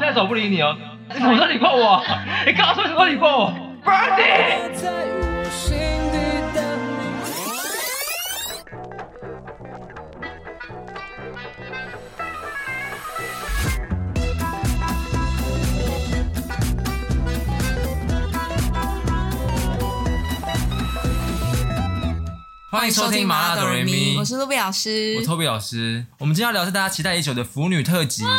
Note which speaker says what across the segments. Speaker 1: 太守不理你哦，你什么时候理过我？
Speaker 2: 哎
Speaker 1: 你告诉我什么时候理过我？Birdy，
Speaker 3: 在我心底等你。
Speaker 4: 欢迎收听麻辣哆瑞咪，
Speaker 2: 我是露比老师，
Speaker 4: 我 Toby 老师。我们今天要聊的是大家期待已久的腐女特辑，
Speaker 2: 哇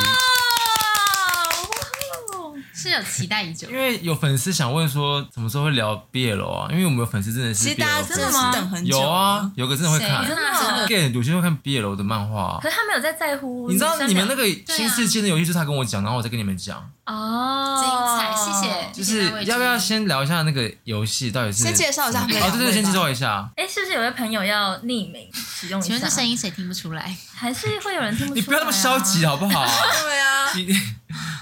Speaker 2: 是有期待已久
Speaker 4: 因，为有粉丝想问说什么时候会聊 BL 啊？因为我们有粉丝真的是
Speaker 2: 其实
Speaker 4: BL
Speaker 2: 大家
Speaker 4: 粉
Speaker 2: 真
Speaker 4: 丝
Speaker 2: 的
Speaker 5: 真的
Speaker 2: 是
Speaker 5: 吗
Speaker 2: 等很久
Speaker 4: 有啊，，有个真的会
Speaker 2: 谁真
Speaker 4: 看
Speaker 2: 的
Speaker 5: 真的，
Speaker 4: gay，有些会看 BL 的漫画啊
Speaker 5: 可。是他没有在在乎
Speaker 4: 你
Speaker 5: 女
Speaker 4: 知
Speaker 5: 生
Speaker 4: 道
Speaker 5: 的，
Speaker 4: 你们那个
Speaker 5: 啊
Speaker 4: 新世界的游戏就是他跟我讲，然后我再跟你们讲，
Speaker 5: 哦，
Speaker 2: 精彩谢谢
Speaker 4: 就是要不要先聊一下那个游戏到底是？
Speaker 2: 先介绍一下他们两
Speaker 4: 哦，
Speaker 2: 位吧
Speaker 4: 对对，先介绍一下。
Speaker 5: 哎，是不是有位朋友要匿名使用一下？
Speaker 6: 请问这声音谁听不出来？
Speaker 5: 还是会有人听不出来啊？
Speaker 4: 你不要那么消极好不 好？
Speaker 2: 对啊，
Speaker 4: 你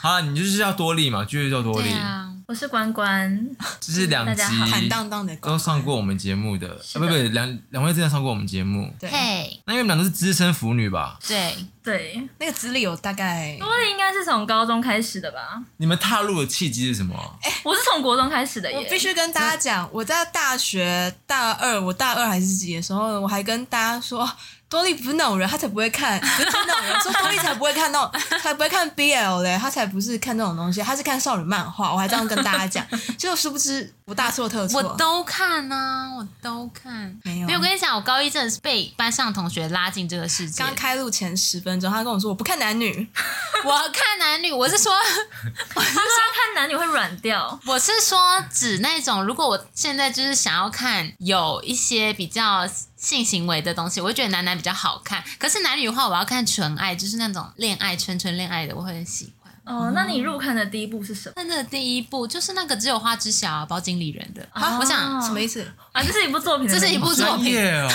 Speaker 4: 好了，你就是要多利嘛，就是叫多利，
Speaker 6: 啊，
Speaker 5: 我是关 关，
Speaker 4: 就是两
Speaker 5: 大
Speaker 4: 集
Speaker 5: 家好
Speaker 2: 坦荡荡的狗
Speaker 4: 都，上过我们节目的，啊
Speaker 5: 是
Speaker 4: 不
Speaker 5: 的
Speaker 4: 不，两两位真的上过我们节目。
Speaker 2: 对，
Speaker 6: 嘿，
Speaker 4: 那因为你们俩都是资深腐女吧？
Speaker 6: 对，
Speaker 5: 对，
Speaker 2: 那个资历有大概，
Speaker 5: 多的应该是从高中开始的吧？
Speaker 4: 你们踏入的契机是什么？
Speaker 5: 我是从国中开始的
Speaker 2: 我
Speaker 5: 耶，
Speaker 2: 必须跟大家讲，我在大学大二，我大二还是几的时候，我还跟大家说。多利不是那种人，他才不会看， 不是那种人，说多利才不会看那种，才不会看 BL 嘞，他才不是看那种东西，他是看少女漫画。我还这样跟大家讲， 结果殊不知我大错特错。
Speaker 6: 我都看啊，我都看。
Speaker 2: 没有
Speaker 4: 啊
Speaker 6: 没有，我跟你讲，我高一真的是被班上同学拉进这个世界。
Speaker 2: 刚开录前十分钟，他跟我说我不看男女，
Speaker 6: 我看男女，我是说，
Speaker 5: 他说看男女会软掉，
Speaker 6: 我是说指那种，如果我现在就是想要看有一些比较性行为的东西，我会觉得男男比较好看。可是男女的话，我要看纯爱，就是那种恋爱、纯纯恋爱的，我会很喜欢。
Speaker 5: 哦，那你入坑的第一步是 什么？
Speaker 6: 那那个第一部就是那个只有花知晓啊，包经理人的。
Speaker 2: 啊
Speaker 6: 我想
Speaker 2: 什么意思？
Speaker 5: 啊？这是一部作品的
Speaker 6: 这
Speaker 5: 名字，
Speaker 6: 是一部作
Speaker 4: 专
Speaker 6: 品，
Speaker 4: 业哦，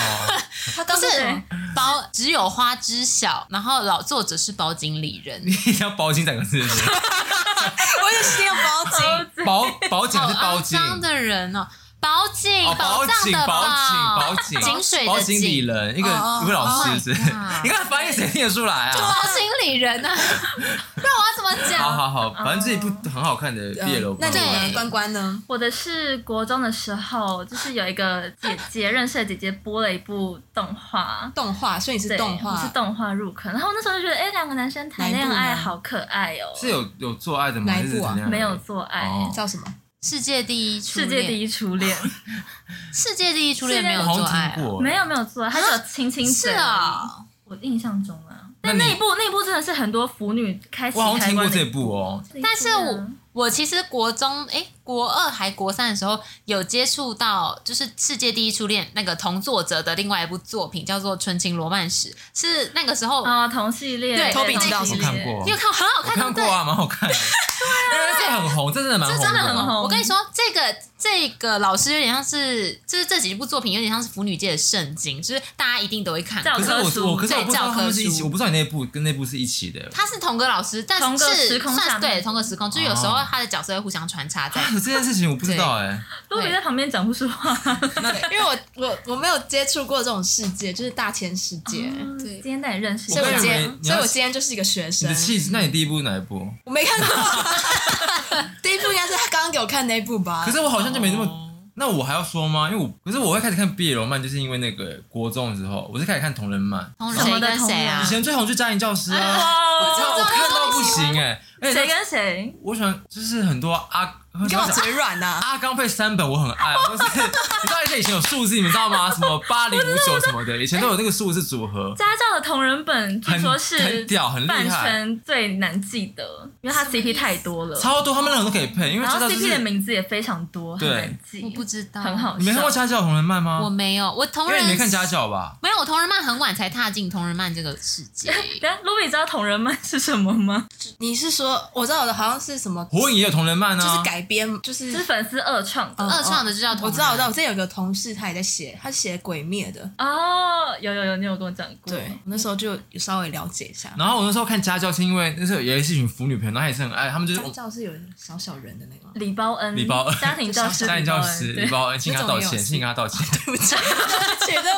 Speaker 2: 他当
Speaker 6: 不
Speaker 2: 时
Speaker 6: 是
Speaker 2: 什么
Speaker 6: 包只有花知晓，然后老作者是包经理人，
Speaker 4: 你 一定要包金两个字是不是，
Speaker 2: 我也是要包
Speaker 5: 哦
Speaker 2: 金，
Speaker 5: 这
Speaker 4: 包保警
Speaker 6: 好
Speaker 4: 是包
Speaker 6: 肮
Speaker 4: 金，
Speaker 6: 脏的人哦，保警
Speaker 4: 哦，
Speaker 6: 宝藏
Speaker 4: 警
Speaker 6: 的
Speaker 4: 保
Speaker 6: 宝，
Speaker 4: 警保
Speaker 6: 井
Speaker 4: 警，
Speaker 6: 水
Speaker 4: 包
Speaker 6: 的
Speaker 4: 经理
Speaker 6: 井，
Speaker 4: 人，一个
Speaker 2: 哦
Speaker 4: 一个老师
Speaker 6: Oh my
Speaker 4: 是不是，
Speaker 6: God
Speaker 4: 你看翻译谁听得出来啊？
Speaker 6: 包经理人啊， 那我要怎么
Speaker 4: 好
Speaker 6: 讲？
Speaker 4: 好好，反正这一部很好看的毕业楼，
Speaker 2: 呃那你
Speaker 6: 对
Speaker 2: 呢？关关呢？
Speaker 5: 我的是国中的时候，就是有一个姐姐认识的姐姐播了一部动画，
Speaker 2: 动画，所以你是
Speaker 5: 对，
Speaker 2: 动
Speaker 5: 我
Speaker 2: 画
Speaker 5: 是，动画入坑。然后我那时候就觉得，哎、两个男生谈恋
Speaker 2: 哪一
Speaker 5: 爱
Speaker 2: 部呢
Speaker 5: 好可爱哦、
Speaker 4: 是有有做爱的吗？
Speaker 2: 哪一部啊
Speaker 4: 还是怎样
Speaker 5: 没有做爱，
Speaker 4: 哦
Speaker 2: 叫什么？
Speaker 6: 世界第一初
Speaker 5: 世界第
Speaker 6: 恋，
Speaker 5: 一初恋，
Speaker 6: 世界第一初恋没有
Speaker 4: 我
Speaker 6: 做
Speaker 4: 好
Speaker 6: 爱
Speaker 4: 像
Speaker 6: 啊
Speaker 4: 听，过，哎
Speaker 5: 没有没有做爱，它只有亲亲
Speaker 6: 是
Speaker 5: 嘴而已
Speaker 6: 啊，
Speaker 5: 我印象中啊。
Speaker 4: 那
Speaker 5: 但
Speaker 4: 你
Speaker 5: 那一部那一部真的是很多腐女开启
Speaker 4: 我好像
Speaker 5: 开
Speaker 4: 听过
Speaker 5: 关
Speaker 4: 这
Speaker 5: 的。
Speaker 4: 部哦，
Speaker 6: 但
Speaker 5: 啊
Speaker 6: 是我我其实国中诶，国二还国三的时候有接触到，就是世界第一初恋那个同作者的另外一部作品，叫做《纯情罗曼史》，是那个时候、
Speaker 5: 啊、同系列，
Speaker 6: 对
Speaker 5: 同
Speaker 2: Toby 知道
Speaker 5: 系
Speaker 4: 我
Speaker 5: 列
Speaker 4: 看过
Speaker 6: 你，有看，很好
Speaker 4: 我
Speaker 6: 看，对
Speaker 4: 看
Speaker 6: 不
Speaker 4: 过
Speaker 6: 对？
Speaker 4: 啊，蛮好看的。因为这很红，这真的蛮红，
Speaker 6: 这真的
Speaker 5: 很红
Speaker 6: 我跟你说，这个这个老师有点像是，就是这几部作品有点像是腐女界的圣经，就是大家一定都会看。
Speaker 5: 教
Speaker 4: 可
Speaker 5: 科
Speaker 4: 是我
Speaker 5: 书
Speaker 4: 我可是我不知道他们是一
Speaker 6: 对教科
Speaker 4: 起，
Speaker 6: 书
Speaker 4: 我不知道你那部跟那部是一起的。
Speaker 6: 他是同个老师，但是
Speaker 5: 同个时空
Speaker 6: 算
Speaker 5: 下
Speaker 6: 是对
Speaker 5: 面
Speaker 6: 同个时空，就是有时候
Speaker 4: 哦
Speaker 6: 他的角色会互相穿插 在
Speaker 4: 啊，。可这件事情我不知道哎，
Speaker 5: 都没在旁边讲不出话。
Speaker 2: 因为我我我没有接触过这种世界，就是大千世界，
Speaker 5: 哦对，今天带你认识一
Speaker 2: 所
Speaker 5: 下
Speaker 2: 以我今
Speaker 4: 我跟你
Speaker 2: 天
Speaker 4: 们你
Speaker 2: 所
Speaker 4: 要
Speaker 2: 以我今天就是一个学
Speaker 4: 你
Speaker 2: 生
Speaker 4: 的，气质，那你第一部是哪一部？
Speaker 2: 我没看过。 第一部应该是他刚刚给我看那一部吧？
Speaker 4: 可是我好像就没那么。那我还要说吗？因为我可是我会开始看 BL 漫，就是因为那个国中的时候，我是开始看同人漫。
Speaker 6: 同
Speaker 5: 什
Speaker 6: 谁
Speaker 5: 么的
Speaker 6: 跟谁啊
Speaker 4: 以？前最红就《家庭教师》啊，
Speaker 5: 哦
Speaker 4: 我知道我看到不行哎，而
Speaker 5: 谁
Speaker 4: 且
Speaker 5: 跟谁？
Speaker 4: 我喜欢就是很多阿
Speaker 2: 你干嘛嘴软啊呐？
Speaker 4: 阿啊刚配三本我很爱，我是 你知道以前以前有数字你们知道吗？什么八零五九什么的，以前都有那个数字组合。
Speaker 5: 家教的同人本据
Speaker 4: 很
Speaker 5: 说是
Speaker 4: 很屌很厉害
Speaker 5: 半生最难记得，因为它 CP 太多了，
Speaker 4: 超多，他们两个都可以配，因为
Speaker 5: 然
Speaker 4: 知
Speaker 5: 后
Speaker 4: 道就
Speaker 5: CP 的
Speaker 4: 是
Speaker 5: 名字也非常多，很
Speaker 4: 对
Speaker 5: 难记。
Speaker 6: 我不知道，
Speaker 5: 很好，，
Speaker 4: 你没看啊过《家教同人漫》
Speaker 6: 我
Speaker 4: 吗？
Speaker 6: 没有，我同
Speaker 4: 因为
Speaker 6: 人
Speaker 4: 你没看家教吧？
Speaker 6: 没有，我同人漫很晚才踏进同人漫这个世界。
Speaker 5: 等一下卢比知道同人漫是什么吗？
Speaker 2: 你是说我知道的好像是什么？
Speaker 4: 火影也有同人漫
Speaker 2: 就是
Speaker 4: 啊，
Speaker 2: 改编，就是
Speaker 5: 是粉丝二创的
Speaker 2: 嗯
Speaker 6: 二创的就叫同人
Speaker 2: 我知道，我知道，我之前有个同事他也在写，他写《鬼灭》的，
Speaker 5: 哦，有有有，你有跟我讲过。
Speaker 2: 对，我那时候就有稍微了解一下。
Speaker 4: 然后我那时候看家教是因为那时候也是一群腐女朋友，然后也是很爱，他们就是
Speaker 2: 家教是有小小人的那个吗？
Speaker 5: 李包恩，
Speaker 4: 礼包
Speaker 5: 家庭教 师，
Speaker 4: 家庭教师，
Speaker 5: 对
Speaker 4: 礼包恩，请跟他道歉，请 跟他道歉。
Speaker 2: 对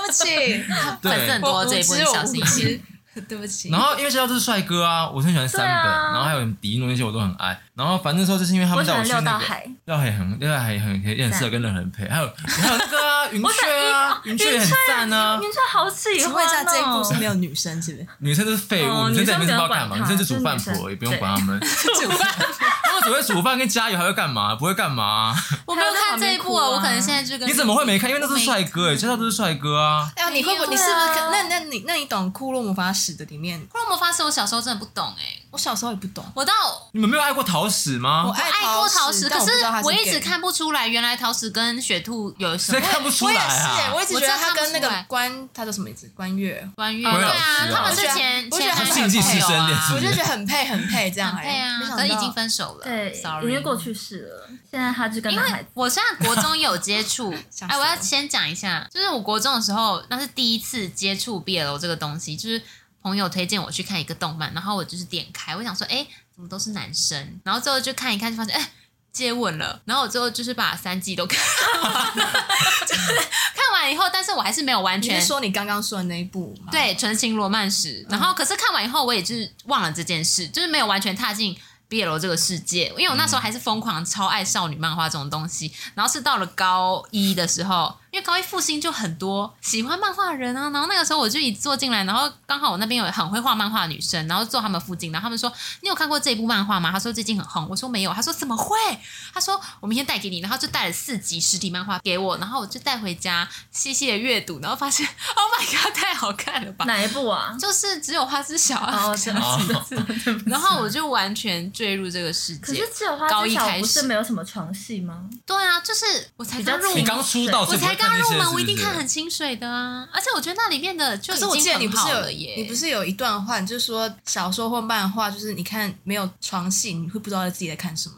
Speaker 2: 不起，对不起，
Speaker 4: 对
Speaker 6: 粉丝很多
Speaker 2: 我无
Speaker 6: 这一部
Speaker 2: 知，
Speaker 6: 分
Speaker 2: 我
Speaker 6: 小
Speaker 2: 无
Speaker 6: 心一点。
Speaker 2: 知。 对不起。
Speaker 4: 然后因为学校都是帅哥啊，我是很喜欢三本，
Speaker 5: 对啊
Speaker 4: 然后还有迪诺那些我都很爱。然后反正那时候就是因为他
Speaker 5: 我
Speaker 4: 们
Speaker 5: 喜
Speaker 4: 带我
Speaker 5: 欢
Speaker 4: 去
Speaker 5: 六
Speaker 4: 那
Speaker 5: 道
Speaker 4: 个
Speaker 5: 海，
Speaker 4: 廖海很廖海很很很适合跟任何人配，还有还有那个啊云雀啊，云雀也很赞啊，
Speaker 5: 明确好喜
Speaker 2: 请
Speaker 5: 欢
Speaker 2: 问一下，
Speaker 5: 哦。
Speaker 2: 这一部是没有女生是不是？
Speaker 4: 女生都是废物，
Speaker 5: 哦
Speaker 4: 女生在里
Speaker 5: 女生不
Speaker 4: 面是不知
Speaker 5: 用
Speaker 4: 道干嘛，
Speaker 5: 管
Speaker 4: 女
Speaker 5: 她
Speaker 4: 生就煮饭
Speaker 5: 就是女生
Speaker 4: 婆，也不用管他们，煮饭， 他们只会煮饭跟加油，还会干嘛？不会干嘛？
Speaker 6: 我没有看这一部啊，我可能现在就跟
Speaker 4: 你怎么会没看？因为那都是帅哥，哎，学校都是帅哥啊。
Speaker 2: 哎呀，你会不会？
Speaker 6: 没
Speaker 2: 你
Speaker 6: 有
Speaker 2: 是不是可？
Speaker 5: 啊
Speaker 2: 那那你那你懂《库洛魔法使》的里面？
Speaker 6: 《库洛魔法使》，我小时候真的不懂哎、
Speaker 2: 我小时候也不
Speaker 4: 哦
Speaker 2: 懂，
Speaker 6: 我到
Speaker 4: 你们没有爱过桃屎
Speaker 2: 我
Speaker 4: 吗？
Speaker 2: 爱
Speaker 6: 爱过桃
Speaker 2: 石，
Speaker 6: 矢，
Speaker 2: 但
Speaker 6: 可
Speaker 2: 我不知道他
Speaker 6: 我一直
Speaker 2: gay 啊
Speaker 6: 看不出来，原来桃矢跟雪兔有什
Speaker 4: 谁
Speaker 6: 么
Speaker 4: 看不出
Speaker 2: 我
Speaker 4: 来
Speaker 2: 也是，
Speaker 4: 啊嗯
Speaker 2: 我？一直
Speaker 6: 我
Speaker 2: 觉
Speaker 6: 真
Speaker 2: 得
Speaker 6: 的
Speaker 2: 他
Speaker 6: 看不
Speaker 2: 跟那
Speaker 6: 出
Speaker 2: 个
Speaker 6: 来
Speaker 2: 关，他叫什么名字？关月，
Speaker 6: 关于
Speaker 4: 关于
Speaker 6: 对
Speaker 4: 老师
Speaker 6: 啊，
Speaker 4: 啊
Speaker 6: 他们是前
Speaker 2: 我觉得
Speaker 6: 前男
Speaker 2: 他
Speaker 6: 友
Speaker 4: 是竞技
Speaker 6: 朋友
Speaker 4: 师生恋
Speaker 6: 啊
Speaker 4: 是不
Speaker 2: 我
Speaker 4: 是
Speaker 2: 就觉得很配很配这样，
Speaker 6: 很配啊
Speaker 2: 哎没，想
Speaker 6: 可
Speaker 2: 到
Speaker 6: 是已经分手了，
Speaker 5: 对
Speaker 6: ，sorry，
Speaker 5: 因为过去式了，现在他就跟
Speaker 6: 因
Speaker 5: 男孩
Speaker 6: 为
Speaker 5: 子。
Speaker 6: 我现在国中有接 触
Speaker 2: 吓，死
Speaker 6: 哎，
Speaker 2: 我
Speaker 6: 我要先讲一下，就是我国中的时候，那是第一次接触 BL 这个东西，就是朋友推荐我去看一个动漫，然后我就是点开，我想说，哎，怎么都是男生？然后最后就看一看，就发现，哎。接吻了，然后我最后就是把三季都看完了，就是看完以后，但是我还是没有完
Speaker 2: 你
Speaker 6: 全
Speaker 2: 是说你刚刚说的那一部吗？
Speaker 6: 对，《纯情罗曼史》，然后可是看完以后，我也就是忘了这件事，就是没有完全踏进 BL 这个世界，因为我那
Speaker 2: 嗯
Speaker 6: 时候还是疯狂超爱少女漫画这种东西。然后是到了高一的时候，因为高一复兴就很多喜欢漫画的人啊，然后那个时候我就一坐进来，然后刚好我那边有很会画漫画的女生，然后坐他们附近，然后他们说：“你有看过这部漫画吗？”她说：“最近很红。”我说：“没有。”她说：“怎么会？”她说：“我明天带给你。”然后就带了四集实体漫画给我，然后我就带回家细细的阅读，然后发现 Oh my god，太好看了吧！
Speaker 5: 哪一部啊？
Speaker 6: 就是只有花知晓 啊，
Speaker 5: 哦，真的
Speaker 4: 哦
Speaker 6: 然后我就完全坠入这个世
Speaker 5: 可
Speaker 6: 界
Speaker 5: 是。只有花
Speaker 6: 高
Speaker 5: 知
Speaker 6: 一
Speaker 5: 晓
Speaker 6: 开
Speaker 5: 不是
Speaker 6: 始
Speaker 5: 没有什么床戏吗？
Speaker 6: 对啊，就是我才
Speaker 5: 比
Speaker 6: 刚
Speaker 5: 较
Speaker 6: 入
Speaker 5: 清
Speaker 4: 你
Speaker 6: 门，
Speaker 4: 刚出道，
Speaker 6: 我
Speaker 4: 所以不
Speaker 6: 才
Speaker 4: 会看
Speaker 6: 刚
Speaker 4: 那
Speaker 6: 入
Speaker 4: 些
Speaker 6: 门，我一定
Speaker 4: 是不
Speaker 6: 看
Speaker 4: 是
Speaker 6: 很清水的啊。而且我觉得那里面的就
Speaker 2: 可是我
Speaker 6: 已
Speaker 2: 记
Speaker 6: 经
Speaker 2: 得你
Speaker 6: 很
Speaker 2: 不是
Speaker 6: 好
Speaker 2: 有
Speaker 6: 了耶，
Speaker 2: 你不是有一段话，你就是说小说或漫画，就是你看没有床戏，你会不知道自己在看什么。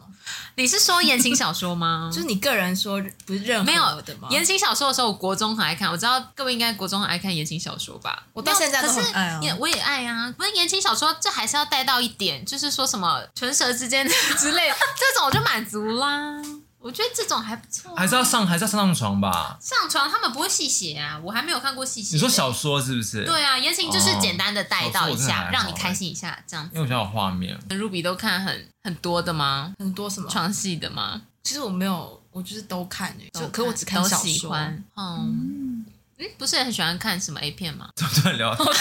Speaker 6: 你是说言情小说 吗？
Speaker 2: 就是你个人说不是任
Speaker 6: 没
Speaker 2: 何
Speaker 6: 有
Speaker 2: 的吗？
Speaker 6: 言情小说的时候，我国中很爱看。我知道各位应该国中很爱看言情小说吧？
Speaker 2: 我到现在都
Speaker 6: 没有可
Speaker 2: 很
Speaker 6: 是
Speaker 2: 爱啊
Speaker 6: 也我也爱啊。不是言情小说，这还是要带到一点，就是说什么唇舌之间的 之类的，这种我就满足啦。我觉得这种还不错啊、
Speaker 4: 还是要上，还是要上上床吧？
Speaker 6: 上床，他们不会细写啊，我还没有看过细写。
Speaker 4: 你说小说是不是？
Speaker 6: 对啊，言情就是简单的带到一
Speaker 4: 哦小说我真的
Speaker 6: 下，
Speaker 4: 还好
Speaker 6: 让你开心一下这样
Speaker 4: 因
Speaker 6: 子。
Speaker 4: 为我想有画面，
Speaker 6: Ruby 都看很很多的吗？
Speaker 2: 很多什么，
Speaker 6: 床戏的吗？
Speaker 2: 其实我没有，我就是都看欸就
Speaker 6: 都
Speaker 2: 可我只看
Speaker 6: 都
Speaker 2: 小
Speaker 6: 喜
Speaker 2: 说。
Speaker 6: 欢。嗯嗯，不是很喜欢看什么 A 片吗？
Speaker 4: 怎么突然聊？你不是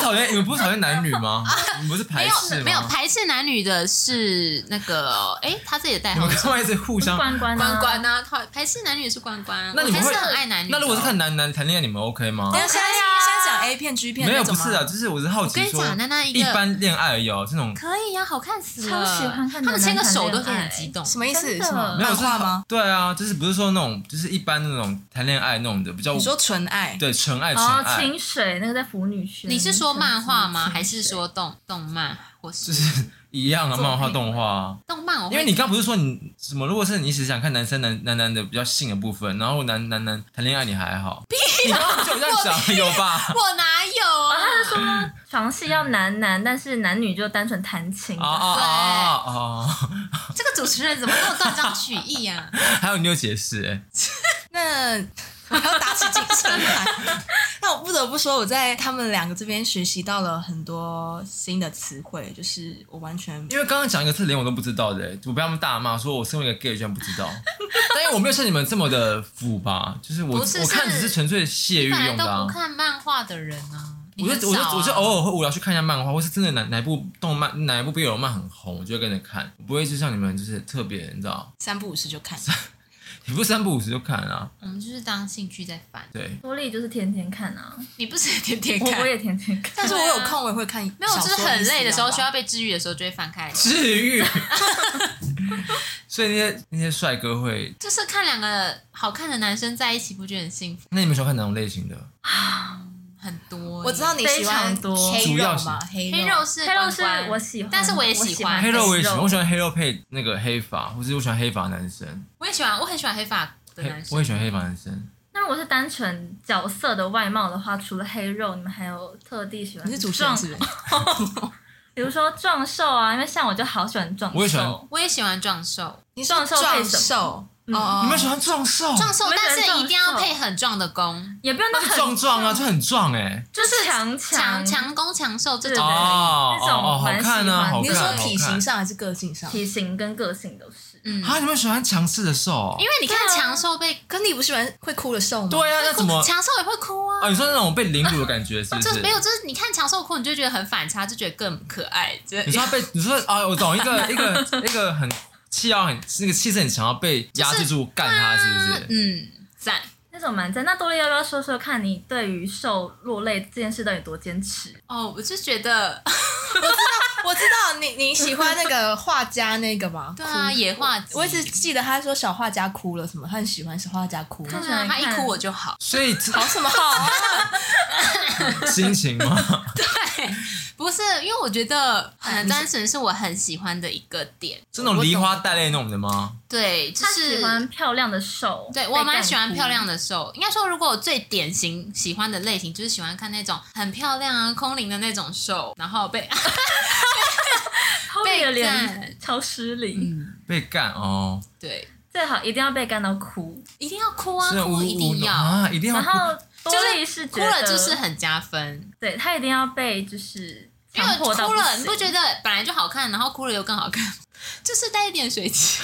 Speaker 4: 讨厌，你们不是讨厌男女吗？你们不是排
Speaker 6: 没
Speaker 4: 斥吗？
Speaker 6: 有没有，排斥男女的是那个哎，他自己的代
Speaker 4: 你
Speaker 6: 号
Speaker 4: 们干嘛一直互相？
Speaker 5: 关关啊
Speaker 6: 关关呐，他排斥男女是关关，
Speaker 4: 那你
Speaker 6: 我
Speaker 4: 们
Speaker 6: 还
Speaker 4: 会
Speaker 6: 是很爱男女的哦。
Speaker 4: 那如果是看男男谈恋爱，你们 OK 吗？
Speaker 2: 但是现在
Speaker 6: 啊
Speaker 2: 现在讲 A 片 G 片
Speaker 4: 没有，
Speaker 2: 那
Speaker 4: 不
Speaker 2: 种吗
Speaker 4: 是啊，，就是我是好
Speaker 6: 我跟
Speaker 4: 奇
Speaker 6: 你
Speaker 4: 说，
Speaker 6: 讲，娜娜一
Speaker 4: 一
Speaker 6: 个
Speaker 4: 般恋爱而已哦，这种
Speaker 6: 可以呀，啊好看死了，
Speaker 5: 超喜欢看
Speaker 6: 他们牵个手
Speaker 5: 男
Speaker 6: 都
Speaker 5: 男谈恋爱
Speaker 6: 可以很激动。
Speaker 2: 什么意思？
Speaker 5: 真的
Speaker 2: 什么
Speaker 4: 没有
Speaker 2: 漫
Speaker 4: 是
Speaker 2: 画吗？？
Speaker 4: 对啊，就是不是说那种，就是一般那种谈恋爱那种的比较
Speaker 2: 你，说纯爱？
Speaker 4: 对纯爱纯
Speaker 5: 哦，
Speaker 4: 爱，
Speaker 5: 清水那个在腐女圈。
Speaker 6: 你是说漫画吗？
Speaker 5: 清水
Speaker 6: 还是说动动漫或
Speaker 4: 就是是一样啊，漫画动画啊。
Speaker 6: 动漫？我会
Speaker 4: 因为你刚不是说你什么？如果是你只想看男生男男男的比较性的部分，然后男男男谈恋爱你还好，你刚刚就有这样讲有吧？
Speaker 6: 我哪有啊？
Speaker 5: 床戏要男男，但是男女就单纯谈 情
Speaker 4: 啊。啊啊啊！哦
Speaker 6: 这个主持人怎么那么断章取义啊？
Speaker 4: 还有你有解释欸，
Speaker 2: 那我要打起精神来。那我不得不说，我在他们两个这边学习到了很多新的词汇，就是我完全
Speaker 4: 因为刚刚讲一个字连我都不知道的欸，我被他们大骂说我身为一个 gay 居然不 知道，但因为我没有像你们这么的腐吧，就是我
Speaker 6: 不是
Speaker 4: 我看
Speaker 6: 是
Speaker 4: 只是纯粹泄欲
Speaker 6: 本来
Speaker 4: 用
Speaker 6: 都
Speaker 4: 的啊
Speaker 6: 不。看漫画的人啊，你
Speaker 4: 我就
Speaker 6: 很
Speaker 4: 我
Speaker 6: 少啊
Speaker 4: 就我哦就偶尔会无聊去看一下漫画，或是真的哪哪一部动漫哪一部 BL 漫很红，我就会跟着看，我不会就像你们就是特别，你知道，
Speaker 2: 三不五时就看。
Speaker 4: 也不是三不五时就看啊。
Speaker 6: 我们就是当兴趣在烦。
Speaker 4: 对，
Speaker 5: 多莉就是天天看啊，
Speaker 6: 你不是 天天
Speaker 5: 我
Speaker 6: 看
Speaker 5: 我？也天天看。
Speaker 2: 但是我有空我也会看小说，
Speaker 6: 啊没有，就是很累的时候，
Speaker 2: 你是一
Speaker 6: 需
Speaker 2: 样
Speaker 6: 要被治愈的时候就会翻开。
Speaker 4: 治愈。 所以那些那些帅哥会，
Speaker 6: 就是看两个好看的男生在一起，不觉得很幸福？
Speaker 4: 那你们喜欢看哪种类型的？
Speaker 6: 很多
Speaker 2: 吧。
Speaker 6: 耶，
Speaker 2: 我知道你喜欢
Speaker 5: 非常多
Speaker 2: 黑
Speaker 4: 主
Speaker 2: 肉
Speaker 4: 要是
Speaker 2: 嘛，黑
Speaker 6: 黑肉是
Speaker 5: 黑肉
Speaker 6: 关
Speaker 5: 是
Speaker 6: 关
Speaker 5: 我喜欢，
Speaker 6: 但是我也喜欢
Speaker 4: 黑肉我也喜欢，
Speaker 5: 肉
Speaker 4: 我喜欢黑肉配那个黑发，或者我喜欢黑发男生，
Speaker 6: 我也喜欢，我很喜欢黑发的
Speaker 4: 黑
Speaker 6: 男生。
Speaker 4: 我也喜欢黑发男生。
Speaker 5: 那如果是单纯角色的外貌的话，除了黑肉，你们还有特地喜欢
Speaker 2: 你是主持人
Speaker 5: 壮
Speaker 2: 是，不是？
Speaker 5: 比如说壮兽啊，因为像我就好喜欢壮兽，
Speaker 4: 我也喜欢哦
Speaker 6: 我也喜欢壮兽，
Speaker 2: 你是
Speaker 5: 壮兽
Speaker 2: 壮
Speaker 5: 配什么
Speaker 2: 兽，哦
Speaker 6: 嗯
Speaker 4: 你们喜欢壮瘦？
Speaker 6: 壮瘦
Speaker 5: 我，们
Speaker 6: 但
Speaker 5: 喜欢
Speaker 6: 是一定要
Speaker 5: 壮瘦
Speaker 6: 配很壮的攻，
Speaker 5: 也不用到
Speaker 4: 那是壮
Speaker 5: 很
Speaker 4: 壮啊，就很壮哎。
Speaker 5: 就是强
Speaker 6: 强强攻强瘦这
Speaker 5: 对
Speaker 6: 种
Speaker 5: 对。
Speaker 4: 哦
Speaker 5: 那种
Speaker 4: 哦，好
Speaker 5: 蛮
Speaker 4: 看
Speaker 5: 喜
Speaker 4: 啊，
Speaker 5: 欢
Speaker 4: 好看。
Speaker 2: 你是说体
Speaker 4: 好
Speaker 2: 型
Speaker 4: 看
Speaker 2: 上还是个性上？
Speaker 5: 体型跟个性都是。
Speaker 6: 嗯，
Speaker 4: 啊？你们喜欢强势的瘦？哦
Speaker 6: 因为你看
Speaker 5: 对啊
Speaker 6: 强瘦被
Speaker 2: 可你不喜欢会哭的瘦吗？
Speaker 4: 对啊，那怎么？
Speaker 6: 强瘦也会哭啊
Speaker 4: 哦，。你说那种被凌辱的感觉是不
Speaker 6: 就是
Speaker 4: 是？
Speaker 6: 没有，就是你看强瘦哭，你就觉得很反差，就觉得更可爱。这
Speaker 4: 你说他被你说啊，我懂一个一个一个很气要很那个气势很强，要被压制住干他是不是？
Speaker 6: 嗯，赞。
Speaker 5: 那种蛮赞。那多莉要不要说说看你对于瘦落泪这件事到底有多坚持？
Speaker 6: 哦，我就 觉得，
Speaker 2: 我知道你你喜欢那个画家那个吧？
Speaker 6: 对啊，
Speaker 2: 哭
Speaker 6: 野化集
Speaker 2: 我一直记得他说小画家哭了什么，他很喜欢小画家 哭。
Speaker 6: 对啊，他一哭我就好。
Speaker 4: 所以
Speaker 2: 好什么好 啊？
Speaker 4: 心情吗？
Speaker 6: 对，不是因为我觉得
Speaker 5: 啊
Speaker 6: 呃，单纯是我很喜欢的一个点。
Speaker 4: 这种梨花带泪那种的吗？
Speaker 6: 对，就
Speaker 5: 他
Speaker 6: 是
Speaker 5: 喜欢漂亮的瘦，
Speaker 6: 对
Speaker 5: 被
Speaker 6: 我蛮
Speaker 5: 干
Speaker 6: 喜欢
Speaker 5: 哭
Speaker 6: 漂亮的瘦，应该说，如果我最典型喜欢的类型，就是喜欢看那种很漂亮啊、空灵的那种瘦，然后被
Speaker 5: 被
Speaker 6: 被
Speaker 5: 脸
Speaker 6: 赞
Speaker 5: 超失礼，
Speaker 4: 被干哦，
Speaker 6: 对，
Speaker 5: 最好一定要被干到哭。
Speaker 6: 一定要哭啊，
Speaker 4: 是无
Speaker 6: 哭一定
Speaker 4: 无
Speaker 6: 要，
Speaker 4: 啊，一定要
Speaker 5: 然
Speaker 4: 哭。
Speaker 5: 后多莉是
Speaker 6: 哭
Speaker 5: 觉
Speaker 6: 了
Speaker 5: 得
Speaker 6: 就是很加分，
Speaker 5: 对他一定要被就是
Speaker 6: 因为
Speaker 5: 强迫到
Speaker 6: 哭了你
Speaker 5: 不
Speaker 6: 不
Speaker 5: 行
Speaker 6: 觉得本来就好看，然后哭了又更好看，就是带一点 水气。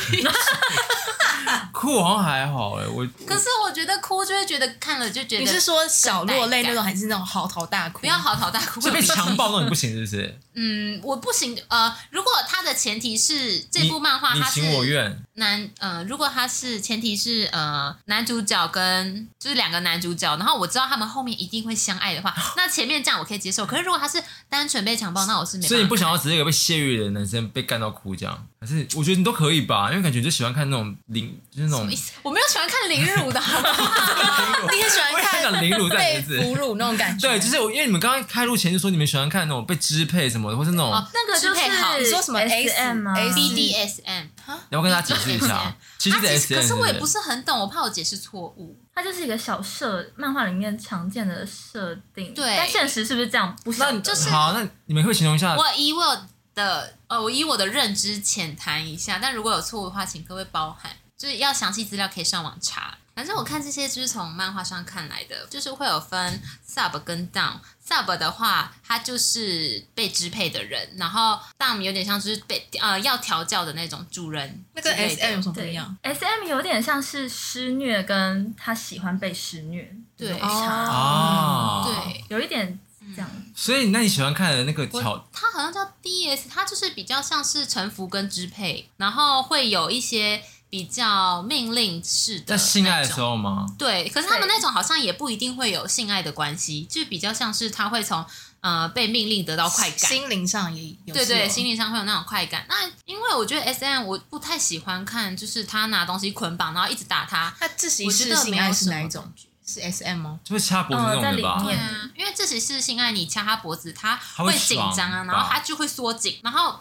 Speaker 4: 哭好像还好哎，我
Speaker 6: 可是我觉得哭就会觉得看了就觉得
Speaker 2: 你是说小落泪那
Speaker 6: 更带
Speaker 2: 种，
Speaker 6: 感
Speaker 2: 还是那种嚎啕大哭？
Speaker 6: 不要嚎啕大哭，
Speaker 4: 是被强暴那种你不行是不是？
Speaker 6: 嗯，我不行。呃，如果它的前提是 这
Speaker 4: 你
Speaker 6: 部漫画
Speaker 4: 你
Speaker 6: 它是
Speaker 4: 情我愿，
Speaker 6: 男，呃，如果它是前提是呃男主角跟就是两个男主角，然后我知道他们后面一定会相爱的话，那前面这样我可以接受。可是如果他是单纯被强暴，那我是没办法。
Speaker 4: 所以你不想要只是一个被泄欲的男生被干到哭这样？还是我觉得你都可以吧，因为感觉你就喜欢看那种凌，就是那种
Speaker 6: 什么意思？我没有喜欢看凌辱的，好不好？
Speaker 2: 你很喜欢
Speaker 4: 我也很
Speaker 2: 看
Speaker 4: 想凌辱这两
Speaker 2: 被
Speaker 4: 个字
Speaker 2: 俘虏那种感觉？
Speaker 4: 对，就是我，因为你们刚刚开录前就说你们喜欢看那种被支配什么的，或是那种，
Speaker 6: 哦
Speaker 5: 那个就
Speaker 6: 支配好
Speaker 5: 是
Speaker 2: 你说什么 S-
Speaker 5: M 啊
Speaker 2: S-
Speaker 6: BDSM，
Speaker 4: 你要不要跟大家解释一下，其实
Speaker 6: 它哦啊其实可
Speaker 4: S
Speaker 6: 是我也不
Speaker 4: 是
Speaker 6: 是很懂，我怕我解释错误。
Speaker 5: 它就是一个小设漫画里面常见的设定，
Speaker 6: 对
Speaker 5: 但现实是不是这样？不是，
Speaker 4: 那
Speaker 6: 就是
Speaker 4: 好，那你们可以形容一下
Speaker 6: 我以我的呃，我以我的认知浅谈一下，但如果有错误的话，请各位包涵，就是要详细资料可以上网查。反正我看这些就是从漫画上看来的，就是会有分 sub 跟 down。sub 的话，他就是被支配的人，然后 down 有点像就是被呃要调教的那种主人
Speaker 2: 那
Speaker 6: 之
Speaker 2: 跟
Speaker 6: 类
Speaker 2: S
Speaker 6: 的。
Speaker 2: M 有什么不一
Speaker 5: 对
Speaker 2: 样？
Speaker 5: ，S M 有点像是施虐，跟他喜欢被施虐，
Speaker 6: 对
Speaker 5: 有差
Speaker 4: 啊，，
Speaker 6: 对，
Speaker 5: 有一点这样。
Speaker 6: 嗯
Speaker 4: 所以那你喜欢看的那个挑，
Speaker 6: 它好像叫 DS，它就是比较像是臣服跟支配，然后会有一些比较命令式的
Speaker 4: 在性爱的时
Speaker 6: 那种。
Speaker 4: 候吗？
Speaker 6: 对，可是他们
Speaker 5: 对
Speaker 6: 那种好像也不一定会有性爱的关系，就比较像是他会从呃被命令得到快感，
Speaker 2: 心灵上也有哦
Speaker 6: 对对，心
Speaker 2: 理
Speaker 6: 理上会有那种快感。那因为我觉得 S M 我不太喜欢看，就是他拿东西捆绑，然后一直打他，
Speaker 2: 他自习
Speaker 6: 我觉
Speaker 2: 是
Speaker 6: 得
Speaker 2: 性
Speaker 6: 没
Speaker 2: 爱
Speaker 6: 有
Speaker 2: 是
Speaker 6: 什
Speaker 2: 哪一
Speaker 6: 么
Speaker 2: 种
Speaker 6: 感？觉。
Speaker 2: 是 S M 哦 吗？
Speaker 4: 就会掐脖子那种的吧
Speaker 5: 哦在里？
Speaker 6: 对
Speaker 5: 面
Speaker 6: 啊，因为这只是性爱，你掐他脖子，他
Speaker 4: 会
Speaker 6: 会紧
Speaker 4: 爽
Speaker 6: 张啊，
Speaker 4: 吧
Speaker 6: 然后他就会缩紧，然后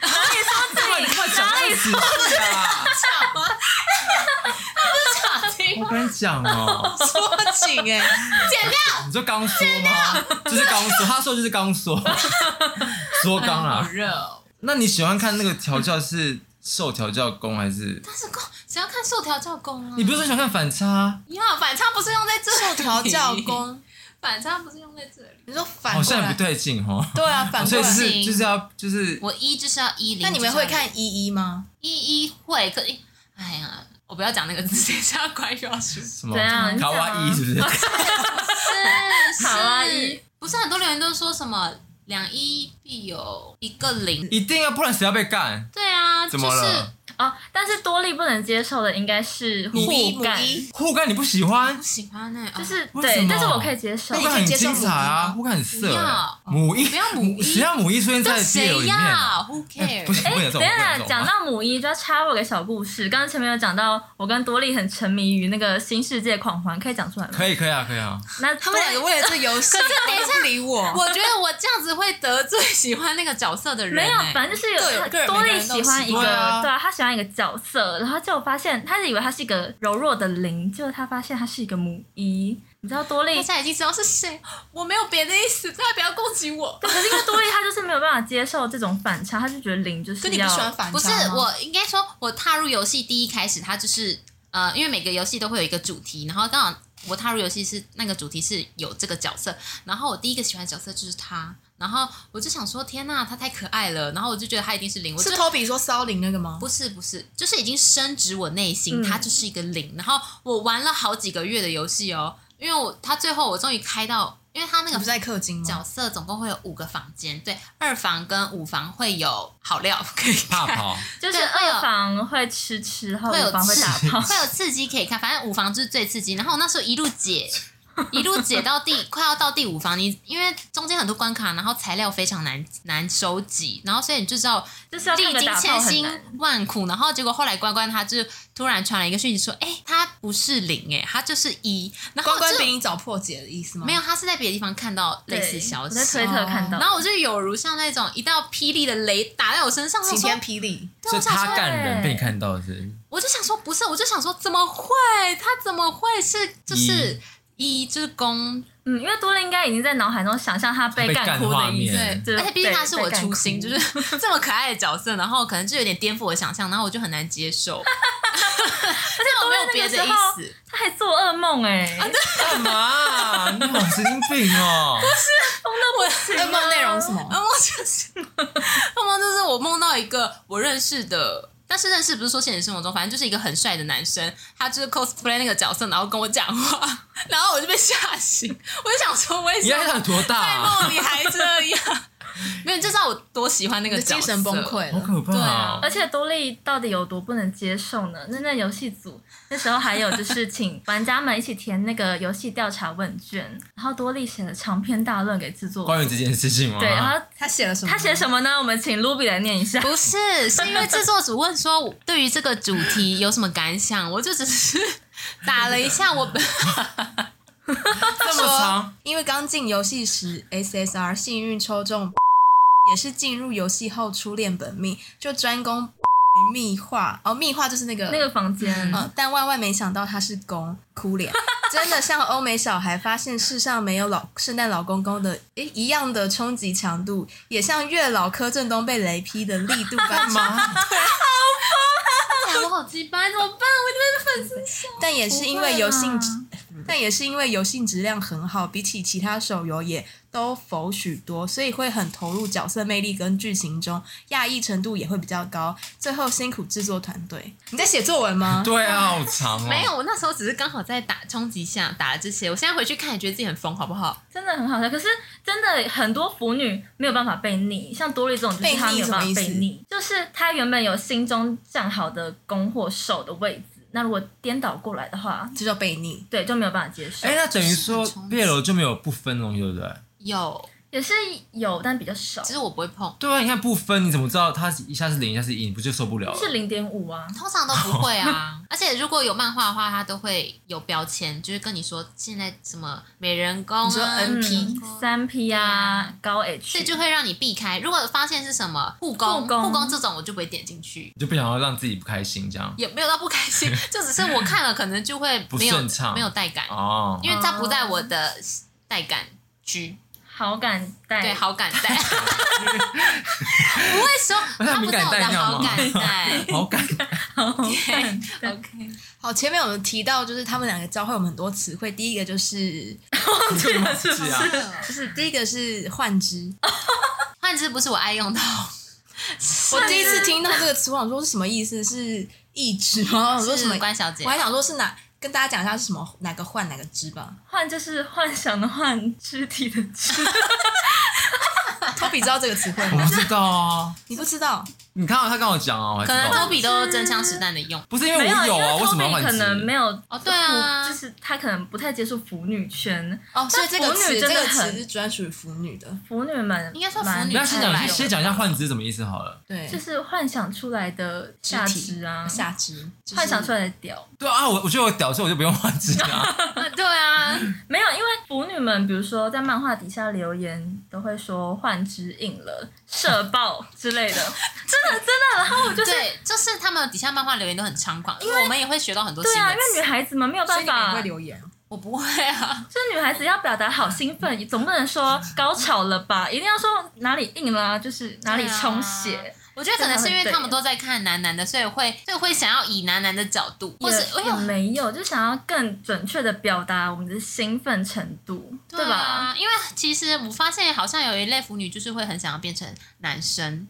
Speaker 4: 啊你快讲那么仔细啊！
Speaker 6: 巧啊，不小 心
Speaker 4: 我跟你讲哦，
Speaker 2: 说紧哎，
Speaker 6: 剪掉，
Speaker 4: 你说刚说吗？就是刚说，他说就是刚说， 说刚啊。
Speaker 6: 热、哦。
Speaker 4: 那你喜欢看那个调教是受调教攻还是？
Speaker 6: 但是公只要看受调教功啊，
Speaker 4: 你不是说喜欢看反差？
Speaker 6: 呀，反差不是用在这里，
Speaker 2: 受调教，功，
Speaker 6: 反差不是用在这里。
Speaker 2: 你说反
Speaker 4: 好
Speaker 2: 过
Speaker 4: 像也
Speaker 2: 来
Speaker 4: 不对劲哦。
Speaker 2: 对啊，反
Speaker 4: 所
Speaker 2: 过
Speaker 4: 以就
Speaker 2: 来。
Speaker 4: 是就是要就是
Speaker 6: 我一就是要一零，
Speaker 2: 那你们会看一一吗？
Speaker 6: 一一会？可哎呀，我不要讲那个字，等一下关于要输。
Speaker 4: 什么
Speaker 5: 怎样
Speaker 4: 卡哇伊是不是？
Speaker 6: 是
Speaker 5: 卡哇伊，
Speaker 6: 啊不是很多留言都说什么两一必有一个零？
Speaker 4: 一定要，不然谁要被干？
Speaker 6: 对啊，
Speaker 4: 怎么
Speaker 6: 就是
Speaker 4: 了？
Speaker 5: 哦，但是多莉不能接受的应该是
Speaker 2: 母一
Speaker 5: 互
Speaker 2: 母
Speaker 5: 干，
Speaker 2: 一，
Speaker 4: 互干你不喜欢
Speaker 6: 不？喜欢呢、啊
Speaker 5: 就是
Speaker 4: 为什么
Speaker 5: 对，但是我可以接受
Speaker 4: 互
Speaker 2: 那。你
Speaker 4: 干
Speaker 2: 可以
Speaker 4: 很
Speaker 2: 接受
Speaker 4: 精彩啊，
Speaker 2: 母
Speaker 4: 互干很色
Speaker 6: 不
Speaker 4: 欸
Speaker 6: 要。
Speaker 4: 母一
Speaker 6: 不要母一
Speaker 4: 谁要母一出现在
Speaker 6: 这
Speaker 4: BL
Speaker 6: 谁
Speaker 4: 里面啊？
Speaker 6: 要？Who
Speaker 4: 哎
Speaker 6: cares？
Speaker 4: 不行，不能
Speaker 5: 哎等一
Speaker 4: 这种不能
Speaker 5: 下
Speaker 4: 这种
Speaker 5: 讲到母一，就要插入一个小故事。刚刚前面有讲到，我跟多莉很沉迷于那个《新世界狂欢》，可以讲出来吗？
Speaker 4: 可以可以啊，可以啊。
Speaker 5: 那
Speaker 2: 他们两个为了这游戏，
Speaker 6: 等一下
Speaker 2: 都不理我，
Speaker 6: 我觉得我这样子会得罪喜欢那个角色的人、
Speaker 5: 没有
Speaker 6: 欸，
Speaker 5: 反正就是
Speaker 2: 各有
Speaker 5: 有
Speaker 2: 各有
Speaker 5: 多
Speaker 2: 每个
Speaker 5: 利
Speaker 2: 人都
Speaker 5: 喜欢一个，
Speaker 4: 喜欢啊
Speaker 5: 对啊，他喜欢一个角色，然后结果发现他是以为他是一个柔弱的零，结果他发现他是一个母一。你知道多利
Speaker 6: 大，家已经知道是谁，我没有别的意思，大家不要攻击我。
Speaker 5: 可是因为多利他就是没有办法接受这种反差，他就觉得零就是
Speaker 2: 所以你不
Speaker 5: 要
Speaker 2: 喜欢反
Speaker 6: 不是
Speaker 2: 差吗
Speaker 6: 我，应该说，我踏入游戏第一开始，他就是呃，因为每个游戏都会有一个主题，然后刚好我踏入游戏是那个主题是有这个角色，然后我第一个喜欢的角色就是他，然后我就想说天呐，他太可爱了，然后我就觉得他一定是零，我就是
Speaker 2: 托比说骚灵那个吗？
Speaker 6: 不是不是，就是已经深植我内心，它就是一个零。然后我玩了好几个月的游戏哦，因为我它最后我终于开到，因为它那
Speaker 2: 你
Speaker 6: 个
Speaker 2: 不是在氪金吗？
Speaker 6: 角色总共会有五个房间，对，二房跟五房会有好料可以
Speaker 4: 怕
Speaker 6: 看。
Speaker 4: 跑，
Speaker 5: 就是
Speaker 6: 对会有
Speaker 5: 二房会吃吃，
Speaker 2: 哦
Speaker 5: 然后
Speaker 6: 会有
Speaker 5: 五房会
Speaker 6: 刺
Speaker 5: 打炮。
Speaker 6: 会有刺激可以看，反正五房就是最刺激。然后我那时候一路解，一路解到第快要到第五房，你因为中间很多关卡，然后材料非常难难收集，然后所以你就知道
Speaker 5: 就是要看
Speaker 6: 历
Speaker 5: 个
Speaker 6: 经
Speaker 5: 打炮
Speaker 6: 千
Speaker 5: 很
Speaker 6: 辛
Speaker 5: 难。
Speaker 6: 万苦，然后结果后来关关他就突然传了一个讯息说，哎、他不是零、哎，他就是一，然后
Speaker 2: 关
Speaker 6: 我就
Speaker 2: 关比你早破解的意思吗？
Speaker 6: 没有，他是在别的地方看到类似
Speaker 5: 对
Speaker 6: 消
Speaker 5: 我
Speaker 6: 息，
Speaker 5: 在推特看到，
Speaker 6: 然后我就有如像那种一道霹雳的雷打在我身上，我想
Speaker 2: 晴
Speaker 6: 说
Speaker 2: 天霹雳，
Speaker 6: 对啊
Speaker 4: 所
Speaker 6: 我
Speaker 4: 以
Speaker 6: 想
Speaker 4: 他
Speaker 6: 说，
Speaker 4: 干人被你看到是
Speaker 6: 我就想说不是，我就想说怎么会，他怎么会是就是一就是攻
Speaker 5: 嗯，因为多了应该已经在脑海中想象他被
Speaker 4: 被
Speaker 5: 干
Speaker 4: 干
Speaker 5: 哭
Speaker 4: 画
Speaker 5: 的意思，
Speaker 4: 面
Speaker 5: 就是
Speaker 6: 而且毕竟
Speaker 5: 被
Speaker 6: 他是我
Speaker 5: 被干
Speaker 6: 初
Speaker 5: 哭
Speaker 6: 心，就是 这么可爱的角色，然后可能就有点颠覆我的想象，然后我就很难接受。 而且我没有别的意思，
Speaker 5: 他还做噩梦哎、欸，
Speaker 4: 干嘛？你好神经病 哦！
Speaker 2: 那梦内容是什么？
Speaker 6: 噩梦就是噩梦，就是我梦到一个我认识的。但是认识不是说现实生活中，反正就是一个很帅的男生，他就是 cosplay 那个角色，然后跟我讲话，然后我就被吓醒，我就想说为
Speaker 4: 你
Speaker 6: 什
Speaker 4: 压力
Speaker 6: 么
Speaker 4: 有多大
Speaker 6: 在
Speaker 4: 啊？
Speaker 6: 梦里还这样？ 没有，你就知道我多喜欢那
Speaker 2: 你
Speaker 6: 个
Speaker 2: 的
Speaker 6: 角色
Speaker 2: 精神崩。溃
Speaker 4: 好
Speaker 2: 了。
Speaker 4: 可怕
Speaker 6: 对
Speaker 4: 啊
Speaker 6: 啊！
Speaker 5: 而且多利到底有多不能接受呢？那那游戏组那时候还有就是请玩家们一起填那个游戏调查问卷，然后多利写了长篇大论给制作组，
Speaker 4: 关于这件事情吗？
Speaker 5: 对，然后
Speaker 2: 他写了什么？
Speaker 5: 他写什么呢？我们请 Ruby 来念一下。
Speaker 6: 不是，是因为制作组问说我对于这个主题有什么感想，我就只是打了一 下我本。
Speaker 4: 这么
Speaker 2: 说
Speaker 4: 长，，
Speaker 2: 因为刚进游戏时 SSR 幸运抽中，也是进入游戏后初恋本命，就专攻密画哦，密画就是那个
Speaker 5: 那个房间，
Speaker 2: 嗯，但万万没想到他是公，哭脸，真的像欧美小孩发现世上没有老圣诞老公公的诶一样的冲击强度，也像月老柯震东被雷劈的力度般吗？
Speaker 6: 我好鸡巴，怎么办？
Speaker 2: 哦
Speaker 6: 我真的粉丝笑。
Speaker 2: 但也是因为游戏
Speaker 5: 不会啦啊
Speaker 2: 质， 但也是因为游戏质量很好，比起其他手游也都否许多，所以会很投入角色魅力跟剧情中，压抑程度也会比较高。最后辛苦制作团队，你在写作文吗？
Speaker 4: 对啊，好长哦。
Speaker 6: 没有，我那时候只是刚好在打冲击下打了这些。我现在回去看，也觉得自己很疯，好不好？
Speaker 5: 真的很好笑。可是真的很多腐女没有办法被逆，像多莉这种就是她没有办法
Speaker 2: 被
Speaker 5: 被
Speaker 2: 逆
Speaker 5: 逆，就是她原本有心中站好的攻或受的位置，那如果颠倒过来的话，
Speaker 2: 这叫悖逆。
Speaker 5: 对就没有办法接受。
Speaker 4: 哎、那等于说
Speaker 6: 是很冲击
Speaker 4: BL 就没有不分东西，对不对？
Speaker 6: 有，
Speaker 5: 也是有，但比较少，
Speaker 6: 只是我不会碰，
Speaker 4: 对啊，你看不分，你怎么知道它一下是零，一下是一，你不就受不了了？
Speaker 5: 是零点五啊。
Speaker 6: 通常都不 会啊。而且如果有漫画的话，它都会有标签，就是跟你说现在什么美人公、啊、
Speaker 2: 你说 NP
Speaker 5: 嗯三 P 啊
Speaker 6: 嗯，
Speaker 5: 高
Speaker 6: 所
Speaker 5: H，
Speaker 6: 以就会让你避开。如果发现是什么护工、
Speaker 5: 护工
Speaker 6: 这种，我就不会点进去，
Speaker 4: 你就不想要让自己不开心这样。
Speaker 6: 也没有到不开心，就只是我看了可能就会
Speaker 4: 不
Speaker 6: 没有
Speaker 4: 顺畅
Speaker 6: 没有带感，
Speaker 4: 哦，
Speaker 6: 因为它不在我的带感区，
Speaker 5: 好感带，
Speaker 6: 对好感带，不会说
Speaker 4: 我
Speaker 6: 它
Speaker 4: 想
Speaker 6: 不
Speaker 4: 敏
Speaker 6: 在
Speaker 4: 感
Speaker 6: 我的
Speaker 4: 带这样吗
Speaker 6: 好感 带。
Speaker 4: 好感
Speaker 5: 对
Speaker 6: OK，
Speaker 2: 好，前面我们提到就是他们两个教会我们很多词汇，第一个就是
Speaker 4: 动 吗？是啊，
Speaker 2: 就是第一个是幻肢，
Speaker 6: 换之不是我爱用的哦，
Speaker 2: 我第一次听到这个词，我想说是什么意思？是意志吗？我说什么
Speaker 6: 是？关小姐
Speaker 2: 我，还想说是哪？跟大家讲一下是什么哪个换哪个肢 吧。
Speaker 5: 幻就是幻想的幻，肢体的 肢，
Speaker 2: 托比知道这个词汇
Speaker 4: 我
Speaker 2: 吗
Speaker 4: 不？知道啊。
Speaker 2: 你不知道？
Speaker 4: 你看到他跟我讲啊，我还知
Speaker 6: 可能
Speaker 4: 道
Speaker 6: 托。比都真枪实弹的用。
Speaker 4: 不是因
Speaker 5: 没
Speaker 4: 为 我
Speaker 5: 因
Speaker 4: 啊，为什么要
Speaker 5: Toby
Speaker 4: 换
Speaker 5: 可
Speaker 4: 词
Speaker 5: 能没有
Speaker 6: 哦对啊
Speaker 5: 就是他可能不太接触腐女圈，
Speaker 2: 哦，所以这个
Speaker 5: 腐
Speaker 2: 词
Speaker 5: 女
Speaker 2: 这
Speaker 5: 真的
Speaker 2: 个词
Speaker 5: 很
Speaker 2: 是专属于腐女的，
Speaker 5: 腐女们
Speaker 6: 应该说腐
Speaker 5: 蛮
Speaker 6: 女
Speaker 4: 不要先
Speaker 6: 来
Speaker 4: 讲，
Speaker 6: 了
Speaker 4: 先讲一下换肢什么意思好了。
Speaker 2: 对，
Speaker 5: 就是幻想出来的下肢啊，
Speaker 2: 下肢，就是
Speaker 6: 嗯
Speaker 5: 幻想出来的屌。
Speaker 4: 对啊，我我觉得我屌，所以我就不用换肢啊。
Speaker 6: 对啊，
Speaker 5: 没有，因为腐女们，比如说在漫画底下留言，都会说幻肢硬了、射爆之类的，真的真的。然后我就是
Speaker 6: 对，就是他们底下漫画留言都很猖狂，因为我们也会学到很多新
Speaker 5: 对
Speaker 6: 的
Speaker 5: 啊，因
Speaker 6: 词
Speaker 5: 为女孩子们没有
Speaker 2: 所
Speaker 5: 办
Speaker 2: 以你们
Speaker 5: 法
Speaker 2: 会，留言。
Speaker 6: 我不会啊，
Speaker 5: 就是女孩子要表达好兴 啊奋，总不能说高潮了吧，一定要说哪里硬啦、就是哪里充血。
Speaker 6: 我觉得可能是因为他们都在看男男的，所以会所以会想要以男男的角度，或
Speaker 5: 也
Speaker 6: 是哎
Speaker 5: 也
Speaker 6: 呦
Speaker 5: 没有，就想要更准确的表达我们的兴奋程度，对
Speaker 6: 对
Speaker 5: 吧？
Speaker 6: 啊？因为其实我发现好像有一类腐女就是会很想要变成男生，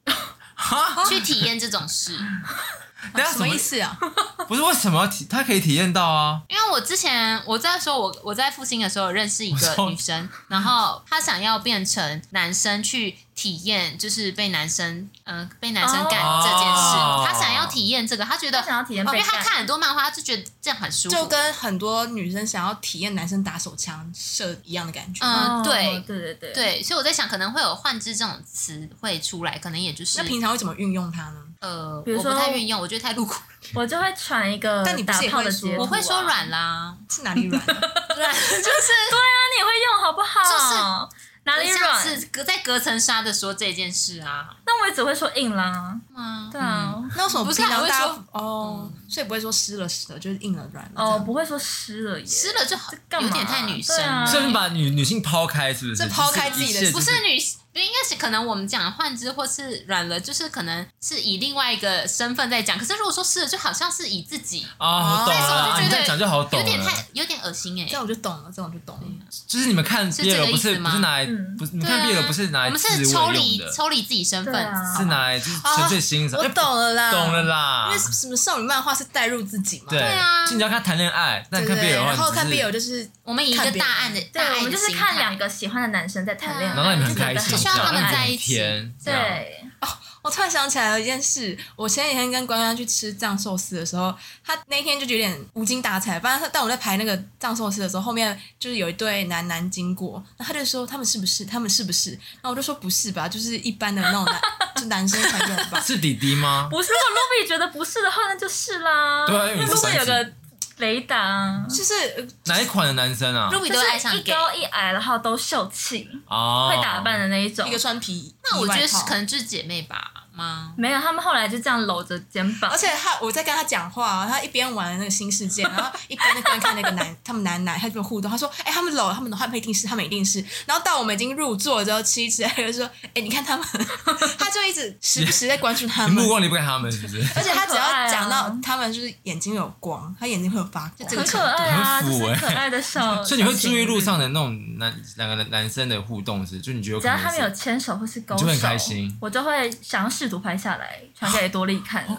Speaker 4: 哈，
Speaker 6: 去体验这种事。
Speaker 4: 等一下
Speaker 2: 什么意？思啊？
Speaker 4: 不是为什么要体？他可以体验到啊。
Speaker 6: 因为我之前我在说我我在复兴的时候有认识一个女生，然后她想要变成男生去体验，就是被男生嗯、呃被男生干
Speaker 4: 哦
Speaker 6: 这件事，她想要体验这个，她觉得哦
Speaker 5: 他想要体验
Speaker 6: 因
Speaker 5: 被
Speaker 6: 为她
Speaker 5: 干，
Speaker 6: 看很多漫画，她就觉得这样很舒服，
Speaker 2: 就跟很多女生想要体验男生打手枪射一样的感觉。
Speaker 6: 嗯、
Speaker 5: 哦
Speaker 6: 对
Speaker 5: 对对对，
Speaker 6: 对，所以我在想可能会有换之这种词汇出来，可能也就是
Speaker 2: 那平常会怎么运用它呢？
Speaker 6: 呃，
Speaker 5: 比如
Speaker 6: 我不
Speaker 5: 说
Speaker 6: 太愿意用，我觉得太露骨，
Speaker 5: 我就会传一个
Speaker 2: 但你不
Speaker 5: 打
Speaker 2: 是也
Speaker 5: 炮的
Speaker 2: 会说
Speaker 5: 截图啊
Speaker 6: 我会 说软啦，
Speaker 2: 是哪里软？
Speaker 6: 软就是。
Speaker 5: 那你会用好不好？哪里
Speaker 6: 像
Speaker 5: 软？
Speaker 6: 是隔在隔层纱的说这件事啊，
Speaker 5: 那我也只会说硬啦。
Speaker 6: 吗？
Speaker 5: 对
Speaker 4: 嗯
Speaker 5: 啊，
Speaker 2: 那为什么
Speaker 6: 不是
Speaker 2: 平常
Speaker 6: 还会
Speaker 2: 大家
Speaker 6: 说
Speaker 2: 哦？所以不会说湿了湿了，就是硬了软了。
Speaker 5: 嗯
Speaker 4: 啊
Speaker 5: 哦，不会说湿了耶，
Speaker 6: 湿了就好
Speaker 5: 这，干嘛
Speaker 6: 有点太女生
Speaker 5: 对啊
Speaker 6: 了。
Speaker 4: 所以你把女女性抛开，是不是？
Speaker 2: 是抛开自己的
Speaker 4: 就是一切
Speaker 6: 不
Speaker 4: 就是
Speaker 6: 女，不应该是可能我们讲换之或是软了，就是可能是以另外一个身份在讲。可是如果说湿了，就好像是以自己，
Speaker 4: 啊，我懂
Speaker 2: 那时候
Speaker 4: 了
Speaker 2: 就
Speaker 4: 啊，
Speaker 2: 觉
Speaker 6: 得
Speaker 4: 你这样讲就好懂了。
Speaker 6: 有点太有点恶心哎、
Speaker 2: 这样我就懂了，这样我就懂了。
Speaker 4: 就是你们看
Speaker 6: 是这个
Speaker 4: BL 不
Speaker 6: 意
Speaker 4: 是
Speaker 6: 思
Speaker 4: 不
Speaker 6: 吗
Speaker 4: 是拿来
Speaker 5: 嗯
Speaker 4: 不是你
Speaker 6: 对啊
Speaker 4: 看 BL 不是拿
Speaker 6: 我
Speaker 4: 来
Speaker 6: 们
Speaker 4: 自
Speaker 6: 是
Speaker 4: 慰
Speaker 6: 抽
Speaker 4: 用
Speaker 6: 离
Speaker 4: 的，
Speaker 6: 抽离自己身份
Speaker 5: 对，啊
Speaker 4: 是拿来就是纯粹欣赏。
Speaker 2: 我
Speaker 4: 哎
Speaker 2: 懂了啦，
Speaker 4: 懂了。啦
Speaker 2: 因为，什么少女漫画是带入自己嘛，
Speaker 4: 对
Speaker 6: 啊
Speaker 4: 就你要看谈恋爱，但
Speaker 2: 对
Speaker 4: 你
Speaker 2: 不
Speaker 4: 看 BL
Speaker 2: 对？
Speaker 4: 的话，
Speaker 2: 然后
Speaker 4: 你
Speaker 2: 看
Speaker 4: 只
Speaker 2: BL
Speaker 4: 是
Speaker 2: 就是
Speaker 6: 我们以一个
Speaker 2: 看别人
Speaker 6: 大案的大
Speaker 5: 对，
Speaker 6: 爱
Speaker 5: 我们
Speaker 6: 的
Speaker 5: 就是
Speaker 6: 心
Speaker 5: 看两
Speaker 6: 态。
Speaker 5: 个喜欢的男生在谈恋爱，
Speaker 6: 对啊
Speaker 4: 然后让你们很
Speaker 5: 就觉
Speaker 4: 开
Speaker 5: 得
Speaker 4: 心，
Speaker 6: 希
Speaker 4: 这
Speaker 6: 望
Speaker 4: 样
Speaker 6: 他们
Speaker 4: 让你
Speaker 6: 在
Speaker 4: 很
Speaker 6: 一起
Speaker 4: 甜这样
Speaker 5: 对，
Speaker 2: 我突然想起来了一件事，我前几天跟关关去吃藏寿司的时候，他那一天就有点无精打采。反正他，但我在排那个藏寿司的时候，后面就是有一对男男经过，然后他就说他们是不是，他们是不是？然后我就说不是吧，就是一般的那 种男，就男生才用吧。
Speaker 4: 是弟弟吗？
Speaker 5: 不是，如果 Ruby 觉得不是的话，那就是啦。
Speaker 4: 对啊因为
Speaker 5: 那
Speaker 4: 你
Speaker 5: 如
Speaker 4: 是
Speaker 5: 果
Speaker 4: 三
Speaker 5: 有
Speaker 4: 级
Speaker 5: 个雷达啊，
Speaker 2: 就是呃
Speaker 4: 哪一款的男生啊？
Speaker 6: Ruby
Speaker 5: 就
Speaker 6: 都爱上
Speaker 5: 是一
Speaker 6: gay，
Speaker 5: 高一矮，然后都秀气，
Speaker 4: 哦，
Speaker 5: 会打扮的那一种
Speaker 2: 一。个穿皮，
Speaker 6: 那我觉得
Speaker 2: 皮
Speaker 6: 是
Speaker 2: 外套
Speaker 6: 可能就是姐妹吧吗？
Speaker 5: 没有，他们后来就这样搂着肩膀
Speaker 2: 而，且他我在跟他讲话，他一边玩那个新世界，然后一边在观看那个男他们男男，他就互动。他说：“哎、他们搂，他们搂，他们一定是，他们一定是。”然后到我们已经入座之后，妻子他就说：“哎、你看他们。” 他就一直时不时在关注他
Speaker 4: 你目，
Speaker 2: 们
Speaker 5: 啊
Speaker 4: 光离不开他们，是不是？
Speaker 2: 而且他只
Speaker 5: 很可爱
Speaker 2: 要
Speaker 5: 啊
Speaker 2: 讲到他们，就是眼睛有光，他眼睛会有发光。
Speaker 6: 这
Speaker 2: 这
Speaker 6: 个
Speaker 2: 个
Speaker 5: 很可爱啊，
Speaker 4: 很
Speaker 5: 就
Speaker 4: 腐
Speaker 5: 是
Speaker 4: 欸
Speaker 5: 可爱的小。
Speaker 4: 所以你会注意路上的那种男两个男生的互动是，就你觉得有
Speaker 5: 只
Speaker 4: 可
Speaker 5: 要
Speaker 4: 能是
Speaker 5: 他们有牵手或是勾手，
Speaker 4: 你就会很开心哦
Speaker 5: 我就会想要试图拍下来，传给多利看。 我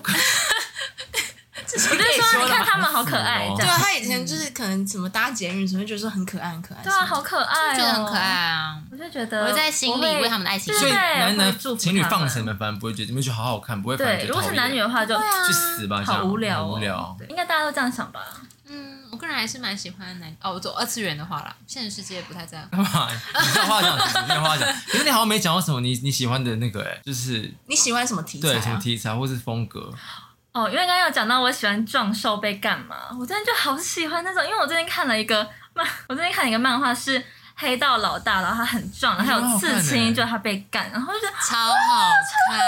Speaker 2: 这
Speaker 5: 就说，你看他们好可爱，
Speaker 4: 哦
Speaker 5: 这
Speaker 2: 对啊，
Speaker 5: 样。
Speaker 2: 他以前就是可能什么搭捷运什么，就觉得说很可爱，很可爱。
Speaker 5: 对啊，好可爱、哦，
Speaker 6: 觉得很可爱。啊。
Speaker 5: 我就觉得
Speaker 6: 我在心里
Speaker 5: 呃我会
Speaker 6: 为他们的爱情
Speaker 5: 对
Speaker 4: 所以男
Speaker 5: 会
Speaker 4: 男
Speaker 5: 祝福
Speaker 4: 情侣
Speaker 5: 他们
Speaker 4: 放生的，反正不会觉得你们觉得好好看，不会反而
Speaker 5: 对，
Speaker 4: 觉得
Speaker 5: 如果是
Speaker 4: 讨厌
Speaker 5: 男女的话就，
Speaker 4: 去死吧，这
Speaker 5: 好
Speaker 4: 样
Speaker 5: 无聊、
Speaker 4: 很
Speaker 5: 哦，
Speaker 4: 无聊。
Speaker 5: 对应该大家都这样想吧？
Speaker 6: 嗯，我个人还是蛮喜欢男哦，我走二次元的话啦，现实世界不太在乎。
Speaker 4: 干嘛？你没有话讲，你没有话讲。可是你好像没讲到什么你你喜欢的那个、哎，就是
Speaker 2: 你喜欢什么题材
Speaker 4: 对什么
Speaker 2: 啊？
Speaker 4: 题材或是 风格，
Speaker 5: 哦，因为刚刚有讲到我喜欢壮兽被干嘛，我真的就好喜欢那种，因为我最近看了一个 漫，我最近看了一个漫画是黑道老大，然后他很壮，然后他有刺
Speaker 4: 嗯好
Speaker 5: 青，
Speaker 4: 看
Speaker 5: 就他被干，然后就觉得
Speaker 6: 超好看，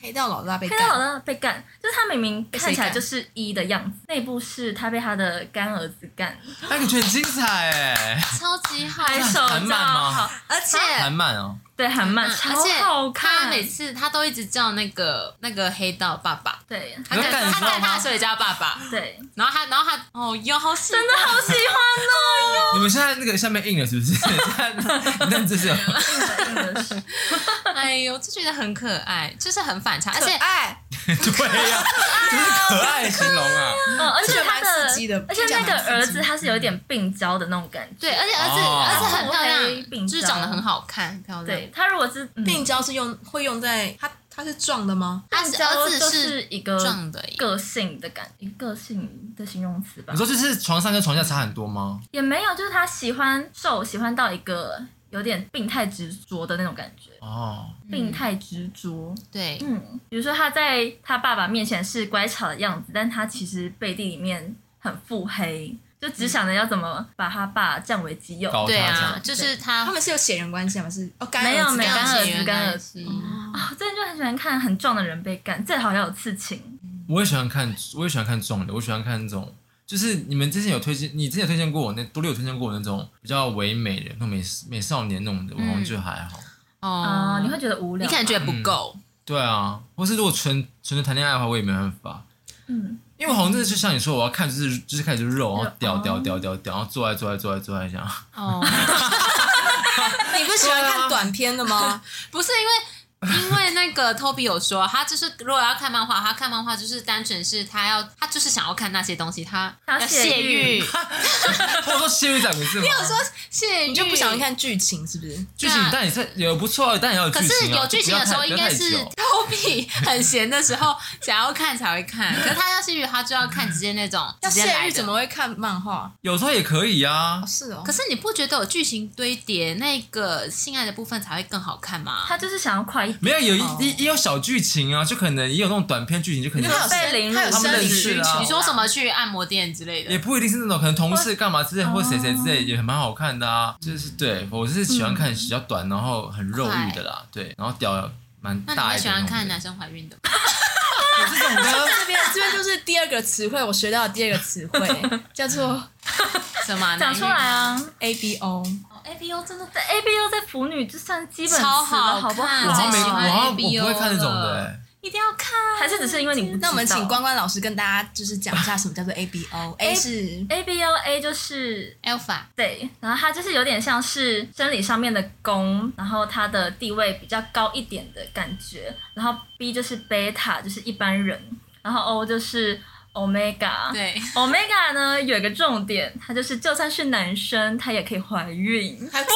Speaker 2: 黑道老大被
Speaker 5: 黑道老
Speaker 2: 干，
Speaker 5: 大被干，就是他明明看起来
Speaker 2: 被谁干
Speaker 5: 就是一的样子，那一部是他被他的干儿子干，
Speaker 4: 那个觉得很精彩哎、
Speaker 6: 超级好
Speaker 5: 拍
Speaker 6: 看，
Speaker 5: 手
Speaker 4: 韩
Speaker 5: 叫
Speaker 4: 漫吗
Speaker 5: 好，
Speaker 6: 而且
Speaker 4: 韩漫哦，
Speaker 5: 对，很慢，
Speaker 6: 嗯
Speaker 5: 超
Speaker 6: 而且
Speaker 5: 好看
Speaker 6: 他。每次他都一直叫那个那个黑道爸爸，
Speaker 5: 对
Speaker 6: 他
Speaker 4: 你
Speaker 6: 干
Speaker 4: 说干
Speaker 6: 他
Speaker 4: 什么
Speaker 6: 干他的
Speaker 4: 吗
Speaker 6: 时候也叫他爸爸，
Speaker 5: 对，
Speaker 6: 然后他然后他哦哟，好喜欢
Speaker 5: 真的好喜欢 哦
Speaker 4: 你们现在那个下面硬了是不是？ 那这是 有
Speaker 5: 哦！真的是
Speaker 6: 哎呦，就觉得很可爱，就是很反差，而
Speaker 2: 可
Speaker 6: 且
Speaker 2: 爱，
Speaker 5: 哎
Speaker 4: 对呀、就是可爱形容啊。
Speaker 5: 嗯，而且
Speaker 2: 这个
Speaker 5: 他
Speaker 2: 蛮
Speaker 5: 的，
Speaker 2: 刺激的
Speaker 5: 而且那
Speaker 2: 这个
Speaker 5: 个
Speaker 2: 蛮刺激
Speaker 5: 儿子他是有一点病娇的那种感觉。
Speaker 6: 对，而且儿子
Speaker 4: 哦
Speaker 6: 儿子很漂
Speaker 5: 我还
Speaker 6: 亮，
Speaker 5: 秉
Speaker 6: 就是
Speaker 5: 着
Speaker 6: 长得很好看，漂亮。
Speaker 5: 对，他如果是
Speaker 4: 嗯
Speaker 2: 病娇是用会用在他他是壮的吗？
Speaker 6: 他
Speaker 5: 病
Speaker 6: 是
Speaker 5: 娇
Speaker 6: 儿子
Speaker 5: 就是是一个
Speaker 6: 壮的耶
Speaker 5: 个性的感，个性的形容词吧
Speaker 4: 你。说就是床上跟床下差很多吗？
Speaker 5: 也没有，就是他喜欢瘦，喜欢到一个有点病态执着的那种感觉。
Speaker 4: 哦，
Speaker 6: 嗯
Speaker 5: 病态执着，
Speaker 6: 对，
Speaker 5: 嗯，比如说他在他爸爸面前是乖巧的样子，但他其实背地里面很腹黑，就
Speaker 6: 嗯
Speaker 5: 只想着要怎么把他爸占为己有。
Speaker 4: 搞哦他这
Speaker 6: 对啊
Speaker 4: 样，。
Speaker 6: 就是他
Speaker 2: 他们是有血缘关系吗？是哦，干
Speaker 5: 没有
Speaker 2: 儿子
Speaker 5: 没有
Speaker 2: 干
Speaker 5: 干
Speaker 2: 儿
Speaker 5: 儿
Speaker 2: 子
Speaker 5: 子干儿子
Speaker 6: 嗯
Speaker 5: 啊，我最近就很喜欢看很壮的人被干，最好要有刺青。
Speaker 4: 我也喜欢看，我也喜欢看壮的，我喜欢看那种，就是你们之前有推荐，你之前有推荐过我那多利有推荐过我那种比较唯美
Speaker 6: 嗯
Speaker 4: 的那种美美少年那种的，我好像就还好。
Speaker 6: 哦
Speaker 5: 啊、你会觉得无聊
Speaker 6: 你
Speaker 5: 吗？
Speaker 4: 嗯
Speaker 6: 可能觉得不够，
Speaker 4: 对啊，或是如果纯纯的谈恋爱的话，我也没办法，
Speaker 5: 嗯，
Speaker 4: 因为我好像真的就像你说，我要看就是就是开始就肉，然后屌
Speaker 5: 哦
Speaker 4: 屌屌屌屌，然后做爱做爱做爱做爱这样。
Speaker 6: 哦，
Speaker 2: 你不喜欢看短片的 吗？
Speaker 6: 不是因为，因为那个 Toby 有说，他就是如果要看漫画，他看漫画就是单纯是他要，他就是想要看那些东西，他
Speaker 5: 他
Speaker 6: 要
Speaker 5: 泄
Speaker 6: 泄
Speaker 5: 欲
Speaker 6: 欲，
Speaker 4: 或者说泄欲长个字吗？
Speaker 6: 我说泄欲
Speaker 2: 你就不想看剧情是不是？
Speaker 4: 剧情
Speaker 6: 对啊，
Speaker 4: 但也是有不错，但也要有
Speaker 6: 可
Speaker 4: 剧情、啊。
Speaker 6: 是有剧情的时候，
Speaker 4: 就
Speaker 6: 应
Speaker 4: 不要
Speaker 6: 该
Speaker 4: 太
Speaker 6: 是
Speaker 4: 不要太久
Speaker 6: Toby 很闲的时候想要看才会看，可是他要泄欲，他就要看直接那种
Speaker 2: 要
Speaker 6: 直接来
Speaker 2: 泄
Speaker 6: 的
Speaker 2: 欲怎么？会看漫画？
Speaker 4: 有时候也可以啊
Speaker 2: 哦，。是哦
Speaker 6: 可，是你不觉得有剧情堆叠，那个性爱的部分才会更好看吗？
Speaker 5: 他就是想要快一点，
Speaker 4: 没有有一一也有小剧情啊，就可能也有那种短片剧情，就可能
Speaker 2: 他有
Speaker 5: 被凌辱
Speaker 2: 他有
Speaker 4: 他们
Speaker 2: 生理
Speaker 4: 认识
Speaker 2: 需
Speaker 4: 了啊
Speaker 2: 求。
Speaker 6: 你说什么去按摩店之类的
Speaker 4: 也？不一定是那种可能同事干嘛之类，
Speaker 5: 哦
Speaker 4: 或谁谁之类，也蛮好看的啊。就是对我是喜欢看比较短，然后很肉欲的啦，对，然后屌蛮
Speaker 6: 那你
Speaker 4: 大
Speaker 6: 会
Speaker 4: 一
Speaker 6: 喜
Speaker 4: 点
Speaker 6: 欢
Speaker 4: 那
Speaker 6: 看
Speaker 4: 种的。
Speaker 6: 男生怀孕的吗？
Speaker 4: 这种的
Speaker 2: 这边这边就是第二个词汇，我学到的第二个词 汇叫做
Speaker 6: 什么
Speaker 5: 讲出来？啊
Speaker 2: A B O。
Speaker 6: ！A B O 真的
Speaker 5: 在，A B U 在腐女就算基本词
Speaker 6: 超
Speaker 5: 了，
Speaker 6: 好
Speaker 5: 好不
Speaker 6: 看
Speaker 4: 我好像没，
Speaker 6: 最喜
Speaker 4: 我
Speaker 6: 欢
Speaker 4: 好像我
Speaker 6: ABO
Speaker 4: 不会看那种的
Speaker 6: 了
Speaker 4: 欸。
Speaker 6: 一定要看，
Speaker 5: 还是只是因为你不知道
Speaker 2: 那我们请关关老师跟大家就是讲一下什么叫做 A B O。A 是
Speaker 5: A B O A 就是
Speaker 6: Alpha
Speaker 5: 对，然后它就是有点像是生理上面的攻，然后它的地位比较高一点的感觉，然后 B 就是贝塔，就是一般人，然后 O 就是 omega，
Speaker 6: 对，
Speaker 5: ，omega 呢有一个重点，它就是就算是男生，他也可以怀孕，
Speaker 2: 还有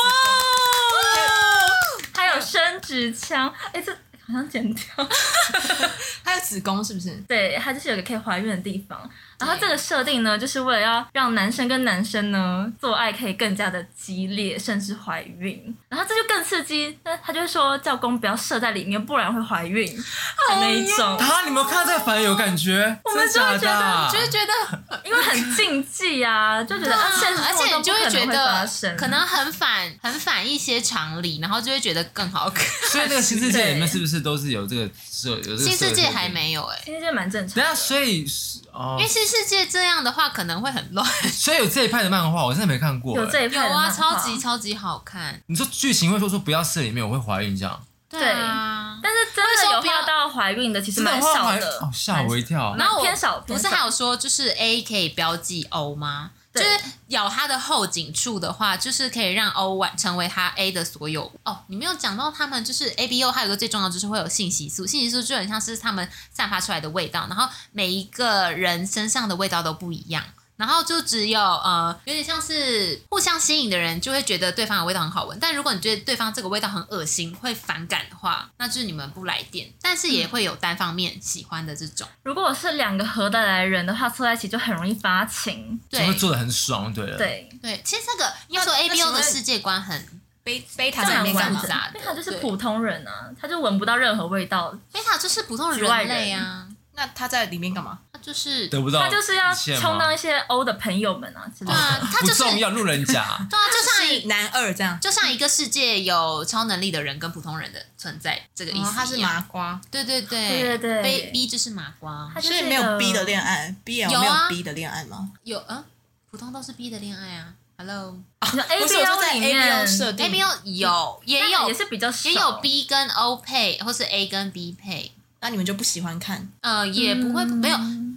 Speaker 5: 还有生殖腔，哎，这好像剪掉，
Speaker 2: 还有子宫是不是？
Speaker 5: 对，它就是有个可以怀孕的地方。然后
Speaker 6: 对
Speaker 5: 这个设定呢，就是为了要让男生跟男生呢做爱可以更加的激烈，甚至怀孕。然后这就更刺激，那他就会说教工不要射在里面，不然会怀孕
Speaker 6: 哦
Speaker 5: 的那一种，
Speaker 4: 啊，你们看到这个反而有感觉，
Speaker 5: 我
Speaker 4: 真
Speaker 5: 们
Speaker 4: 的假的啊？
Speaker 6: 就是觉得，
Speaker 5: 因为很禁忌啊，就觉得啊，现实
Speaker 6: 而
Speaker 5: 生活
Speaker 6: 且
Speaker 5: 中
Speaker 6: 你就
Speaker 5: 不可
Speaker 6: 觉
Speaker 5: 能会发生
Speaker 6: 得，可能很反，很反一些常理，然后就会觉得更好看。
Speaker 4: 所以那个新世界里面
Speaker 5: 对
Speaker 4: 是不是都是有这个设有这个设
Speaker 6: 新世界
Speaker 4: 定
Speaker 6: 还。没有哎，
Speaker 5: 其实这蛮正常
Speaker 4: 等一
Speaker 5: 的。
Speaker 4: 下，所以是哦
Speaker 6: 因为，新世界这样的话可能会很乱。
Speaker 4: 所以有这一派的漫画，我真的没看过。欸
Speaker 5: 有这一
Speaker 6: 有
Speaker 5: 派的
Speaker 6: 啊，
Speaker 5: 漫画
Speaker 6: 超级超级好看。
Speaker 4: 你说剧情会说说不要射里面，我会怀孕这样，
Speaker 6: 对啊。
Speaker 5: 但是真的有画到怀孕的，其实蛮
Speaker 4: 真的
Speaker 5: 少
Speaker 4: 会怀
Speaker 5: 的
Speaker 4: 哦，，吓我一跳。
Speaker 5: 蛮
Speaker 6: 然后我
Speaker 5: 偏少
Speaker 6: 不
Speaker 5: 偏
Speaker 6: 是
Speaker 5: 少
Speaker 6: 还有说就是 A 可以标记 O 吗？就
Speaker 5: 对
Speaker 6: 是咬它的后颈处的话，就是可以让 O 完成为它 A 的所有物哦。你没有讲到他们就是 A B O，还有一个最重要的就是会有信息素，信息素就很像是他们散发出来的味道，然后每一个人身上的味道都不一样。然后就只有呃，有点像是互相吸引的人就会觉得对方的味道很好闻，但如果你觉得对方这个味道很恶心，会反感的话，那就是你们不来电。但是也会有单方面喜欢的这种，
Speaker 5: 如果是两个合得来的人的话，凑在一起就很容易发情。
Speaker 4: 就
Speaker 6: 对，
Speaker 4: 会做的很爽，对了。，
Speaker 5: 对，
Speaker 6: 对，其实这个应该说
Speaker 2: 那
Speaker 6: A B
Speaker 2: 那
Speaker 6: O
Speaker 2: 请问
Speaker 6: 的世界观很
Speaker 2: 贝贝塔
Speaker 6: 这
Speaker 2: 在
Speaker 6: 样
Speaker 2: 里面干嘛
Speaker 6: 复？杂
Speaker 5: 因为他
Speaker 6: 的，
Speaker 5: 就是
Speaker 6: 对
Speaker 5: 普通人啊，他就闻不到任何味道，
Speaker 6: 贝塔就是普通
Speaker 5: 局外
Speaker 6: 人类
Speaker 5: 人
Speaker 6: 啊，
Speaker 2: 那他在里面干嘛？
Speaker 6: 他就是对
Speaker 4: 得不到
Speaker 5: 他就是要
Speaker 4: 一切吗
Speaker 5: 充当一些欧的朋友们啊之类 的。
Speaker 6: 啊，他
Speaker 4: 不
Speaker 6: 就是。
Speaker 4: 重要，路人甲
Speaker 6: 对啊，就像一
Speaker 2: 男二这样。
Speaker 6: 就像一个世界有超能力的人跟普通人的存在这个意
Speaker 2: 然
Speaker 6: 思
Speaker 2: 后他哦是
Speaker 6: 一样
Speaker 2: 麻瓜，
Speaker 6: 对对
Speaker 5: 对
Speaker 6: 对
Speaker 5: 对对
Speaker 6: B B 就是麻瓜
Speaker 5: 他，就
Speaker 2: 所
Speaker 5: 是呃
Speaker 2: 以
Speaker 5: 一个
Speaker 2: 没有 B 的恋爱，BL
Speaker 6: 有
Speaker 2: 没有
Speaker 6: 啊
Speaker 2: B 的恋爱吗？
Speaker 6: 有嗯，普通都是 B 的恋爱啊，Hello
Speaker 5: 你说 A
Speaker 2: 不是
Speaker 5: B
Speaker 2: 我说
Speaker 5: O
Speaker 2: 在
Speaker 5: 里
Speaker 2: A B O
Speaker 5: 面
Speaker 2: 设定
Speaker 6: A B O 有也有
Speaker 5: 也是比较少
Speaker 6: 也有 B 跟 O 配，或是 A 跟 B 配，
Speaker 2: 那你们就不喜欢看
Speaker 6: 呃，也不会
Speaker 5: 嗯
Speaker 6: 没有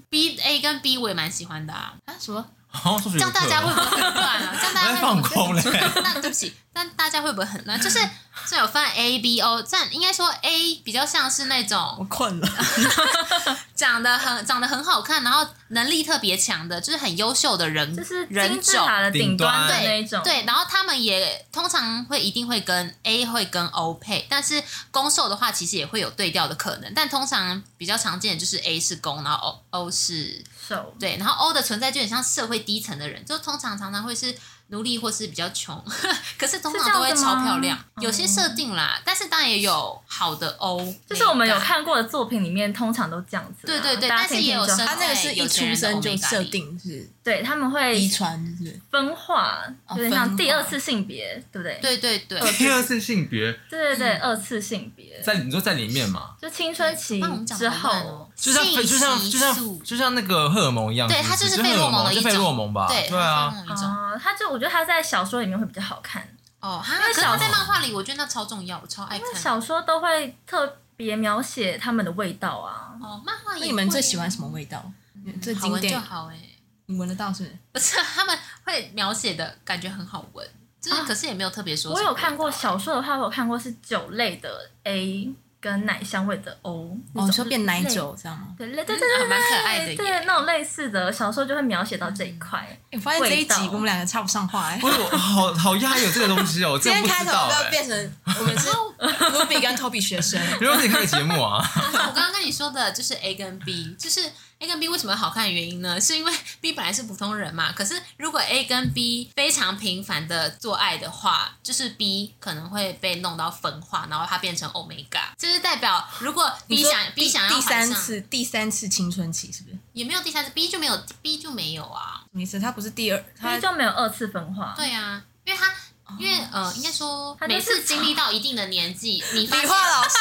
Speaker 6: B A 跟 B 我也蛮喜欢的啊。
Speaker 2: 啊？什么？
Speaker 4: 好，数学
Speaker 6: 这样大家会不会很乱啊？这样大家
Speaker 4: 在
Speaker 6: 会
Speaker 4: 嗯放空嘞？
Speaker 6: 那对不起，但大家会不会很乱？就是这有分 A、B、O，这样应该说 A 比较像是那
Speaker 2: 我
Speaker 6: 种
Speaker 2: 困了。
Speaker 6: 长得很长得很好看，然后能力特别强的，就是很优秀的人，
Speaker 5: 就是金
Speaker 6: 人
Speaker 5: 字
Speaker 6: 种。
Speaker 5: 塔的顶端的
Speaker 4: 人
Speaker 5: 那
Speaker 6: 对
Speaker 5: 一种，
Speaker 6: 对，然后他们也通常会一定会跟 A 会跟 O 配，但是攻受的话其实也会有对调的可能，但通常比较常见的就是 A 是攻，然后 O O 是
Speaker 5: 手
Speaker 6: 对，然后 O 的存在就很像社会低层的人，就通常常常会是奴隶或是比较穷， 可是通常都会
Speaker 5: 是这样
Speaker 6: 超
Speaker 5: 子吗
Speaker 6: 漂亮。有些
Speaker 5: 哦
Speaker 6: 设定啦，但是当然也有好的 O，
Speaker 5: 就是我们有
Speaker 6: 美感。
Speaker 5: 看过的作品里面，通常都这样子啊。
Speaker 6: 对对对
Speaker 5: 大家
Speaker 6: 但是
Speaker 5: 听一听
Speaker 6: 也有
Speaker 5: 就好
Speaker 6: 生
Speaker 2: 他那个是一出生就设定是
Speaker 5: 对他们会
Speaker 2: 遗传，是不是？
Speaker 5: 分化，
Speaker 2: 哦
Speaker 5: 有点像
Speaker 2: 分化
Speaker 5: 第二次性别，对不对？
Speaker 6: 对嗯对对，
Speaker 4: 第二次性别
Speaker 5: 对对对，二次性别，
Speaker 4: 在你说在里面嘛，
Speaker 5: 就青春期
Speaker 6: 那我们讲
Speaker 5: 之
Speaker 6: 好慢
Speaker 5: 后
Speaker 6: 哦，
Speaker 4: 就像
Speaker 6: 信
Speaker 4: 就像
Speaker 6: 息
Speaker 4: 就像
Speaker 6: 素
Speaker 4: 就像那个荷尔蒙一样，
Speaker 6: 对
Speaker 4: 是不
Speaker 6: 它就是是
Speaker 4: 荷
Speaker 6: 费
Speaker 4: 尔
Speaker 6: 洛蒙
Speaker 4: 蒙，
Speaker 6: 的一
Speaker 4: 就
Speaker 6: 种
Speaker 4: 费洛蒙吧？
Speaker 6: 对
Speaker 4: 对啊，，
Speaker 6: 它是那种一种
Speaker 5: 哦，他就我觉得他在小说里面会比较好看，
Speaker 6: 哦，哈
Speaker 5: 因为
Speaker 6: 可是
Speaker 5: 小
Speaker 6: 它在漫画里，我觉得那超重要，我超爱
Speaker 5: 因为
Speaker 6: 看。
Speaker 5: 小说都会特别描写他们的味道啊。
Speaker 6: 哦，漫画也
Speaker 2: 那你们
Speaker 6: 会
Speaker 2: 最喜欢什么味道？最
Speaker 6: 好
Speaker 2: 经
Speaker 6: 闻就
Speaker 2: 典，
Speaker 6: 好哎、
Speaker 2: 你闻得到是不是？
Speaker 6: 不是啊他们会描写的感觉很好闻，就是、可是也没有特别说。
Speaker 5: 啊我有看过，小说的话，我有看过是酒类的 A 跟奶香味的 O 那种
Speaker 2: 哦，你说变奶
Speaker 5: 类
Speaker 2: 酒，这样吗？
Speaker 5: 对对对对对，
Speaker 6: 嗯还蛮可爱的耶嗯
Speaker 5: 对那种类似的小说就会描写到这一块。
Speaker 2: 欸我发现这一
Speaker 5: 味道
Speaker 2: 集我们两个插不上 话哎。
Speaker 4: 我有好好压有这个东西哦，我
Speaker 2: 今
Speaker 4: 真的不
Speaker 2: 天开
Speaker 4: 知
Speaker 2: 头
Speaker 4: 道
Speaker 2: 要不欸要
Speaker 4: 哎。
Speaker 2: 变成我们是 Ruby 跟 Toby 学生？
Speaker 4: 如果你看个节目啊，
Speaker 6: 我刚刚跟你说的就是 A 跟 B，就是 A 跟 B 为什么好看的原因呢？是因为 B 本来是普通人嘛，可是如果 A 跟 B 非常频繁的做爱的话，就是 B 可能会被弄到分化，然后它变成 Omega，就是代表如果 B
Speaker 2: 说
Speaker 6: 想 B
Speaker 2: 第
Speaker 6: 想要
Speaker 2: 第
Speaker 6: 怀
Speaker 2: 三
Speaker 6: 上，
Speaker 2: 次第三次青春期是不是？
Speaker 6: 也没有第三次 B 就没有 B 就没有啊。
Speaker 2: 什么意思？他不是第二，他
Speaker 5: 它就没有二次分化，
Speaker 6: 对啊，因为他。
Speaker 2: 哦
Speaker 6: 因为呃，应该说
Speaker 5: 他就
Speaker 6: 每
Speaker 5: 是
Speaker 6: 次经历到一定的年纪， 你发
Speaker 2: 理
Speaker 6: 现
Speaker 2: 化老师，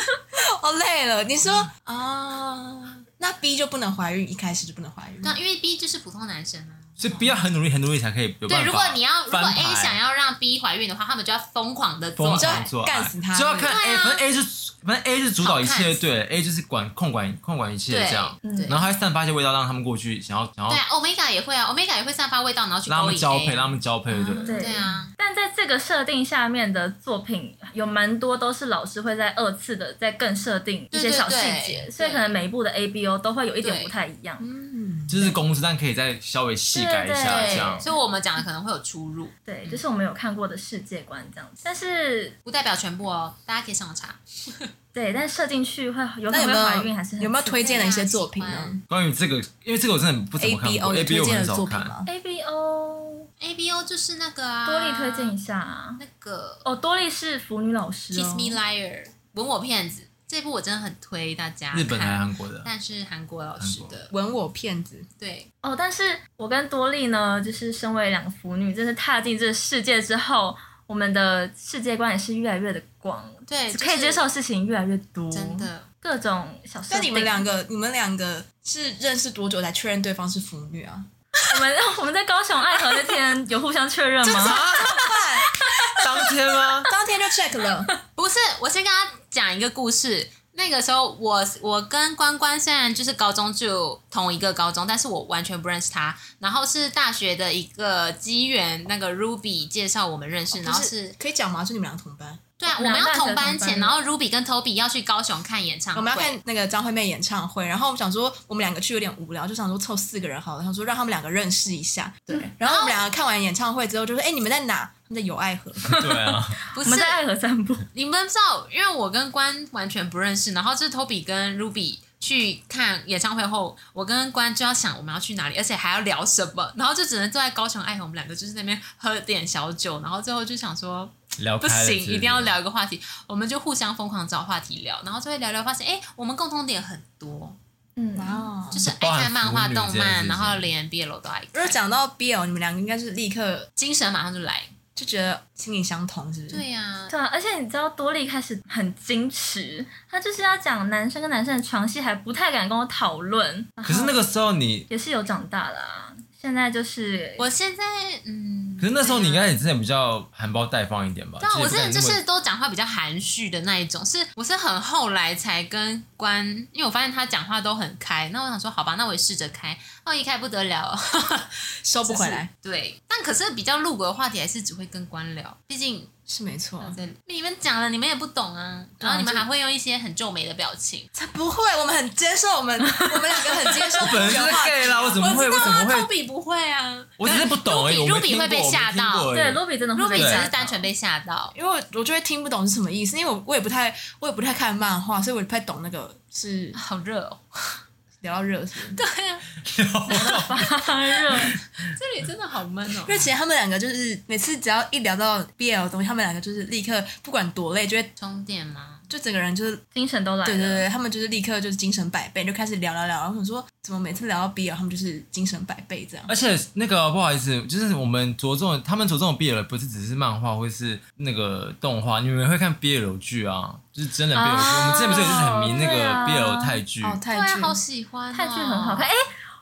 Speaker 2: 我累了。你说
Speaker 6: 哦，
Speaker 2: 那 B 就不能怀孕，一开始就不能怀孕？
Speaker 6: 那啊因为 B 就是普通男生啊，
Speaker 4: 所以 B 要很努力，很努力才可以有办
Speaker 6: 对，
Speaker 4: 法。
Speaker 6: 如果你要如果
Speaker 4: 翻牌
Speaker 6: A 想要让 B 怀孕的话，他们就要疯狂的做
Speaker 4: 疯
Speaker 6: 爱，
Speaker 4: 狂做爱，
Speaker 2: 干死他
Speaker 4: 就要看
Speaker 6: 对
Speaker 4: A，
Speaker 6: 啊
Speaker 4: 反正 A 是反正 A 是主导一
Speaker 6: 好
Speaker 4: 切，
Speaker 6: 看
Speaker 4: 对，A 就是管控管控管一切
Speaker 6: 对
Speaker 4: 这样，
Speaker 5: 嗯
Speaker 6: 对
Speaker 4: 然后还散发一些味道，让他们过去想要想要
Speaker 6: 对啊，Omega 也会啊，Omega 也会散发味道，然后去
Speaker 4: 让他
Speaker 6: 勾
Speaker 4: 们
Speaker 6: 引
Speaker 4: 交配，
Speaker 6: A，
Speaker 4: 让他们交配，对。
Speaker 5: 对
Speaker 6: 对啊，
Speaker 5: 但在这个设定下面的作品有蛮多都是老师会在二次的再更设定一些小细
Speaker 6: 对对
Speaker 5: 节，
Speaker 6: 对
Speaker 5: 所以可能每一部的 A B O 都会有一点不太一样。
Speaker 2: 嗯，
Speaker 4: 就是公司，但可以再稍微细改一下
Speaker 5: 对
Speaker 4: 这样。
Speaker 6: 所以我们讲的可能会有出入，
Speaker 5: 对，就是我们有看过的世界观这样子，但是
Speaker 6: 不代表全部哦，大家可以上网查。
Speaker 5: 对，但设进去会有
Speaker 2: 那
Speaker 5: 可能
Speaker 2: 有没
Speaker 5: 会怀孕还是
Speaker 2: 有
Speaker 5: 很
Speaker 2: 有没有推荐的一些作品
Speaker 6: 喜
Speaker 2: 呢
Speaker 6: 欢
Speaker 4: 关于这个，因为这个我真的不怎
Speaker 2: ？A
Speaker 4: 么看
Speaker 2: B
Speaker 4: 过
Speaker 6: 哦
Speaker 2: O 有
Speaker 4: ，A
Speaker 2: 推
Speaker 4: B 我
Speaker 2: 荐
Speaker 4: 很
Speaker 2: 的
Speaker 4: 少
Speaker 2: 作品
Speaker 4: 看。
Speaker 2: 吗？
Speaker 5: A B O
Speaker 6: A B O 就是那个啊，
Speaker 5: 多利推荐一下啊
Speaker 6: 那个
Speaker 5: 哦，多利是腐女老师、哦、
Speaker 6: Kiss Me Liar，吻我骗子这部我真的很推大家看，
Speaker 4: 日本还是韩国的？啊
Speaker 6: 但是韩国老师的，
Speaker 2: 吻我骗子，
Speaker 6: 对，
Speaker 5: 哦，但是我跟多莉呢，就是身为两个腐女，真是踏进这世界之后，我们的世界观也是越来越的广，
Speaker 6: 对就是
Speaker 5: 可以接受的事情越来越多，
Speaker 6: 真的
Speaker 5: 各种小事。
Speaker 2: 那你们两个，你们两个是认识多久才确认对方是腐女啊？
Speaker 5: 我们 我们在高雄爱河那天有互相确 认
Speaker 2: 这么
Speaker 5: 吗？
Speaker 2: 快，
Speaker 4: 当天吗？
Speaker 2: 当天就 check 了。
Speaker 6: 不是，我先跟他讲一个故事。那个时候我，我跟关关虽然就是高中就同一个高中，但是我完全不认识他。然后是大学的一个机缘，那个 Ruby 介绍我们认识，然后
Speaker 2: 就是
Speaker 6: 是
Speaker 2: 可以讲吗？就你们两个同班，
Speaker 6: 对啊，
Speaker 5: 我
Speaker 6: 我
Speaker 5: 们
Speaker 6: 们要
Speaker 5: 大学
Speaker 6: 同班
Speaker 5: 同班
Speaker 6: 前，然后 Ruby 跟 Toby 要去高雄看演唱会，
Speaker 2: 我们要看那个张惠妹演唱会，然后我想说我们两个去有点无聊，就想说凑四个人好了，想说让他们两个认识一下。对，然后我们两个看完演唱会之后就说：“哎、你们在哪？”他们在友爱河。
Speaker 4: 对啊，
Speaker 6: 不
Speaker 5: 我
Speaker 6: 是
Speaker 5: 们在爱河散步，
Speaker 6: 你们知道，因为我跟关完全不认识，然后就是 Toby 跟 Ruby 去看演唱会后，我跟关就要想我们要去哪里，而且还要聊什么，然后就只能坐在高雄爱河，我们两个就是那边喝点小酒，然后最后就想说
Speaker 4: 聊
Speaker 6: 不
Speaker 4: 开了
Speaker 6: 行，
Speaker 4: 哦是是
Speaker 6: 一定要聊一个话题，我们就互相疯狂找话题聊，然后就会聊聊发现，哎，我们共同点很多，
Speaker 5: 嗯，
Speaker 2: 哦
Speaker 6: 就是
Speaker 4: 包
Speaker 6: 爱
Speaker 4: 含
Speaker 6: 看漫画、
Speaker 4: 腐女这件
Speaker 6: 动
Speaker 4: 事
Speaker 6: 漫，
Speaker 4: 情
Speaker 6: 然后连 BL 都爱
Speaker 2: 如果
Speaker 6: 看，
Speaker 2: 讲到 BL，你们两个应该就是立刻
Speaker 6: 精神马上就来。
Speaker 2: 就觉得心灵相通，是不是？
Speaker 6: 对呀、
Speaker 5: 对啊，而且你知道多莉开始很矜持，她就是要讲男生跟男生的床戏，还不太敢跟我讨论，
Speaker 4: 可是那个时候你，
Speaker 5: 也是有长大啦、现在就是
Speaker 6: 我现在嗯，
Speaker 4: 可是那时候你
Speaker 6: 对啊
Speaker 4: 应该也真的比较含苞待放一点吧？
Speaker 6: 对啊，我
Speaker 4: 是
Speaker 6: 真的就是都讲话比较含蓄的那一种，是我是很后来才跟关，因为我发现他讲话都很开，那我想说好吧，那我也试着开，哦，一开不得了，
Speaker 2: 收不回来
Speaker 6: 对，但可是比较露骨的话题还是只会跟关聊，毕竟
Speaker 2: 是没错。
Speaker 4: 嗯
Speaker 6: 在你们讲了，你们也不懂啊，然后你们还会用一些很皱眉的表情，
Speaker 2: 才不会，我们很接受，我们我们两个很接受
Speaker 4: 我本来就是 gay 啦，我怎么会？我
Speaker 6: 知
Speaker 4: 怎
Speaker 6: 道
Speaker 4: 么
Speaker 6: 啊
Speaker 4: 会？
Speaker 6: ，Toby 不会啊，
Speaker 4: 我只是不懂而已。
Speaker 6: Ruby-
Speaker 4: 我没
Speaker 6: Ruby
Speaker 4: 听过
Speaker 6: 会被吓到
Speaker 4: 我
Speaker 5: 对
Speaker 4: 没听过而已
Speaker 5: 罗比真的
Speaker 6: 如
Speaker 5: 会
Speaker 6: 比
Speaker 5: 被
Speaker 6: 只
Speaker 5: 吓
Speaker 6: 是
Speaker 5: 到
Speaker 6: 单纯被吓到，
Speaker 2: 因为我我就会听不懂是什么意思，因为我我也不太我也不太看漫画，所以我也不太懂那个是
Speaker 6: 好热 哦，
Speaker 2: 聊到热是不是。
Speaker 6: 对啊，
Speaker 5: 发热。
Speaker 6: 这里真的好闷哦
Speaker 2: 因，为其实他们两个就是每次只要一聊到 BL 的东西，他们两个就是立刻不管多累，就会
Speaker 6: 充电吗？
Speaker 2: 就整个人就是
Speaker 5: 精神都来了。
Speaker 2: 对对对，他们就是立刻就是精神百倍，就开始聊聊聊。然后我说怎么每次聊到 BL，他们就是精神百倍这样。
Speaker 4: 而且那个不好意思，就是我们着重他们着重的 BL 不是只是漫画或是那个动画，你们会看 BL 剧啊，就是真人 BL 剧。
Speaker 5: 啊
Speaker 4: 我们之前不是也是很迷那
Speaker 5: 对
Speaker 4: 个
Speaker 5: 啊
Speaker 4: BL 泰剧，
Speaker 2: 哦，
Speaker 6: 对
Speaker 2: 泰
Speaker 6: 啊，
Speaker 2: 剧
Speaker 6: 好喜欢、哦，
Speaker 5: 泰剧很好看。哎、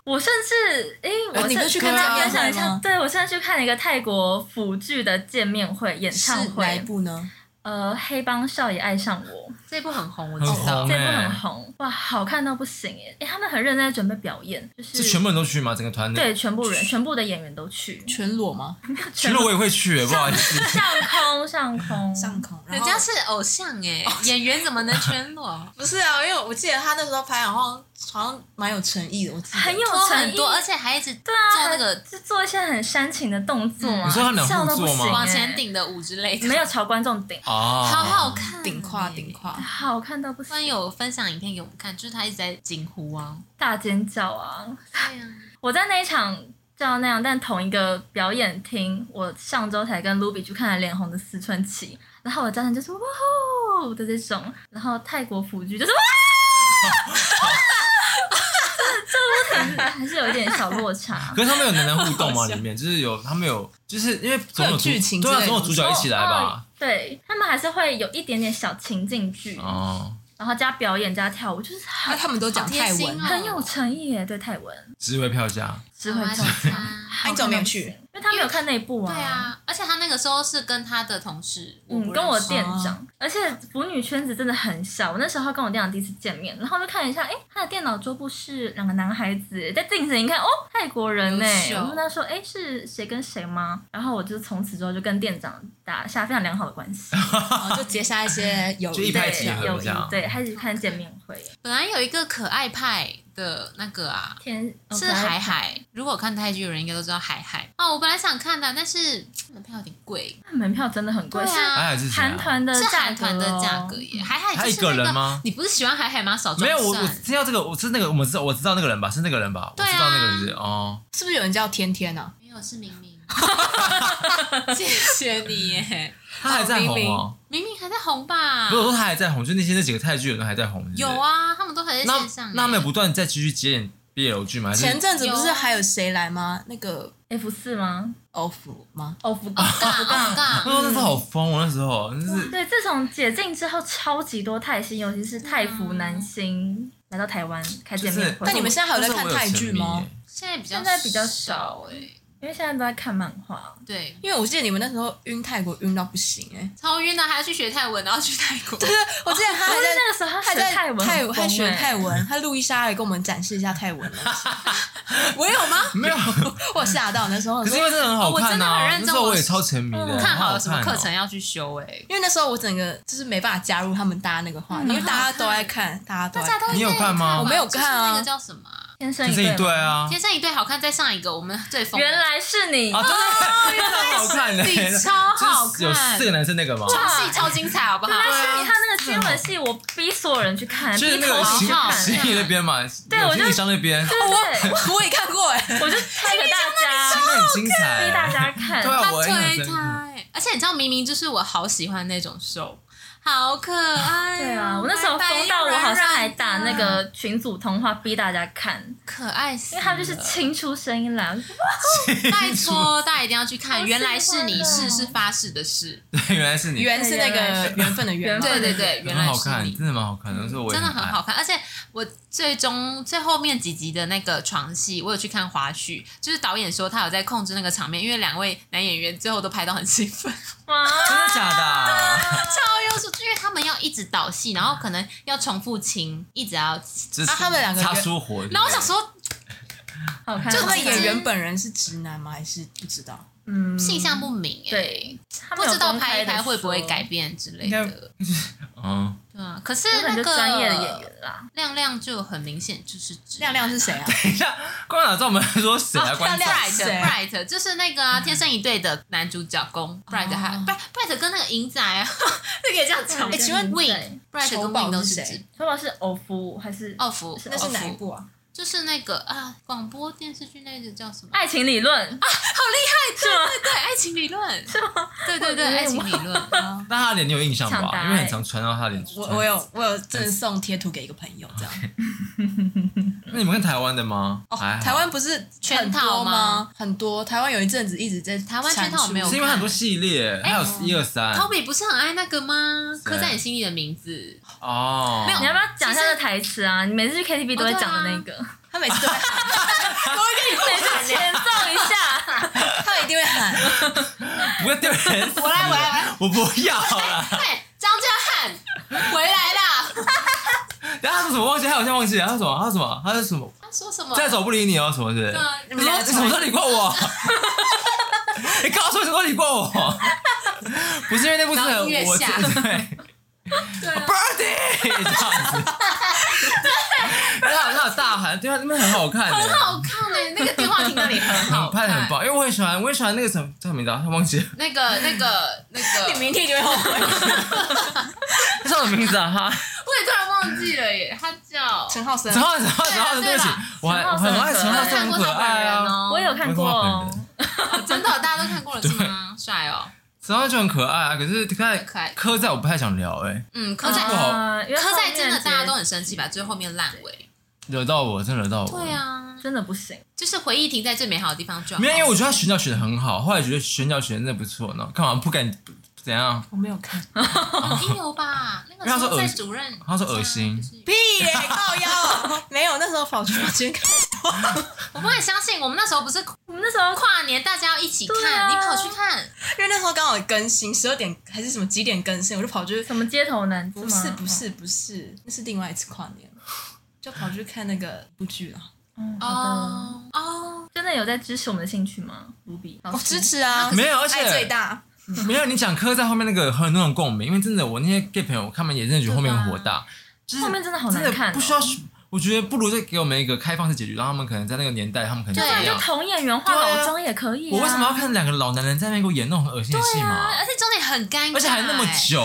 Speaker 5: 我甚至哎、
Speaker 2: 呃
Speaker 5: 我
Speaker 2: 你
Speaker 5: 甚
Speaker 2: 不是去看
Speaker 5: 我来
Speaker 2: 泰剧
Speaker 5: 分享一
Speaker 2: 会
Speaker 5: 下
Speaker 2: 吗，
Speaker 5: 对我现在去看了一个泰国腐剧的见面会演唱
Speaker 2: 是哪一
Speaker 5: 会，
Speaker 2: 部呢？
Speaker 5: 呃，黑帮少爷爱上我，
Speaker 6: 这部很红，我
Speaker 4: 很
Speaker 6: 知道
Speaker 4: 红
Speaker 5: 这部
Speaker 4: 哎
Speaker 5: 很红，哇，好看到不行耶！哎，他们很认真在准备表演，就是
Speaker 4: 是全部人都去吗？整个团队？
Speaker 5: 对全部人，全部的演员都去，
Speaker 2: 全裸吗？
Speaker 4: 全裸我也会去、欸不好意思。
Speaker 5: 上空上空
Speaker 2: 上空，然
Speaker 6: 人
Speaker 2: 后？
Speaker 6: 家是偶像哎，演员怎么能全裸
Speaker 2: 不是啊？因为我记得他那时候拍好像好像蛮有诚意的，我记得
Speaker 5: 很有
Speaker 6: 脱
Speaker 5: 诚
Speaker 6: 很
Speaker 5: 意
Speaker 6: 多，而且还一直
Speaker 5: 对啊，
Speaker 6: 做那个
Speaker 5: 很就做一些很煽情的动作啊，
Speaker 4: 嗯你说他们
Speaker 5: 笑
Speaker 4: 俩
Speaker 5: 到
Speaker 4: 互
Speaker 5: 不
Speaker 4: 做吗
Speaker 5: 行耶，欸
Speaker 6: 往前顶的舞之类的，
Speaker 5: 没有朝观众顶，
Speaker 4: 哦，
Speaker 6: 好好看，
Speaker 2: 顶胯顶。胯，
Speaker 5: 好看到不
Speaker 6: 突然
Speaker 5: 行，
Speaker 6: 有分享影片给我们看，就是他一直在惊呼啊，
Speaker 5: 大尖叫啊！
Speaker 6: 对呀，
Speaker 5: 我在那一场叫那样，但同一个表演厅，我上周才跟 Ruby 去看了脸红的四川旗，然后我教练就是哇哦的这种，然后泰国腐剧就是哦哇， 这这可能还是有一点小落差。
Speaker 4: 可是他们有男男互动吗？里面就是有他们有，就是因为总有主
Speaker 2: 会有剧情之
Speaker 4: 对
Speaker 2: 类的
Speaker 4: 啊，总有主角一起来吧。
Speaker 5: 哦对他们还是会有一点点小情境剧，
Speaker 4: 哦，
Speaker 5: 然后加表演加跳舞，就是
Speaker 2: 那
Speaker 5: 很
Speaker 2: 他们都讲泰
Speaker 6: 好贴心
Speaker 2: 文
Speaker 6: 哦，
Speaker 5: 很有诚意耶，对泰文
Speaker 4: 值回票价。
Speaker 2: 哦
Speaker 5: 只会这
Speaker 6: 好
Speaker 5: 样。
Speaker 2: 哎
Speaker 6: 爱他。
Speaker 2: 你怎么没有去？
Speaker 5: 因为他没有看那一部啊。
Speaker 6: 对。啊，而且他那个时候是跟他的同事，
Speaker 5: 嗯，
Speaker 6: 不
Speaker 5: 跟我
Speaker 6: 认识啊
Speaker 5: 店长，而且腐女圈子真的很小。我那时候跟我店长第一次见面，然后就看了一下，哎、他的电脑桌布是两个男孩子，在镜子里看，哦，泰国人呢、
Speaker 6: 优秀
Speaker 5: 我问他说，哎、是谁跟谁吗？然后我就从此之后就跟店长打下非常良好的关系，
Speaker 2: 然后就结下一些友
Speaker 4: 就
Speaker 2: 谊
Speaker 4: 一拍
Speaker 2: 这
Speaker 4: 即合
Speaker 2: 样。
Speaker 5: 对友
Speaker 4: 这样
Speaker 5: 谊，对，开始看见面会，
Speaker 6: 本来有一个可爱派的那个啊，
Speaker 5: 天哦
Speaker 6: 是海，海。如果看泰剧的人应该都知道海海啊、我本来想看的，但是嘖门票有点贵，
Speaker 5: 哦门票真的很贵，
Speaker 6: 对啊
Speaker 4: 哎，是
Speaker 5: 是
Speaker 4: 谁啊
Speaker 5: 韩团的
Speaker 6: 是
Speaker 5: 价
Speaker 6: 韩
Speaker 5: 格
Speaker 6: 团的
Speaker 5: 哦
Speaker 6: 价格耶。海海
Speaker 4: 他
Speaker 6: 就是
Speaker 4: 一个
Speaker 6: 那
Speaker 4: 人吗
Speaker 6: 你不是喜欢海海吗？少装
Speaker 4: 没有，我
Speaker 6: 蒜
Speaker 4: 我听到这个，我是那个，我们知道，我知道那个人吧，是那个人吧，我
Speaker 6: 对啊
Speaker 4: 知道那个人是哦，
Speaker 2: 是不是有人叫天天啊？
Speaker 6: 没有是明明。谢谢你耶，
Speaker 4: 他还在红哦。
Speaker 6: 明明还在红吧
Speaker 4: 不？是我说他还在红，就那些那几个泰剧有人还在红，是不是
Speaker 6: 有，啊，他们都还在
Speaker 4: 那
Speaker 6: 线上耶。
Speaker 4: 那他们也不断再继续接演 BL 剧吗？还是
Speaker 2: 前阵子不
Speaker 6: 有
Speaker 2: 是
Speaker 6: 啊
Speaker 2: 还有谁来吗？那个
Speaker 5: F 四吗哦
Speaker 2: off 吗？
Speaker 5: ？F 杠
Speaker 6: 尬尬
Speaker 4: 那时
Speaker 6: 尬，
Speaker 4: 候那时候好疯，哦我那时候
Speaker 6: 嗯
Speaker 4: 真是
Speaker 5: 对，自从解禁之后，超级多泰星，尤其是泰服男星来到台湾开见面
Speaker 4: 就是
Speaker 5: 会。
Speaker 2: 那你们现在还有在看泰剧
Speaker 4: 那时
Speaker 2: 吗？
Speaker 4: 候我有沉迷耶
Speaker 6: 现在比较
Speaker 5: 现在比较少
Speaker 6: 哎、
Speaker 5: 因为现在都在看漫画，
Speaker 6: 对，
Speaker 2: 因为我记得你们那时候晕泰国晕到不行哎、
Speaker 6: 超晕的，还要去学泰文，然后去泰国。对
Speaker 2: 哦我记得他还
Speaker 5: 我
Speaker 2: 在
Speaker 5: 那个时候
Speaker 2: 还
Speaker 5: 学
Speaker 2: 在
Speaker 5: 泰文很
Speaker 2: 泰
Speaker 5: 疯欸，
Speaker 2: 还学泰文，他录一下来跟我们展示一下泰文的东西。我有吗？
Speaker 4: 没有，
Speaker 2: 我吓到那时候，
Speaker 4: 可是因为真的很好
Speaker 6: 哦我真
Speaker 4: 看
Speaker 6: 的很
Speaker 4: 啊，
Speaker 6: 认真
Speaker 4: 那时候我也超沉迷的，
Speaker 6: 看好
Speaker 4: 好
Speaker 6: 了什么
Speaker 4: 看
Speaker 6: 课
Speaker 4: 哦
Speaker 6: 程要去修哎、
Speaker 2: 因为那时候我整个就是没办法加入他们搭那个话题，
Speaker 5: 嗯
Speaker 2: 因为大家都在看，大家都
Speaker 6: 大
Speaker 2: 在
Speaker 6: 家
Speaker 2: 看。
Speaker 6: 都
Speaker 4: 你有
Speaker 6: 在
Speaker 4: 看吗
Speaker 6: 吧
Speaker 4: 我
Speaker 2: 没有看啊
Speaker 6: 就是那个叫什么啊、
Speaker 5: 天生
Speaker 4: 就
Speaker 5: 一
Speaker 4: 是一对
Speaker 5: 对嘛。
Speaker 4: 啊，
Speaker 6: 天生一对好看，再上一个我们最疯的。
Speaker 5: 原来是你，
Speaker 4: 啊，
Speaker 6: 哦
Speaker 4: 对对对，真的好看的，
Speaker 6: 你超好
Speaker 4: 就是有
Speaker 6: 看
Speaker 4: 四个男生那个吗？
Speaker 6: 床戏超精彩，好不好
Speaker 5: 原？来是你。他那个新闻系，我逼所有人去看，
Speaker 4: 啊就是
Speaker 5: 逼
Speaker 4: 那
Speaker 5: 头
Speaker 4: 个
Speaker 5: 去
Speaker 4: 行
Speaker 5: 看，
Speaker 6: 好看
Speaker 4: 行李那边嘛，
Speaker 5: 对
Speaker 4: 有
Speaker 5: 我就
Speaker 4: 行李箱那边，
Speaker 5: 对对
Speaker 4: 哦
Speaker 5: 对，
Speaker 2: 我也看过哎、
Speaker 5: 我就推给大 家，
Speaker 4: 那很精彩，
Speaker 5: 逼大家看
Speaker 4: 对。啊，我印象
Speaker 6: 推
Speaker 4: 深刻
Speaker 6: 他欸，而且你知道，明明就是我好喜欢那种瘦，好可爱哦、
Speaker 5: 对啊，我那时候
Speaker 6: 白白
Speaker 5: 疯到我好像还打
Speaker 6: 软
Speaker 5: 那
Speaker 6: 软的
Speaker 5: 个群组通话逼大家看，
Speaker 6: 可爱死
Speaker 5: 因
Speaker 6: 了，
Speaker 5: 为他就是清出声音来，我就
Speaker 6: 拜托，大家一定要去看。
Speaker 5: 好
Speaker 6: 原来是你
Speaker 5: 喜欢
Speaker 6: 是
Speaker 5: 哦
Speaker 6: 是发誓的誓，
Speaker 4: 对，原来是你，
Speaker 2: 缘是
Speaker 5: 原
Speaker 2: 那
Speaker 5: 来
Speaker 2: 个
Speaker 5: 是
Speaker 2: 缘分的缘
Speaker 5: 缘
Speaker 2: 嘛，
Speaker 5: 分
Speaker 6: 对对对，原
Speaker 4: 很
Speaker 6: 来
Speaker 4: 好
Speaker 6: 是
Speaker 4: 看，
Speaker 6: 你。
Speaker 4: 真的蛮好看的，那时候我也
Speaker 6: 真的很
Speaker 4: 爱
Speaker 6: 好。看，而且我最终最后面几集的那个床戏，我有去看花絮，就是导演说他有在控制那个场面，因为两位男演员最后都拍到很兴 奋，
Speaker 5: 哇，
Speaker 4: 真的啊假的？
Speaker 6: 超优秀，就因为他们要一直导戏，然后可能要重复亲，一直要。
Speaker 4: 就是
Speaker 2: 啊他们两个
Speaker 4: 擦出火，
Speaker 6: 然后我想说，
Speaker 5: 好看，
Speaker 6: 就
Speaker 2: 他
Speaker 5: 好
Speaker 2: 们
Speaker 5: 看
Speaker 6: 直
Speaker 2: 演员本人是直男吗？还是不知道？
Speaker 5: 嗯
Speaker 6: 性向不明、欸，，
Speaker 5: 对，他
Speaker 6: 不
Speaker 5: 们有
Speaker 6: 知道
Speaker 5: 公
Speaker 6: 拍
Speaker 5: 开
Speaker 6: 一拍
Speaker 5: 地
Speaker 6: 会不会
Speaker 5: 说
Speaker 6: 改，变之类
Speaker 4: 应
Speaker 6: 的。
Speaker 4: 嗯，
Speaker 6: 对啊，可是
Speaker 5: 这
Speaker 6: 那
Speaker 5: 很就
Speaker 6: 个
Speaker 5: 专业的演员啦。
Speaker 6: 亮亮就很明显就是直
Speaker 2: 亮亮是谁啊？
Speaker 4: 等一下，观众知道我们在说谁啊？
Speaker 6: 哦
Speaker 4: 观众
Speaker 2: 亮是
Speaker 6: Bright
Speaker 2: 谁
Speaker 6: Bright 就是那个啊、
Speaker 5: 嗯
Speaker 6: 天生一对的男主角公
Speaker 5: 哦
Speaker 6: Bright 还 Bright Bright 跟那个银仔啊， 就可以这样讲。
Speaker 5: 哎请问
Speaker 6: Win Bright 跟
Speaker 2: 丑宝
Speaker 6: Win 都
Speaker 2: 是
Speaker 6: 是
Speaker 2: 谁
Speaker 6: 指
Speaker 5: 头发是偶服还是
Speaker 6: 奥福，
Speaker 5: 那
Speaker 2: 那是哪一
Speaker 6: 奥福？
Speaker 2: 部啊？
Speaker 6: 就是那个啊，广播电视剧那个叫什么？
Speaker 5: 爱情理论
Speaker 6: 哦
Speaker 5: 啊？好厉害，是吗？
Speaker 6: 对，爱情 理论是吗？对对对，
Speaker 5: 我没有
Speaker 6: 爱情理 论。
Speaker 4: 但他的脸你有印象
Speaker 5: 抢
Speaker 4: 吧？
Speaker 5: 答
Speaker 4: 因为很常传到他的脸。
Speaker 2: 我我。有我有赠送贴图给一个朋友， 这样。
Speaker 4: 那你们看台湾的吗？
Speaker 2: 哦
Speaker 4: 还，好
Speaker 2: 台湾不是
Speaker 6: 圈套
Speaker 2: 很多
Speaker 6: 吗
Speaker 2: 吗？很多，台湾有一阵子一直在
Speaker 6: 台湾圈套
Speaker 2: 产出
Speaker 6: 没有哎
Speaker 4: 是因为它很多系列，还有一二
Speaker 2: 嗯
Speaker 4: 三
Speaker 6: Toby 不是很爱那个吗？
Speaker 2: 啊
Speaker 4: 谁
Speaker 6: 刻在你心里的名字。
Speaker 4: 哦，
Speaker 6: 没有
Speaker 5: 你要不要讲一下
Speaker 6: 其实
Speaker 5: 这台词啊？你每次去
Speaker 6: 哦
Speaker 5: KTV 都会讲的那个，
Speaker 2: 他每次都会 喊，
Speaker 5: 每次前奏一下，
Speaker 2: 他一定会喊，
Speaker 4: 不要丢人死，
Speaker 6: 我来，我来，我来。
Speaker 4: 我不要啦。
Speaker 6: 对，张家汉回来啦！
Speaker 4: 然后他说什么忘记，他好像忘记了，他说什么，他说什么，他说什么，
Speaker 6: 他说什么？
Speaker 4: 再走不理你哦，什么之类的。
Speaker 6: 嗯你
Speaker 4: 我
Speaker 6: 们
Speaker 4: 说
Speaker 6: 俩
Speaker 4: 你什么时候理过 我？你告诉我什么时候理过我？不是因为那部真
Speaker 6: 然
Speaker 4: 的
Speaker 6: 后音乐
Speaker 4: 我
Speaker 6: 下啊
Speaker 4: 真的对。Birthday 这样子，然后然后大喊，对啊，那边很好看的，
Speaker 6: 很好看诶、那个电话亭那里很好
Speaker 4: 拍
Speaker 6: 看，
Speaker 4: 的很棒，因为我很喜欢，我很喜欢那个什么叫什么名字啊，他忘记了，
Speaker 6: 那个、那个、那个，
Speaker 2: 明天就会后悔。
Speaker 4: 他叫什么名字啊？哈，
Speaker 6: 我也突然忘记了耶，他叫
Speaker 2: 陈浩森
Speaker 4: 陈，浩，陈浩，陈浩，啊对不起
Speaker 6: 对啦，啊
Speaker 4: 我还
Speaker 5: 陈
Speaker 4: 我
Speaker 5: 浩森
Speaker 4: 很爱
Speaker 5: 很可爱
Speaker 4: 陈浩，很可
Speaker 6: 看过他本
Speaker 4: 爱
Speaker 6: 人
Speaker 4: 啊，
Speaker 6: 哦，
Speaker 5: 我也有看过
Speaker 4: 我看过他本
Speaker 5: 哦，
Speaker 6: 真的大家都看过了是吗？帅哦，
Speaker 4: 陈浩就很可爱啊，可是可
Speaker 6: 很可爱
Speaker 4: 爱科在我不太想聊，哎，
Speaker 6: 嗯，柯在
Speaker 4: 不好
Speaker 5: 啊因为
Speaker 6: 柯
Speaker 5: 后
Speaker 6: 在
Speaker 5: 面
Speaker 6: 真的
Speaker 5: 结
Speaker 6: 大家都很生气吧，最后面烂尾。
Speaker 4: 惹到我，真惹到我，
Speaker 6: 对啊，
Speaker 5: 真的不行，
Speaker 6: 就是回忆停在最美好的地方就 好。
Speaker 4: 没有，因为我觉得他选角选的很好，后来觉得选角选的真的不错呢。干嘛不敢不怎样？
Speaker 2: 我没有看。
Speaker 6: 一定有吧？那个
Speaker 4: 因为他
Speaker 6: 时
Speaker 4: 说
Speaker 6: 候在
Speaker 4: 恶
Speaker 6: 主任，啊
Speaker 4: 他说恶心
Speaker 6: 就是
Speaker 2: 屁耶、靠腰，啊 没有，那时候跑去房间看。
Speaker 6: 我不敢相信，我们那时候不是
Speaker 5: 我们那时候
Speaker 6: 跨年大家要一起
Speaker 5: 对
Speaker 6: 看，
Speaker 5: 啊
Speaker 6: 你跑去看，
Speaker 2: 因为那时候刚好更新，十二点还是什么几点更新，我就跑去。
Speaker 5: 什么街头男子
Speaker 2: 不
Speaker 5: 吗
Speaker 2: 是不，是不是，那是另外一次跨年，就跑去看那个部剧了。
Speaker 5: 嗯，好的，
Speaker 6: 哦哦，
Speaker 5: 真的有在支持我们的兴趣吗？卢比，我
Speaker 2: 我支持啊，
Speaker 4: 没有，而且
Speaker 2: 爱最大。
Speaker 4: 没有你讲科在后面那个很有那种共鸣，因为真的我那些 gay 朋友，他们也真的觉得后面火大，就是
Speaker 5: 后面真的好
Speaker 4: 真
Speaker 5: 难看
Speaker 4: 的
Speaker 5: 哦，
Speaker 4: 不需要。我觉得不如再给我们一个开放式结局，让他们可能在那个年代，他们可能
Speaker 6: 对
Speaker 5: 不然
Speaker 4: 这
Speaker 5: 就
Speaker 4: 样。
Speaker 5: 同演员换
Speaker 4: 对啊
Speaker 5: 老妆也可以、啊。
Speaker 4: 我为什么要？看两个老男人在那边给我演那种很恶心的戏嘛？
Speaker 6: 啊而且重点很尴尬，
Speaker 4: 啊而且还那么
Speaker 6: 哎
Speaker 4: 久，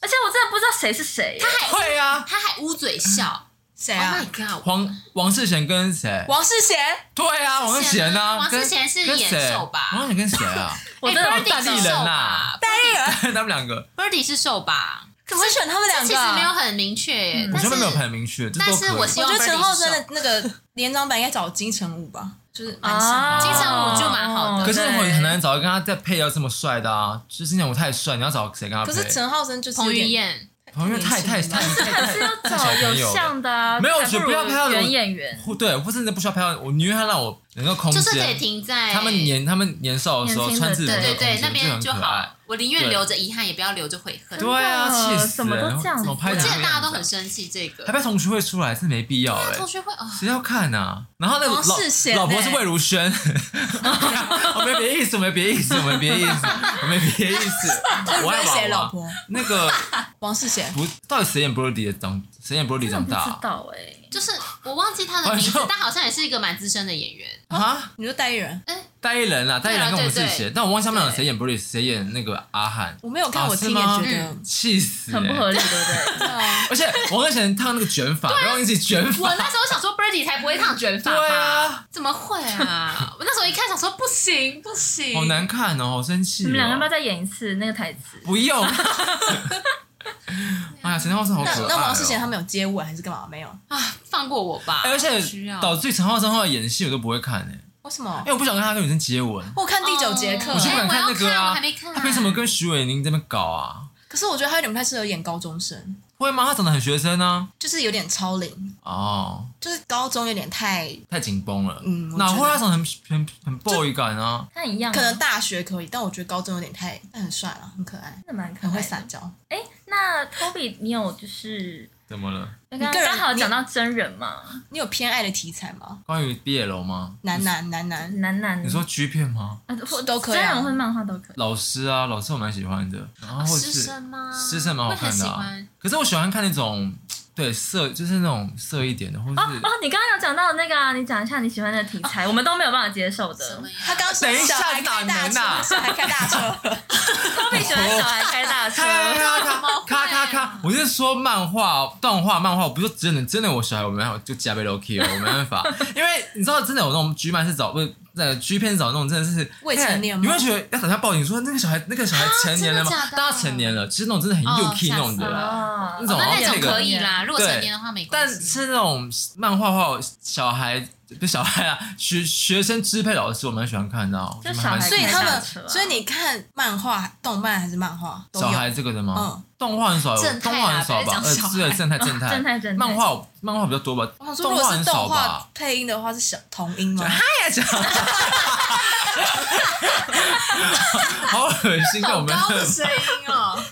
Speaker 5: 而且我真的不知道谁是谁。
Speaker 4: 会啊！
Speaker 6: 他还捂嘴笑。
Speaker 2: 谁
Speaker 6: Oh
Speaker 2: 啊
Speaker 6: my？god！
Speaker 4: 黄王世贤跟谁？
Speaker 2: 王世贤，
Speaker 4: 对啊，王世贤啊，
Speaker 6: 王世贤
Speaker 4: 跟
Speaker 6: 是
Speaker 4: 跟
Speaker 6: 野
Speaker 4: 谁
Speaker 6: 兽吧
Speaker 4: 王世贤跟谁啊？
Speaker 5: 我真的
Speaker 6: 哎
Speaker 5: 我
Speaker 6: Birdy
Speaker 4: 大力
Speaker 6: 是
Speaker 4: 人
Speaker 6: 瘦
Speaker 4: 啊
Speaker 6: 吧
Speaker 2: 戴丽人，
Speaker 4: 他们两个，
Speaker 6: ，Birdy 是瘦吧？
Speaker 2: 怎么会选他们两个？啊
Speaker 6: 其实没有，很明确耶，
Speaker 5: 嗯
Speaker 4: 我
Speaker 6: 但
Speaker 4: 觉得没有
Speaker 6: 是
Speaker 4: 很明确，这
Speaker 6: 但
Speaker 4: 都
Speaker 6: 是
Speaker 4: 可以
Speaker 6: 我希
Speaker 2: 我
Speaker 6: 望
Speaker 2: 觉得
Speaker 6: Birdy
Speaker 2: 陈浩森
Speaker 6: 是
Speaker 2: 的那个连长版应该找金城武吧，就是蛮像的。
Speaker 5: 啊，
Speaker 6: 金城武就蛮好的
Speaker 4: 可是我很难
Speaker 5: 对
Speaker 4: 找一个跟他再配要这么帅的啊！就是那我太帅，你要找谁跟他配？
Speaker 2: 可是陈浩森就是有
Speaker 6: 彭于
Speaker 2: 点，
Speaker 6: 晏，
Speaker 4: 彭于晏太太太太
Speaker 5: 还是要
Speaker 4: 太小
Speaker 5: 找
Speaker 4: 朋友
Speaker 5: 有
Speaker 4: 了。
Speaker 5: 像的啊，
Speaker 4: 没有
Speaker 5: 还
Speaker 4: 我觉得不要
Speaker 5: 如
Speaker 4: 拍到
Speaker 5: 原
Speaker 4: 我
Speaker 5: 演员。
Speaker 4: 或对，或是不需要拍到我，宁愿他让我能够空
Speaker 6: 就是可以
Speaker 4: 间。
Speaker 6: 停在
Speaker 4: 他们年他们年少的时候
Speaker 5: 年轻的
Speaker 4: 穿制服
Speaker 5: 对
Speaker 4: 的
Speaker 6: 对
Speaker 4: 空
Speaker 6: 对
Speaker 4: 间
Speaker 6: 那边
Speaker 4: 就
Speaker 6: 就
Speaker 4: 很可爱
Speaker 6: 好。，我宁愿留着遗憾，也不要留着悔恨。
Speaker 5: 对
Speaker 6: 我
Speaker 4: 对啊，
Speaker 5: 真的
Speaker 4: 气死
Speaker 5: 怎么都
Speaker 4: 人
Speaker 5: 这样子啊
Speaker 4: 怎么拍成
Speaker 6: 记
Speaker 4: 这
Speaker 6: 得
Speaker 4: 样
Speaker 6: 大家都
Speaker 4: 子啊
Speaker 6: 很生气这个
Speaker 4: 还。拍同学会出来是没必要哎
Speaker 6: 同，学会哦，
Speaker 4: 谁要看啊？然后那个
Speaker 2: 王世贤
Speaker 4: 老老婆是
Speaker 2: 欸
Speaker 4: 魏如萱， 我没别意思，我没别意思，我没别意思，我没别意 思。我爱
Speaker 2: 跟谁
Speaker 4: 娃
Speaker 2: 老
Speaker 4: 娃
Speaker 2: 婆？
Speaker 4: 那个
Speaker 2: 王世贤，
Speaker 4: 不，到底谁演 Brody 的长，谁演 Brody
Speaker 5: 我
Speaker 4: 长
Speaker 5: 不
Speaker 4: 大
Speaker 5: 知
Speaker 4: 啊
Speaker 5: 道哎，
Speaker 6: 就是我忘记他的名字
Speaker 4: 好像，
Speaker 6: 但好像也是一个蛮资深的 演员。
Speaker 4: 啊？
Speaker 2: 你说戴丽人？
Speaker 4: 代言人啦，代言人跟我们是
Speaker 6: 对
Speaker 4: 谁
Speaker 6: 对？
Speaker 4: 但我忘记他们俩谁演 Brody，谁演那个阿汉，
Speaker 2: 我没有看，
Speaker 4: 啊
Speaker 2: 我听
Speaker 4: 是
Speaker 2: 也
Speaker 4: 吗
Speaker 2: 觉得
Speaker 4: 气死、欸！
Speaker 5: 很不合理，对 不对？
Speaker 4: 而且王克贤烫那个卷发，然后一起卷
Speaker 6: 啊我
Speaker 4: 发，
Speaker 6: 那时候想说 Birdy 才不会烫卷发吧？
Speaker 4: 对啊，
Speaker 6: 怎么会啊？我那时候一看想说不行不行，
Speaker 4: 好难看哦，好生气、
Speaker 5: 你
Speaker 4: 哦。
Speaker 5: 们两个要不要再演一次那个台词？
Speaker 4: 不用。 哎呀，陈浩森好可
Speaker 2: 那
Speaker 4: 爱、哦。
Speaker 2: 那王世贤他们有接吻还是干嘛？没有？
Speaker 6: 啊！放过我吧。
Speaker 4: 哎、而
Speaker 6: 不
Speaker 4: 且
Speaker 6: 需要
Speaker 4: 导致于陈浩森后来演戏我都不会看哎、
Speaker 2: 为什么
Speaker 4: 因？为我不想跟他跟女生接吻。
Speaker 2: 我看第九节课
Speaker 6: 哦
Speaker 4: 我就不敢
Speaker 6: 哎我
Speaker 4: 看
Speaker 6: 要
Speaker 4: 那个啊
Speaker 6: 我还没看。
Speaker 4: 他凭什么跟徐伟宁这边搞啊？
Speaker 2: 可是我觉得他有点不太适合演高中生，
Speaker 4: 会吗？他长得很学生啊。
Speaker 2: 就是有点超龄，
Speaker 4: 哦，
Speaker 2: 就是高中有点太，
Speaker 4: 太紧绷了。
Speaker 2: 嗯我
Speaker 4: 哪
Speaker 2: 觉
Speaker 4: 会
Speaker 2: 得
Speaker 4: 他长得很很很 boy 感啊？
Speaker 5: 看一样
Speaker 6: 嗯
Speaker 5: 啊，
Speaker 2: 可能大学可以，但我觉得高中有点太，但很帅啊，很可爱，
Speaker 5: 真的蛮可
Speaker 2: 很
Speaker 5: 爱
Speaker 2: 会
Speaker 5: 的
Speaker 2: 撒。娇。
Speaker 5: 哎，那 Toby，你有就是
Speaker 4: 怎么了？
Speaker 5: 刚刚
Speaker 2: 个人
Speaker 5: 刚好有
Speaker 2: 你
Speaker 5: 讲到真人嘛？
Speaker 2: 你有偏爱的题材吗？
Speaker 4: 关于 BL 吗？
Speaker 2: 男男男男，
Speaker 5: 男男，
Speaker 6: 嗯
Speaker 4: 你说 G 片吗？
Speaker 5: 啊或
Speaker 2: 都可以
Speaker 5: 真
Speaker 2: 啊
Speaker 5: 人或漫画都可以。
Speaker 4: 老师啊，老师我蛮喜欢的，然后或者
Speaker 6: 啊师
Speaker 4: 是
Speaker 6: 生吗？
Speaker 4: 师生蛮好看的、
Speaker 6: 我也
Speaker 4: 啊
Speaker 6: 很喜欢。哦
Speaker 4: 可是我喜欢看那种对色，就是那种色一点的，或
Speaker 5: 哦
Speaker 4: 是
Speaker 5: 哦，你刚刚有讲到那个啊，你讲一下你喜欢的题材，我们都没有办法接受
Speaker 6: 哦什
Speaker 5: 的
Speaker 6: 么。呀？
Speaker 2: 他刚说
Speaker 4: 等一下
Speaker 2: 小孩开大
Speaker 4: 哪能啊
Speaker 2: 车，小孩开 大车，
Speaker 5: Toby 喜欢小孩开大车，哦
Speaker 4: 咔咔咔咔
Speaker 6: 怎么
Speaker 4: 咔！我是说漫画、动画、漫画，我不是说真的，真的我小孩我没有就加倍 low key 哦了，我没办法，因为你知道，真的有那种 G 漫是找不是呃 G 片是找那种真的是
Speaker 2: 未成年吗
Speaker 4: 你会觉得要等他报警说那个小孩那个小孩成年了吗
Speaker 6: 真的假？的
Speaker 4: 大家成年了，其实那种真的很
Speaker 6: 哦
Speaker 4: u key 那种
Speaker 6: 吓死
Speaker 4: 的
Speaker 6: 了。
Speaker 5: 哦
Speaker 4: 那
Speaker 6: 哦
Speaker 4: 种
Speaker 6: 那那
Speaker 4: 那
Speaker 6: 种
Speaker 4: 个
Speaker 6: 可以啦，如果
Speaker 4: 对
Speaker 6: 成年的话没关
Speaker 4: 但
Speaker 6: 系。
Speaker 4: 是那种漫画画小孩不是小孩啊，学学生支配老师，我蛮喜欢看的啊。
Speaker 5: 就小孩
Speaker 2: 所以他
Speaker 5: 开大
Speaker 2: 们，
Speaker 5: 车啊
Speaker 2: 所以你看漫画、动漫还是漫画都
Speaker 4: 小孩哦
Speaker 2: 有。
Speaker 4: 这个的吗
Speaker 2: 嗯？
Speaker 4: 动画很少有，
Speaker 6: 正太
Speaker 4: 动
Speaker 6: 啊
Speaker 4: 画很少吧？呃
Speaker 6: 不要讲小，孩
Speaker 4: 对，正太正太，
Speaker 5: 正太正太
Speaker 4: 漫画我漫画比较多吧
Speaker 2: 我想，说，如
Speaker 4: 动
Speaker 2: 果
Speaker 4: 画
Speaker 2: 是
Speaker 4: 很
Speaker 2: 动
Speaker 4: 少
Speaker 2: 画
Speaker 4: 吧。
Speaker 2: 配音的话，是小童音吗？
Speaker 4: 哎呀，讲好恶心！但我
Speaker 6: 好
Speaker 4: 们
Speaker 6: 高的声音哦，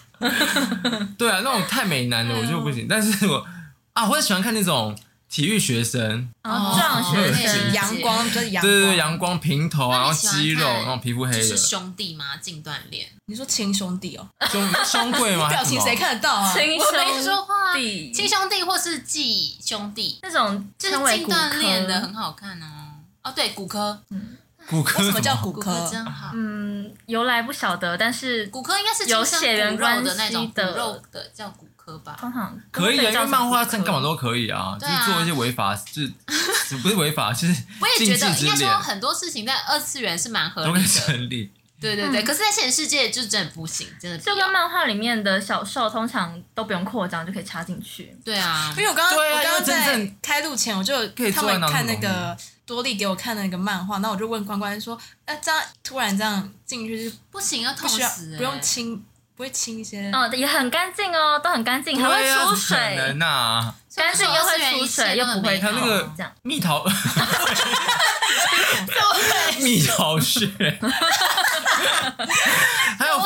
Speaker 4: 对啊，那种太美男的我就不行。但是我啊，我也喜欢看那种体育学生，
Speaker 5: 然
Speaker 6: 哦
Speaker 5: 后壮学生
Speaker 6: 嗯
Speaker 2: 阳光就是阳
Speaker 4: 对
Speaker 2: 光，
Speaker 4: 对对，阳光平头啊，
Speaker 6: 那
Speaker 4: 然后
Speaker 6: 你喜欢
Speaker 4: 肌肉，
Speaker 6: 看
Speaker 4: 然后皮肤黑
Speaker 6: 就
Speaker 4: 的，
Speaker 6: 是
Speaker 4: 胸
Speaker 6: 兄弟吗？近段恋，
Speaker 2: 你说亲兄弟哦，
Speaker 4: 胸贵 吗？
Speaker 2: 表情
Speaker 4: 还是什么？
Speaker 2: 谁看得到啊？
Speaker 5: 亲
Speaker 6: 我没说
Speaker 5: 兄
Speaker 6: 话，
Speaker 5: 弟，
Speaker 6: 亲兄弟或是继兄弟，
Speaker 5: 那种
Speaker 6: 就
Speaker 5: 称
Speaker 6: 是
Speaker 5: 为
Speaker 6: 近
Speaker 5: 骨
Speaker 6: 段恋的
Speaker 5: 科
Speaker 6: 很好看哦。哦，对，骨科，
Speaker 4: 骨科
Speaker 2: 为什么叫骨
Speaker 6: 骨科
Speaker 2: 科？
Speaker 6: 真好。
Speaker 5: 嗯，由来不晓得，但是
Speaker 6: 骨科应该是
Speaker 5: 有
Speaker 6: 亲生
Speaker 5: 血缘
Speaker 6: 骨肉的那
Speaker 5: 关系
Speaker 6: 种骨
Speaker 5: 的哦
Speaker 6: 肉的叫骨科吧？
Speaker 5: 通常都
Speaker 4: 可以啊，
Speaker 5: 被
Speaker 4: 因
Speaker 5: 叫
Speaker 4: 为漫画
Speaker 5: 成
Speaker 4: 上
Speaker 5: 骨科
Speaker 4: 干嘛都可以啊，就
Speaker 6: 对啊
Speaker 4: 是做一些违法，就是不是违法，就是
Speaker 6: 我也
Speaker 4: 禁
Speaker 6: 觉
Speaker 4: 忌
Speaker 6: 得
Speaker 4: 之
Speaker 6: 应该说
Speaker 4: 恋
Speaker 6: 很多事情在二次元是蛮合
Speaker 4: 都可
Speaker 6: 理
Speaker 4: 以
Speaker 6: 的，
Speaker 4: 成立。
Speaker 6: 对对对。可是，在现实世界就真的不行，真的不
Speaker 5: 就跟
Speaker 6: 要。
Speaker 5: 漫画里面的小兽通常都不用扩张就可以插进去。
Speaker 6: 对啊
Speaker 2: 因，为我刚刚、
Speaker 4: 对啊
Speaker 2: 我刚刚
Speaker 4: 因为真
Speaker 2: 在
Speaker 4: 正
Speaker 2: 开录前，我就
Speaker 4: 可以
Speaker 2: 他
Speaker 4: 坐在
Speaker 2: 们
Speaker 4: 那
Speaker 2: 看那
Speaker 4: 种
Speaker 2: 个多利给我看那个漫画，那我就问关关说：“那、这样突然这样进去是
Speaker 6: 不行要
Speaker 2: 不
Speaker 6: 痛
Speaker 2: 需要
Speaker 6: 死，欸
Speaker 2: 不用
Speaker 6: 亲。
Speaker 2: 清，不会清一些？”
Speaker 5: 嗯，也很干净哦，都很干净，还
Speaker 4: 对
Speaker 5: 会
Speaker 4: 啊
Speaker 5: 出
Speaker 4: 怎么可
Speaker 5: 水，
Speaker 4: 能啊！
Speaker 5: 干净又会出水，又不会
Speaker 4: 还有那个
Speaker 5: 痛这样。
Speaker 4: 蜜桃，蜜桃屑，还有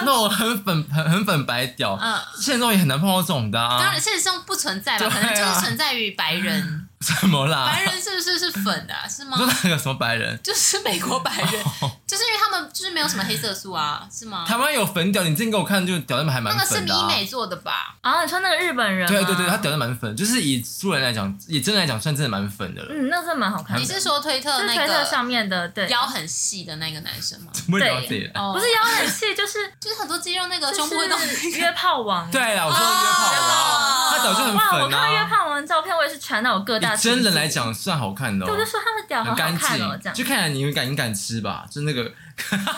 Speaker 4: 那种很粉很很粉白屌，
Speaker 6: 嗯
Speaker 4: 现实中也很难碰到这种的
Speaker 6: 当
Speaker 4: 啊
Speaker 6: 然，。现实中不存在
Speaker 4: 对
Speaker 6: 吧？
Speaker 4: 啊
Speaker 6: 可能就是存在于 白人，
Speaker 4: 什么啦
Speaker 6: 白？人是不是是粉的啊？是吗
Speaker 4: 你？说那个什么白人？
Speaker 6: 就是美国白 人，
Speaker 4: 哦
Speaker 6: 就是因为他们就是没有什么黑色素啊，是吗？
Speaker 4: 台湾有粉屌，你之前给我看，就屌他们还蛮
Speaker 6: 那个是
Speaker 4: 粉
Speaker 6: 医
Speaker 4: 的啊。
Speaker 6: 美做的吧？
Speaker 5: 啊，你说那个日本人？
Speaker 4: 对对对，他。屌的蛮粉，就是以素人来讲，以真的来讲，算真的蛮粉的了。
Speaker 5: 嗯，那真的蛮好看的。
Speaker 6: 你是说推特
Speaker 5: 就是
Speaker 6: 那
Speaker 5: 推特上
Speaker 6: 个
Speaker 5: 面的，对，
Speaker 6: 腰很细的那个男生吗？
Speaker 4: 不了解。
Speaker 6: 哦
Speaker 5: 不是腰很细，就是
Speaker 6: 就是很多肌肉那个
Speaker 5: 就
Speaker 6: 胸部会动那
Speaker 5: 是
Speaker 6: 个
Speaker 5: 约炮王。
Speaker 4: 对啊啦，我说约炮
Speaker 6: 哦
Speaker 4: 啊，他屌就很
Speaker 5: 哇，我
Speaker 4: 粉
Speaker 5: 看到约
Speaker 4: 啊。
Speaker 5: 炮王的照片，我也是传到我各大
Speaker 4: 以真人
Speaker 5: 群组
Speaker 4: 来，讲，算好看的哦
Speaker 5: 对，我。就说他们屌好
Speaker 4: 很
Speaker 5: 好
Speaker 4: 干净
Speaker 5: 看哦，这，样
Speaker 4: 就。看来你们敢你敢吃吧，就那个，
Speaker 6: 为什么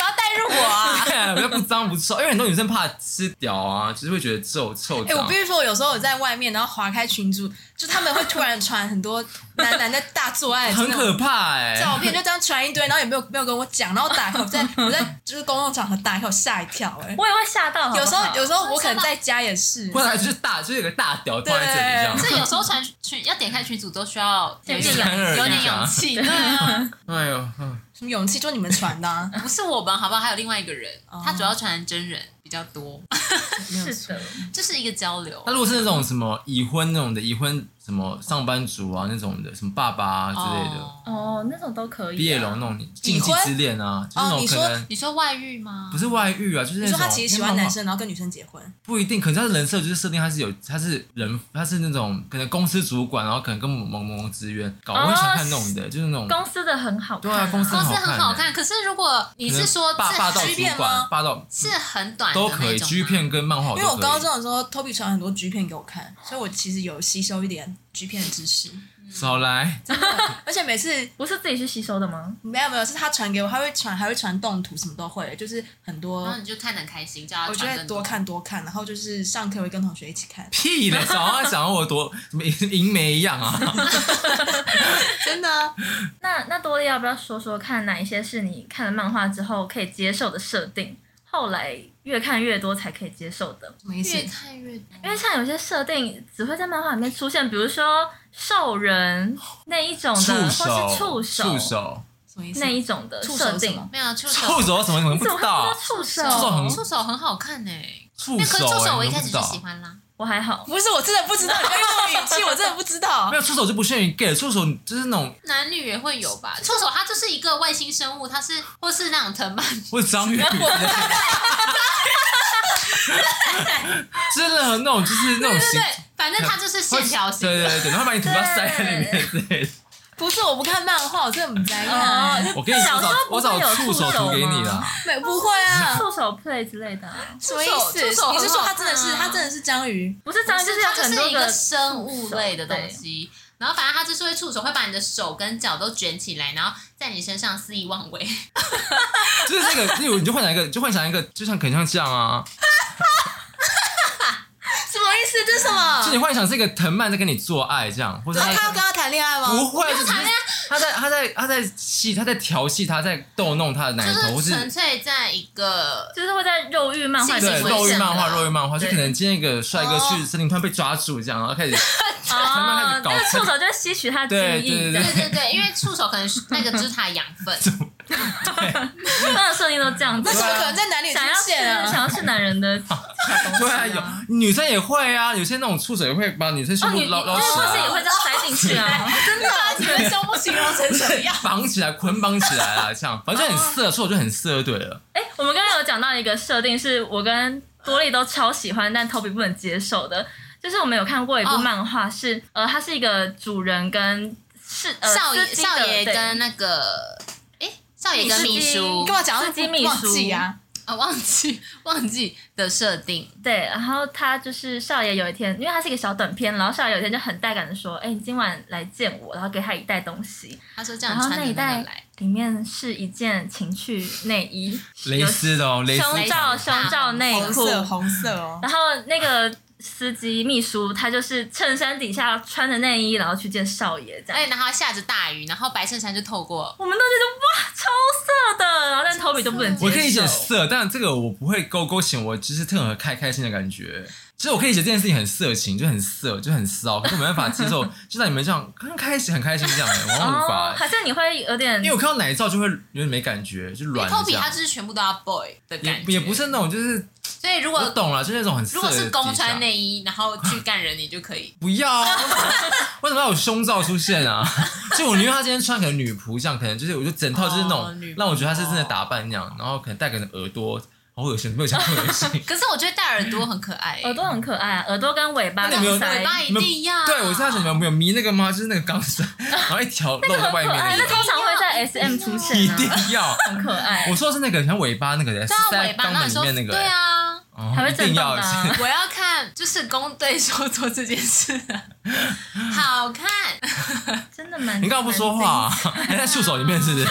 Speaker 6: 要带入我 啊？
Speaker 4: 看来比较不脏不臭，因为很多女生怕吃屌啊，就是会觉得臭臭
Speaker 2: 哎、我
Speaker 4: 脏
Speaker 2: 必。须说，我有时候我在外面，然后划开群组，就他们会突然传很多 男男在大做爱，
Speaker 4: 很可。怕
Speaker 2: 照
Speaker 4: 哎，
Speaker 2: 片就这样传一堆，然后也没有没有跟我讲，然后打开我 在我在就是公共场合打开我吓一跳哎、
Speaker 5: 我也会吓到，好不好
Speaker 2: 有时候有时候我可能在家也是，
Speaker 4: 不然就是大，就是有个大屌放在这里这样。
Speaker 6: 所以有时候传群要点开群组都需要有一
Speaker 4: 有
Speaker 6: 点
Speaker 4: 点
Speaker 6: 勇
Speaker 4: 勇
Speaker 6: 有点勇气，对啊，
Speaker 4: 哎呦，嗯
Speaker 2: 什么勇气就是你们传的、啊，
Speaker 6: 不是我们好不好？还有另外一个人，
Speaker 5: 哦
Speaker 6: 他主要传真人比较多，
Speaker 5: 是的，
Speaker 6: 就是一个交流
Speaker 4: 那。如果是那种什么已婚那种的，已婚什么上班族啊那种的，什么爸爸啊之类的，
Speaker 6: 哦
Speaker 5: 哦，那种都可以啊。
Speaker 4: 毕业龙那种禁忌之恋啊，就是那
Speaker 2: 哦你
Speaker 4: 种可
Speaker 2: 说
Speaker 4: 能
Speaker 6: 你说外遇吗？
Speaker 4: 不是外遇啊，就是
Speaker 2: 你
Speaker 4: 那
Speaker 2: 说
Speaker 4: 种
Speaker 2: 他其实喜欢男
Speaker 4: 生。
Speaker 2: 生，然后跟女生结婚，
Speaker 4: 不一定，可能他的人设就是设定他是有他是人他是那种可能公司主管，然后可能跟某某某职员搞，我很喜欢看那种的，就是那种
Speaker 5: 公司的很好看
Speaker 4: 对
Speaker 5: 啊，
Speaker 4: 啊，公司
Speaker 6: 公司
Speaker 4: 很
Speaker 6: 很
Speaker 4: 好
Speaker 6: 好
Speaker 4: 看欸。
Speaker 6: 看，可是如果你是说
Speaker 4: 可能霸霸道主
Speaker 6: 这
Speaker 2: G 片吗
Speaker 4: 管霸道
Speaker 6: 是很短的
Speaker 4: 都
Speaker 6: 啊那种吗
Speaker 4: 可以，G，片跟漫画都可
Speaker 2: 因
Speaker 4: 以
Speaker 2: 为我高中的时候，Toby 传很多 G 片给我看，所以我其实有吸收一点 G 片的知识，
Speaker 4: 少来，，
Speaker 2: 而且每次
Speaker 5: 不是自己去吸收的吗？
Speaker 2: 没有没有是他传给我，他会传还会传动图，什么都会，就是很多
Speaker 6: 然后你就看得很开心，叫他
Speaker 2: 我就
Speaker 6: 传
Speaker 2: 会
Speaker 6: 更
Speaker 2: 多。看多看，然后就是上课会跟同学一起看
Speaker 4: 屁 嘞，少他讲我多什么银梅一样啊，
Speaker 2: 真的啊、
Speaker 5: 那那多利要不要说说看哪一些是你看了漫画之后可以接受的设定，后来越看越多才可以接受的？
Speaker 2: 什么意思？
Speaker 6: 越看越多，
Speaker 5: 因为像有些设定只会在漫画里面出现，比如说兽人那一种的，
Speaker 4: 触
Speaker 5: 或
Speaker 4: 手
Speaker 5: 是触
Speaker 4: 触手
Speaker 2: 什么意思？
Speaker 5: 那一种的
Speaker 2: 触
Speaker 5: 设
Speaker 2: 手是什
Speaker 5: 定。
Speaker 2: 么？
Speaker 6: 没有触
Speaker 4: 触
Speaker 6: 手，
Speaker 4: 手什么你们
Speaker 5: 你
Speaker 4: 不
Speaker 5: 怎么会
Speaker 4: 知
Speaker 5: 说
Speaker 4: 道？
Speaker 5: 触手？
Speaker 4: 触手很
Speaker 6: 触手很好看诶。
Speaker 4: 触
Speaker 6: 那可是
Speaker 4: 手
Speaker 6: 触
Speaker 4: 欸
Speaker 6: 手我一
Speaker 4: 你们
Speaker 6: 开
Speaker 4: 不
Speaker 6: 始
Speaker 4: 知
Speaker 6: 就
Speaker 4: 道
Speaker 6: 喜欢啦，
Speaker 5: 我还 好，
Speaker 2: 不是，我真的不知道，你不要用这种语气，我真的不知道
Speaker 4: 没。有触手就不限于 gay，触手就是那种
Speaker 6: 男女也会有吧？触手它就是一个外星生物，它是或是那种藤蔓，
Speaker 4: 或者章鱼，真的那种就是那种
Speaker 6: 对
Speaker 4: 形
Speaker 6: 对，反正它就是线条型
Speaker 4: 对
Speaker 6: 的。
Speaker 4: 对对，然后把你吐到塞在里面之类的。
Speaker 2: 不是，我不看漫画，我真的不啊在
Speaker 5: 哦
Speaker 2: 看，，
Speaker 4: 我给你
Speaker 5: 小
Speaker 4: 我
Speaker 5: 时候
Speaker 4: 找
Speaker 5: 不
Speaker 4: 我
Speaker 5: 会
Speaker 4: 找
Speaker 5: 有
Speaker 4: 触手图给你
Speaker 5: 吗
Speaker 4: 啦。
Speaker 2: 没不会啊。
Speaker 5: 触手 play 之类的啊、
Speaker 2: 什么意
Speaker 6: 触手
Speaker 2: 思？
Speaker 6: 触手
Speaker 2: 你是
Speaker 6: 很
Speaker 2: 说嗯
Speaker 6: 好
Speaker 2: 他真的是
Speaker 6: 看啊
Speaker 2: 他真的是章鱼？
Speaker 5: 不是章鱼，
Speaker 6: 不
Speaker 5: 就是有
Speaker 6: 它就
Speaker 5: 很
Speaker 6: 是
Speaker 5: 多
Speaker 6: 一个
Speaker 5: 个
Speaker 6: 生物类的东
Speaker 5: 对
Speaker 6: 西。然后反正它就是会触手，会把你的手跟脚都卷起来，然后在你身上肆意妄为。
Speaker 4: 就是那个，例如你就幻想一个，就幻想一个，就像肯定像这样啊，
Speaker 2: 什么意思？这是什
Speaker 4: 就
Speaker 2: 么？
Speaker 4: 你幻想是一个藤蔓在跟你做爱这样，或者
Speaker 2: 那他要跟他谈恋爱
Speaker 4: 不
Speaker 2: 吗？
Speaker 4: 会，啊就只是他在他在他在戏他在调戏他在逗弄他的奶头，
Speaker 6: 就
Speaker 4: 或是
Speaker 6: 是纯粹在一个
Speaker 5: 就是会在肉欲漫画里
Speaker 6: 性
Speaker 4: 对
Speaker 5: 面
Speaker 6: 行为
Speaker 5: 出
Speaker 4: 肉欲
Speaker 5: 现
Speaker 4: 漫画
Speaker 6: 的
Speaker 4: 肉欲漫画，就
Speaker 5: 对
Speaker 4: 可能今天一个帅哥去森林突然被抓住这样，然后开始慢慢
Speaker 5: 哦
Speaker 4: 开始，搞
Speaker 5: 那个触手就会吸取它的
Speaker 4: 对
Speaker 5: 精
Speaker 4: 对
Speaker 5: 液，
Speaker 4: 对
Speaker 5: 这样
Speaker 6: 对对对，因为触手可能是那个就是它的养 分，
Speaker 5: 所有设定都这样子啊
Speaker 2: 那。怎么可能在男女出
Speaker 5: 想要吃
Speaker 2: 现啊？
Speaker 5: 想要吃男人 的小东西
Speaker 4: 对
Speaker 5: 啊
Speaker 4: 啊，有女生也会啊，有些那种触手也会把女生胸
Speaker 5: 哦，你
Speaker 4: 部
Speaker 5: 你
Speaker 4: 捞捞
Speaker 5: 对，
Speaker 4: 起
Speaker 5: 或是
Speaker 4: 来
Speaker 5: 也
Speaker 4: 啊，
Speaker 5: 会这样塞进去啊，真的啊，
Speaker 2: 你们胸部形容成什么样？
Speaker 4: 绑起来、捆绑起来啊，这样反正就很色，触手就很色就对了。
Speaker 5: 哎、我们刚刚有讲到一个设定，是我跟多利都超喜欢，但 Toby 不能接受的，就是我们有看过一部
Speaker 6: 哦
Speaker 5: 漫画，是、呃，它是一个主人跟是呃
Speaker 6: 少爷
Speaker 5: 司机的
Speaker 6: 少爷
Speaker 5: 对
Speaker 6: 跟那个哎少爷跟
Speaker 5: 司
Speaker 6: 秘
Speaker 5: 机
Speaker 6: 书
Speaker 2: 你干嘛讲到
Speaker 5: 司机秘书
Speaker 2: 忘记啊？
Speaker 6: 啊忘记忘记的设定，
Speaker 5: 对，然后他就是少爷有一天，因为他是一个小短片，然后少爷有一天就很带感的说，哎、你今晚来见我，然后给他一袋东西，
Speaker 6: 他说这
Speaker 5: 然
Speaker 6: 样
Speaker 5: 后
Speaker 6: 穿
Speaker 5: 那一
Speaker 6: 着那个
Speaker 5: 袋
Speaker 6: 来，
Speaker 5: 里面是一件情趣内衣、
Speaker 4: 蕾丝的哦，蕾丝
Speaker 5: 胸罩、胸罩内
Speaker 2: 红
Speaker 5: 裤，
Speaker 2: 色，红色哦。
Speaker 5: 然后那个司机秘书，他就是衬衫底下穿着内衣，然后去见少爷这样。
Speaker 6: 哎，然后下着大雨，然后白衬衫就透过，
Speaker 5: 我们都觉得哇，超色的，然后但 Toby 就不能接受。
Speaker 4: 我可以理解
Speaker 5: 哦
Speaker 4: 色，但这个我不会勾勾起我就是特很开开心的感觉。其实我可以理解这件事情很色情，就很色，就很骚，可是我没办法接受，就像你们这样刚开始很开心这样、欸，我好像无
Speaker 5: 哦
Speaker 4: 法，欸、
Speaker 5: 还是你会有点
Speaker 4: 因为我看到奶罩就会有点没感觉，就
Speaker 6: 因
Speaker 4: 软
Speaker 6: 为
Speaker 4: 的这
Speaker 6: Toby 他
Speaker 4: 样
Speaker 6: 就。是全部都要 boy 的
Speaker 4: 也
Speaker 6: 感觉，
Speaker 4: 也不，是那种，就是
Speaker 6: 所以如
Speaker 4: 我
Speaker 6: 果。
Speaker 4: 懂了，就是那种很色
Speaker 6: 如果是
Speaker 4: 的
Speaker 6: 公
Speaker 4: 底下
Speaker 6: 穿内衣，然后去干人，你就可以。
Speaker 4: 不要、啊， 为什么要有胸罩出现啊？ 就我宁愿他今天穿可能女仆这样，可能就是我就整套就是那种、
Speaker 6: 哦女仆
Speaker 4: 让我觉得他是真的打扮那样，然后可能戴个耳朵，好恶心，没有想到 恶心。
Speaker 6: 可是我觉得戴耳朵很可爱、
Speaker 5: 耳朵很可爱、啊，耳朵跟尾巴
Speaker 4: 那你没有
Speaker 5: 跟
Speaker 6: 尾
Speaker 5: 腮。
Speaker 6: 巴一定要。啊
Speaker 4: 对，我知道你们没有迷那个吗？就是那个钢丝， 然后一条露在外
Speaker 5: 很可爱，
Speaker 4: 面
Speaker 5: 那
Speaker 4: 那
Speaker 5: 通
Speaker 4: 个，
Speaker 5: 常会在 S M 出现
Speaker 4: 一
Speaker 5: 啊，
Speaker 4: 定要。
Speaker 5: 很可爱
Speaker 4: 我。说的是那个像尾巴那个，是
Speaker 6: 对啊，
Speaker 4: 在
Speaker 6: 尾巴
Speaker 4: 肛
Speaker 6: 那
Speaker 4: 门
Speaker 6: 你
Speaker 4: 里
Speaker 6: 说
Speaker 4: 面那个，
Speaker 6: 对啊，
Speaker 4: 哦
Speaker 5: 还会
Speaker 4: 一定
Speaker 5: 震动
Speaker 4: 要
Speaker 5: 的啊
Speaker 4: 是
Speaker 6: 我要看就是公对受做这件事、好看。
Speaker 5: 真的蛮。
Speaker 4: 你刚刚不说 话、啊，还在触手里面是不是？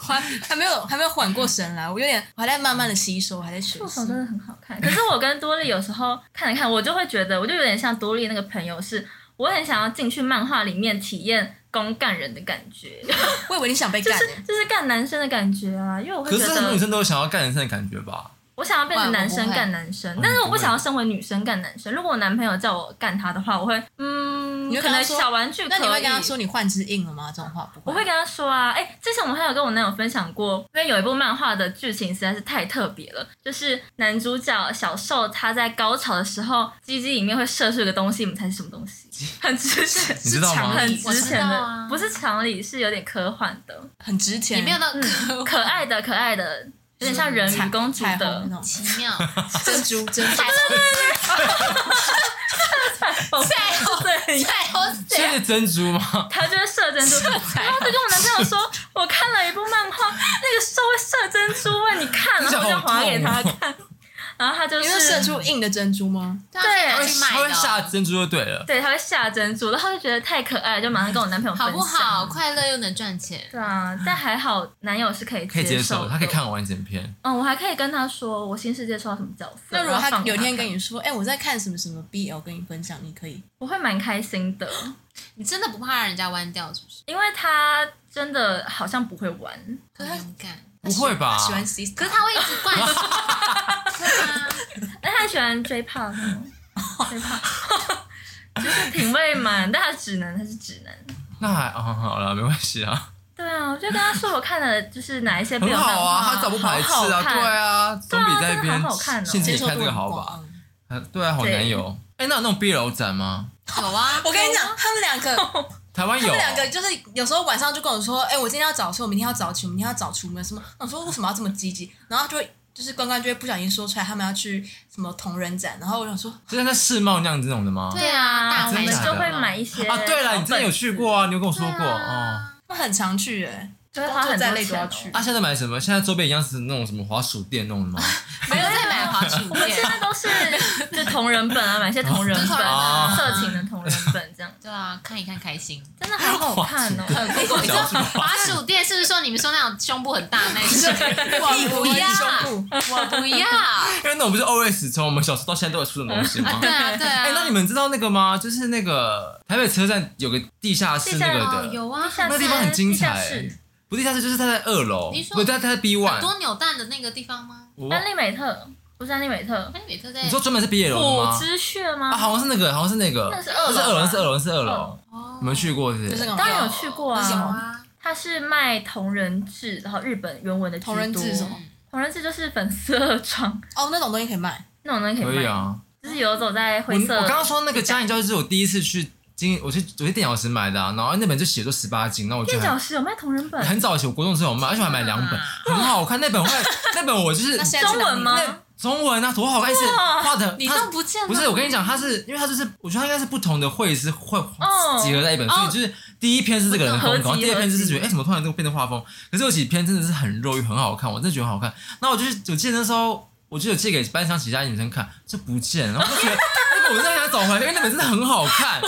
Speaker 2: 还还没有还没有缓过神来，我有点我还在慢慢的吸收，我还在学
Speaker 5: 触手
Speaker 2: 习
Speaker 5: 真。的很好看。可是我跟多利有时候看了看，我就会觉得，我就有点像多利那个朋友是，我很想要进去漫画里面体验公干人的感觉，
Speaker 2: 我以为你想被
Speaker 5: 就
Speaker 2: 干欸
Speaker 5: 是
Speaker 2: 呢，
Speaker 6: 欸
Speaker 5: 就是干男生的感觉啊，因为我会
Speaker 4: 可
Speaker 5: 觉
Speaker 4: 是很多女
Speaker 5: 得
Speaker 4: 生都有想要干人生的感觉吧？
Speaker 5: 我想要变成男生
Speaker 6: 哇我不会
Speaker 5: 干男生
Speaker 2: 哦
Speaker 4: 嗯，
Speaker 5: 但是我不想要身为女生干男生。如果我男朋友叫我干他的话，我会嗯，
Speaker 2: 你会
Speaker 5: 可
Speaker 2: 跟他
Speaker 5: 能
Speaker 2: 说
Speaker 5: 小玩具可以，
Speaker 2: 那你会跟他说你幻肢硬了吗？这种话不
Speaker 5: 我会
Speaker 2: 会。
Speaker 5: 跟他说啊，哎、之前我们还有跟我男友分享过，因为有一部漫画的剧情实在是太特别了，就是男主角小受他在高潮的时候，鸡鸡里面会射出一个东西，我们猜是什么东西？ 很值钱，
Speaker 4: 你知道吗？
Speaker 5: 很值钱
Speaker 6: 我知
Speaker 5: 的，
Speaker 6: 道啊
Speaker 5: 不是常理，是有点科幻的，
Speaker 2: 很值钱，
Speaker 6: 你没有到
Speaker 5: 嗯，
Speaker 6: 可
Speaker 5: 可爱的，可爱的，有点像人
Speaker 2: 嗯彩
Speaker 5: 鱼公主
Speaker 2: 彩虹
Speaker 5: 的
Speaker 2: 那种
Speaker 6: 奇妙，
Speaker 2: 珍珠珍珠
Speaker 6: 彩虹
Speaker 5: 彩虹，对。
Speaker 6: 彩虹是怎
Speaker 4: 所以
Speaker 6: 样
Speaker 4: 是珍珠吗？
Speaker 5: 他就会射珍珠，然后就跟我男朋友说，我看了一部漫画，那个兽会射珍珠，问你看，然后我就划给他看，然后他就
Speaker 2: 你
Speaker 5: 是
Speaker 2: 会射出硬的珍珠吗？
Speaker 6: 对啊，
Speaker 5: 对
Speaker 6: 去买
Speaker 4: 它会下
Speaker 6: 的，
Speaker 4: 珍珠就对了。
Speaker 5: 对，他会下珍珠，然后就觉得太可爱了，就马上跟我男朋友分
Speaker 6: 好
Speaker 5: 享。
Speaker 6: 不好？？快乐又能赚钱，
Speaker 5: 对啊，但还好男友是可以
Speaker 4: 可以接受，
Speaker 5: 受，
Speaker 4: 他可以。看完整片。
Speaker 5: 嗯，我还可以跟他说我新世界抽到什么角色。
Speaker 2: 那如果
Speaker 5: 然后
Speaker 2: 他
Speaker 5: 放
Speaker 2: 有一
Speaker 5: 他
Speaker 2: 天跟
Speaker 5: 看，
Speaker 2: 你说，哎，我在看什么什么 BL，跟你分享，你可以。
Speaker 5: 我会蛮开心的，
Speaker 6: 你真的不怕让人家弯掉是不是？
Speaker 5: 因为他真的好像不会玩，
Speaker 6: 很勇敢，
Speaker 4: 不会吧？
Speaker 2: 喜欢 C，
Speaker 6: 可是他会一直灌输。对啊
Speaker 5: 但他喜欢追炮那 种，追炮。 就是品味蛮，但他直男，他是直男。
Speaker 4: 那还哦，好了，没关系啊，
Speaker 5: 对啊，我就跟他说我看了就是哪一些 BL
Speaker 4: 很
Speaker 5: 漫
Speaker 4: 好
Speaker 5: 画
Speaker 4: 啊，他早不排斥
Speaker 5: 好
Speaker 4: 啊，
Speaker 5: 好看
Speaker 4: 对啊，总比在
Speaker 5: 真
Speaker 4: 一
Speaker 5: 的
Speaker 4: 边
Speaker 5: 好好看哦
Speaker 4: 现在
Speaker 2: 接受
Speaker 4: 看
Speaker 2: 度
Speaker 4: 这个
Speaker 2: 很
Speaker 4: 好吧
Speaker 2: 广？嗯
Speaker 4: 啊对啊，好男友。哎，那有那种 BL 展吗？
Speaker 6: 有啊，
Speaker 2: 我跟你讲，他们两 个，
Speaker 4: 台湾
Speaker 2: 他
Speaker 4: 有
Speaker 2: 们，两个就是有时候晚上就跟我说，哎，我今天要早睡，我明天要早起，我明天要早出门什么。我说为什么要这么积极？然后就会就是关关就会不小心说出来，他们要去什么同人展，然后我想说，
Speaker 4: 就像在世贸那样子那种的吗？
Speaker 6: 对
Speaker 5: 啊，
Speaker 6: 啊，
Speaker 5: 我
Speaker 6: 大
Speaker 5: 们
Speaker 4: 真的假的
Speaker 5: 就会买一些
Speaker 4: 啊，对了，
Speaker 5: 小
Speaker 4: 你之前有
Speaker 5: 本
Speaker 4: 去
Speaker 5: 子
Speaker 4: 过啊，你有跟我说过哦。
Speaker 6: 啊，
Speaker 2: 我很常去哎，
Speaker 5: 就会花很多
Speaker 2: 在
Speaker 5: 钱、
Speaker 2: 累都要
Speaker 5: 哦。
Speaker 2: 去
Speaker 4: 啊，现在买什么？现在周边一样是那种什么滑鼠垫那种的吗？
Speaker 6: 没有在买滑鼠
Speaker 5: 我们现
Speaker 6: 垫。
Speaker 5: 在都是就同人本啊，买一些同人本、
Speaker 6: 哦
Speaker 5: 啊、色情的同人本这样，
Speaker 6: 对啊，看一看开心。
Speaker 5: 真的好好看 哦。
Speaker 2: 很
Speaker 4: 小鼠
Speaker 6: 滑鼠垫是不是说你们说那种胸部很大那一种？
Speaker 2: 屁股
Speaker 6: 不要，
Speaker 2: 胸部，
Speaker 6: 我不要。
Speaker 4: 因为那种不是 OS 从我们小时候到现在都有出的东西吗
Speaker 6: 对？啊，对啊。
Speaker 4: 哎，那你们知道那个吗？就是那个台北车站有个地下室那
Speaker 5: 地下
Speaker 4: 个
Speaker 6: 哦
Speaker 4: 的，
Speaker 6: 有啊，
Speaker 5: 下
Speaker 4: 那
Speaker 5: 室
Speaker 4: 个地方很精彩
Speaker 5: 地下室。
Speaker 4: 不，地下室就是它在二楼
Speaker 6: 你，说
Speaker 4: 不，它它在 B
Speaker 6: 很
Speaker 4: one。
Speaker 6: 多扭蛋的那个地方吗？
Speaker 4: 我忘
Speaker 5: 安利美特，不是安利美特，
Speaker 6: 那美特在
Speaker 4: 你说专门是 BL 的
Speaker 5: 虎
Speaker 4: 吗？
Speaker 5: 之穴吗？
Speaker 4: 啊，好像是那个，好像是那个，
Speaker 5: 那是二楼
Speaker 4: 那是二楼，
Speaker 5: 吧
Speaker 4: 那是二楼，那是二楼。
Speaker 6: 哦
Speaker 4: 你们去过是不？
Speaker 2: 就是是
Speaker 5: 当然有去过
Speaker 2: 那是什么
Speaker 5: 啊，
Speaker 6: 啊，
Speaker 5: 它是卖同人志，然后日本原文的居多
Speaker 2: 同人志什么？
Speaker 5: 同人志就是粉色装
Speaker 2: 哦，那种东西可以卖。
Speaker 5: 那种东西可
Speaker 4: 可
Speaker 5: 以卖，
Speaker 4: 以啊。
Speaker 5: 就是游走在
Speaker 4: 我
Speaker 5: 灰
Speaker 4: 我
Speaker 5: 色。
Speaker 4: 刚刚说那个家庭教室，是我第一次去经，我去我去电脑时买的、啊，然后那本就写作十八禁，那我就
Speaker 5: 垫
Speaker 4: 很
Speaker 5: 脚石有卖同人本，
Speaker 4: 很早以前，我国中的时候有卖，而且我还买两本，很好看。那本我那本我就是
Speaker 2: 那现在
Speaker 5: 中文吗？
Speaker 4: 中文啊，多好看，是
Speaker 5: 哇
Speaker 4: 画的
Speaker 6: 你
Speaker 4: 它
Speaker 6: 都不见 了，
Speaker 4: 不是，我跟你讲，它是因为它就是，我觉得它应该是不同的会师会
Speaker 5: 哦
Speaker 4: 集合在一本，
Speaker 5: 哦
Speaker 4: 所以就是第一篇是这个人的风格，然
Speaker 5: 合
Speaker 4: 后
Speaker 5: 集
Speaker 4: 第二篇就是觉
Speaker 5: 合
Speaker 4: 得，哎，怎么突然就变成画风？可是有几篇真的是很肉欲，很好看，我真的觉得很好看。那我就是，我记得那时候，我就有借给班上其他女生看，就不见了，然后我就觉得。 那本我真的想找回来，因为那本真的很 好看。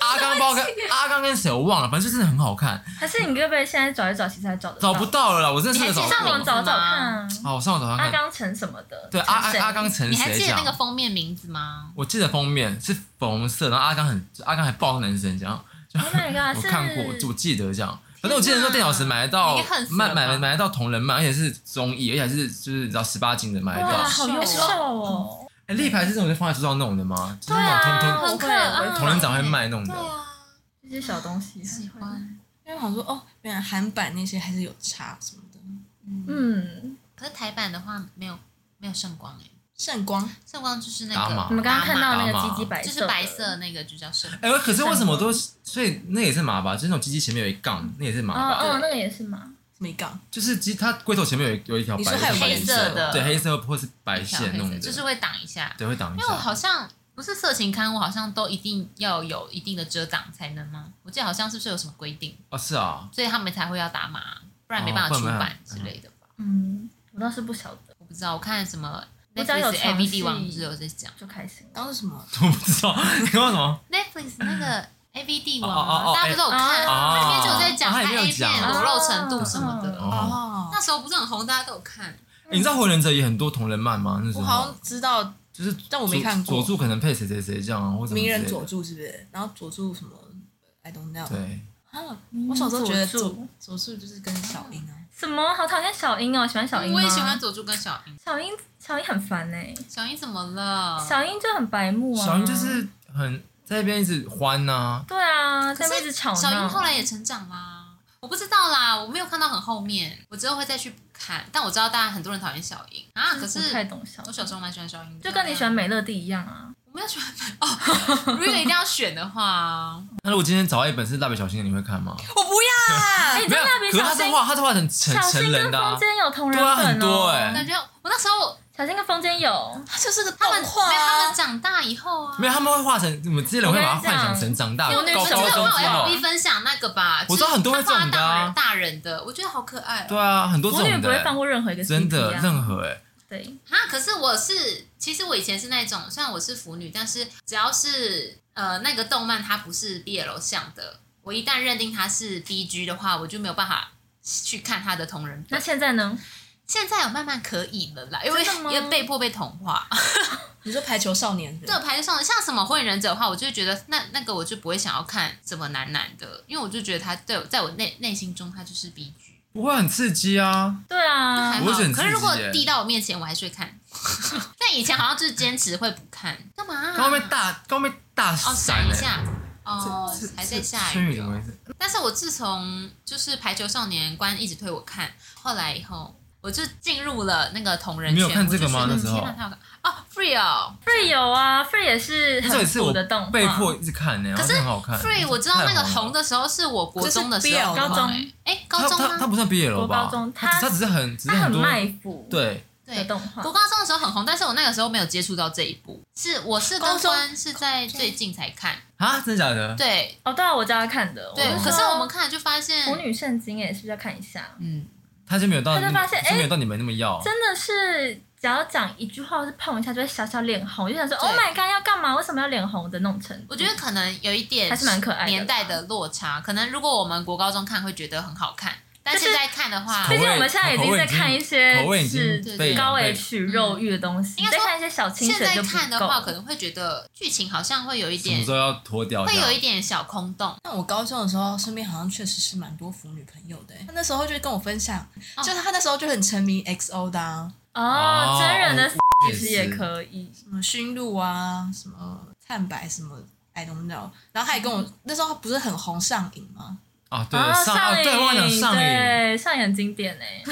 Speaker 4: 阿刚包跟阿刚跟谁我忘了，反正就真的很好看，
Speaker 5: 还是你该不会现在找一找，其实还找得
Speaker 4: 找不到了啦，我真的
Speaker 6: 你还
Speaker 4: 是找
Speaker 6: 记
Speaker 4: 不
Speaker 6: 得
Speaker 5: 上网
Speaker 4: 到。
Speaker 5: 找找看啊，
Speaker 4: 好，我上网找他
Speaker 5: 阿
Speaker 4: 看。
Speaker 5: 刚成什么的？
Speaker 4: 对，阿阿
Speaker 5: 成谁
Speaker 4: 阿刚成
Speaker 6: 你还
Speaker 4: 谁
Speaker 6: 记
Speaker 4: 这
Speaker 6: 得
Speaker 4: 样
Speaker 6: 那个？封面名字吗？
Speaker 4: 我记得封面是粉红色，然后阿刚很阿刚还抱男生这样，就
Speaker 5: Oh my god，
Speaker 4: 我
Speaker 5: 是
Speaker 4: 看过，我记得这样。反正我记得说电脑时买得到
Speaker 6: 你恨死了
Speaker 4: 买买
Speaker 6: 吧
Speaker 4: 买得到同人漫，而且是综艺，而且还是就是你知道十八禁的买得
Speaker 5: 哇，
Speaker 6: 啊
Speaker 4: 到。
Speaker 5: 好优秀哦！
Speaker 4: 哎，立牌是这种就放在桌上弄的吗？就是
Speaker 5: 对
Speaker 4: 那种
Speaker 5: 啊，
Speaker 4: 同
Speaker 5: 我
Speaker 4: 同
Speaker 5: 会
Speaker 6: 很可爱
Speaker 5: 我
Speaker 4: 同人展会卖弄的。
Speaker 6: 啊，
Speaker 5: 这些小东西，
Speaker 6: 喜欢。
Speaker 2: 因为我想说，哦，原来韩版那些还是有差什么的。
Speaker 5: 嗯，
Speaker 6: 可是台版的话没有没有圣光哎，
Speaker 2: 圣光，
Speaker 6: 圣光就是那
Speaker 4: 打
Speaker 6: 个
Speaker 4: 码
Speaker 5: 你们刚刚看到那
Speaker 4: 打码
Speaker 5: 个鸡鸡白
Speaker 6: 就
Speaker 5: 色的，
Speaker 6: 是白色那个就叫圣光。
Speaker 4: 哎，可是为什么都所以那也是麻吧？就是那种鸡鸡前面有一杠，那也是麻
Speaker 5: 哦
Speaker 6: 嗯
Speaker 4: 吧？
Speaker 5: 哦，那个也是嘛。
Speaker 2: 没杠，
Speaker 4: 就是鸡它龟头前面有一有一条
Speaker 2: 你
Speaker 4: 白
Speaker 2: 说还有
Speaker 4: 白
Speaker 2: 黑色
Speaker 6: 的
Speaker 4: 对，黑色或是白
Speaker 6: 小
Speaker 4: 线
Speaker 6: 黑
Speaker 4: 弄
Speaker 6: 色
Speaker 4: 的，
Speaker 6: 就是会挡一下，
Speaker 4: 对会挡一
Speaker 6: 因为我
Speaker 4: 下。
Speaker 6: 好像不是色情刊物，好像都一定要有一定的遮挡才能吗？我记得好像是不是有什么规定，
Speaker 4: 哦，是啊，
Speaker 6: 所以他们才会要打码，不然没办法
Speaker 4: 哦
Speaker 6: 出
Speaker 4: 不然没
Speaker 6: 版
Speaker 4: 办法
Speaker 6: 之类的吧？
Speaker 5: 嗯，我倒是不晓得，
Speaker 6: 我不知道，我看什么
Speaker 5: 我只要有
Speaker 6: Netflix
Speaker 5: 床
Speaker 6: AV
Speaker 5: 戏
Speaker 6: 帝王不是有在讲
Speaker 5: 就开心了。
Speaker 2: 然后是什么？
Speaker 4: 我不知道你刚刚什么。
Speaker 6: Netflix 那个 AV 帝
Speaker 4: 哦哦
Speaker 6: 王
Speaker 4: 哦
Speaker 6: 啊，大家不是有看，
Speaker 4: 哦
Speaker 6: 里面就有在讲
Speaker 4: 哦它里面有
Speaker 6: A 片
Speaker 4: 讲
Speaker 6: 裸露程度什么的。
Speaker 4: 哦，
Speaker 2: 哦，
Speaker 6: 那时候不是很红，大家都有看。
Speaker 4: 你知道《火影忍者》也很多同人漫吗？那时
Speaker 2: 我好
Speaker 4: 候
Speaker 2: 像知道
Speaker 4: 就是佐，
Speaker 2: 但我没看过
Speaker 4: 佐助可能配谁谁谁这样啊，或者什么
Speaker 2: 鸣
Speaker 4: 之
Speaker 2: 人
Speaker 4: 类的
Speaker 2: 佐助是不是？然后佐助什么？I don't know。
Speaker 4: 对，
Speaker 2: 啊，我小时候觉得
Speaker 5: 佐
Speaker 2: 佐
Speaker 5: 助
Speaker 2: 嗯佐助就是跟小樱啊，
Speaker 5: 什么？好讨厌小樱哦，喜欢小樱吗
Speaker 6: 我也喜欢佐助跟小樱，
Speaker 5: 小樱，小樱很烦哎，
Speaker 6: 小樱怎么了？
Speaker 5: 小樱就很白目啊。
Speaker 4: 小樱就是很在那边一直欢呐，
Speaker 5: 对啊，
Speaker 6: 可
Speaker 5: 在那边一直
Speaker 6: 是
Speaker 5: 吵闹。
Speaker 6: 小樱后来也成长啦，我不知道啦，我没有看到很后面，我之后会再去看。但我知道大家很多人讨厌小樱啊，可是
Speaker 5: 不太懂小
Speaker 6: 我
Speaker 5: 樱，
Speaker 6: 小时候蛮喜欢小樱的，
Speaker 5: 就跟你喜欢美乐蒂一样啊。
Speaker 6: 我没有喜欢哦。如果一定要选的话，
Speaker 4: 那如果今天找到一本是《蜡笔小新》，你会看吗？
Speaker 2: 我不要啊！
Speaker 5: 哎，
Speaker 4: 没
Speaker 5: 真
Speaker 4: 有
Speaker 5: 蜡，笔
Speaker 4: 可是
Speaker 5: 小
Speaker 4: 他是
Speaker 5: 新，
Speaker 4: 画，他是画成成
Speaker 5: 小
Speaker 4: 成
Speaker 5: 新
Speaker 4: 人
Speaker 5: 跟
Speaker 4: 的啊
Speaker 5: 风，间有同人
Speaker 4: 对啊
Speaker 5: 本
Speaker 4: 很多
Speaker 5: 哦
Speaker 4: 哎。
Speaker 6: 感觉我那时候
Speaker 5: 小新跟风间有，
Speaker 2: 它就是个
Speaker 6: 他们
Speaker 2: 动画
Speaker 6: 没有他
Speaker 2: 啊
Speaker 6: 们。长大以后啊，
Speaker 4: 没有，他们会画成，我们这些人会把它
Speaker 5: 我跟你
Speaker 4: 幻
Speaker 5: 讲
Speaker 4: 想成长大
Speaker 5: 因为我那时
Speaker 4: 高
Speaker 5: 候
Speaker 6: 我记得
Speaker 4: 高
Speaker 6: 我
Speaker 4: 中之后
Speaker 6: 有，FB 分享那个吧，
Speaker 4: 我知道很多人
Speaker 6: 就是他
Speaker 4: 这种的啊
Speaker 6: 画大人大人的，我觉得好可爱哦。
Speaker 4: 对啊，很多这
Speaker 5: 腐女
Speaker 4: 种
Speaker 5: 不
Speaker 4: 的
Speaker 5: 会放
Speaker 4: 欸，
Speaker 5: 过任何一个 CP 啊
Speaker 4: 真的任何哎，
Speaker 5: 对，
Speaker 6: 啊，可是我是，其实我以前是那种，虽然我是腐女，但是只要是呃那个动漫它不是 BL 向的，我一旦认定它是 BG 的话，我就没有办法去看它的同人
Speaker 5: 那
Speaker 6: 本。
Speaker 5: 现在呢？
Speaker 6: 现在有慢慢可以了啦，因为
Speaker 5: 真的吗
Speaker 6: 也被迫被同化。
Speaker 2: 你说排球少年
Speaker 6: 对，排上像什么火影忍者的话，我就会觉得那那个我就不会想要看什么男男的，因为我就觉得他对我在我内内心中他就是 BG。
Speaker 4: 不会很刺激啊。
Speaker 5: 对啊
Speaker 6: 还，
Speaker 4: 我会
Speaker 6: 好
Speaker 4: 选
Speaker 6: 可
Speaker 4: 自
Speaker 6: 是如
Speaker 4: 己
Speaker 6: 果
Speaker 4: 耶
Speaker 6: 递到我面前，我还是会看。但以前好像就是坚持会不看，干嘛、啊？
Speaker 4: 刚被大，刚被大
Speaker 6: 哦，
Speaker 4: 闪
Speaker 6: 闪一
Speaker 4: 欸，
Speaker 6: 下，哦
Speaker 4: 这，
Speaker 6: 还在下
Speaker 4: 这这
Speaker 6: 雨
Speaker 4: 怎
Speaker 6: 哦、
Speaker 4: 么回事？
Speaker 6: 但是我自从就是《排球少年》官一直推我看，后来以后我就进入了那个同人
Speaker 4: 你
Speaker 6: 圈。
Speaker 4: 有看这个吗
Speaker 6: 我就觉得
Speaker 4: 那时候
Speaker 6: 天哪太好看哦，Free 哦
Speaker 5: Free 有啊，Free 也是
Speaker 4: 这
Speaker 5: 很
Speaker 4: 一次我
Speaker 5: 酷的动画，
Speaker 4: 被迫一直看欸呢，然
Speaker 6: 可
Speaker 4: 后
Speaker 6: 是
Speaker 4: 真的很好看。
Speaker 6: ，Free 我知道那个
Speaker 4: 太
Speaker 6: 红的时候是我国中的时候，
Speaker 2: 这是 BL
Speaker 5: 高中
Speaker 6: 哎、诶
Speaker 4: 他
Speaker 6: 高中
Speaker 4: 他他
Speaker 6: 吗？
Speaker 4: 不算 BL
Speaker 5: 国
Speaker 4: 吧？
Speaker 5: 高中
Speaker 4: 他
Speaker 5: 他
Speaker 4: 只是很只
Speaker 5: 它
Speaker 4: 是
Speaker 5: 很
Speaker 4: 多
Speaker 5: 卖腐
Speaker 4: 对，
Speaker 5: 的
Speaker 6: 对。
Speaker 5: 动画
Speaker 6: 国。高中的时候很红，但是我那个时候没有接触到这一部，是我是
Speaker 2: 高
Speaker 6: 跟
Speaker 2: 中
Speaker 6: 关是在最近才看，
Speaker 4: 啊，真的假的？
Speaker 6: 对
Speaker 5: 哦，对啊，我叫他看的。
Speaker 6: 对
Speaker 5: 就。
Speaker 6: 可是
Speaker 5: 说
Speaker 6: 我们看了就发现
Speaker 5: 腐，女圣经哎，是不是要看一下？
Speaker 6: 嗯，
Speaker 4: 他就没有到，
Speaker 5: 他就发现
Speaker 4: 就没有
Speaker 5: 哎
Speaker 4: 到你们那么要。
Speaker 5: 真的是，只要讲一句话或是碰一下，就会小小脸红，就想说
Speaker 6: 对
Speaker 5: “Oh my god”，要干嘛？为什么要脸红的那种程度？
Speaker 6: 我觉得可能有一点
Speaker 5: 还是蛮可爱的啦
Speaker 6: 年代的落
Speaker 5: 嗯
Speaker 6: 差，可能如果我们国高中看会觉得很好看，但
Speaker 5: 就是
Speaker 6: 现在看的话
Speaker 4: 口
Speaker 5: 毕
Speaker 4: 味
Speaker 5: 竟我们现在已经在看一些
Speaker 4: 口味已经
Speaker 5: 是
Speaker 6: 被
Speaker 5: 高
Speaker 4: 被嗯
Speaker 5: H 肉欲的东西，
Speaker 6: 应该
Speaker 5: 再
Speaker 6: 说
Speaker 5: 看一些小清
Speaker 6: 现
Speaker 5: 水
Speaker 6: 在
Speaker 5: 就不
Speaker 6: 看的
Speaker 5: 够。
Speaker 6: 话可能会觉得剧情好像会有一
Speaker 4: 什么
Speaker 6: 点
Speaker 4: 时，候要脱掉？
Speaker 6: 会
Speaker 4: 这样
Speaker 6: 有一点小空洞。
Speaker 2: 那我高中的时候，身边好像确实是蛮多腐女朋友的、欸。他那时候就跟我分享，就是他那时候就很沉迷 XO 的、啊，
Speaker 5: 哦哦，真人的
Speaker 4: 哦
Speaker 5: 其实也可以。
Speaker 2: 什么驯嗯鹿啊，什么灿白什么，I don't know。然后他也跟我那时候不是很红上瘾吗？
Speaker 4: 啊，对，
Speaker 5: 啊
Speaker 4: 上啊
Speaker 5: 瘾，
Speaker 4: 对，忘了讲上瘾，
Speaker 5: 对，上瘾很经典哎。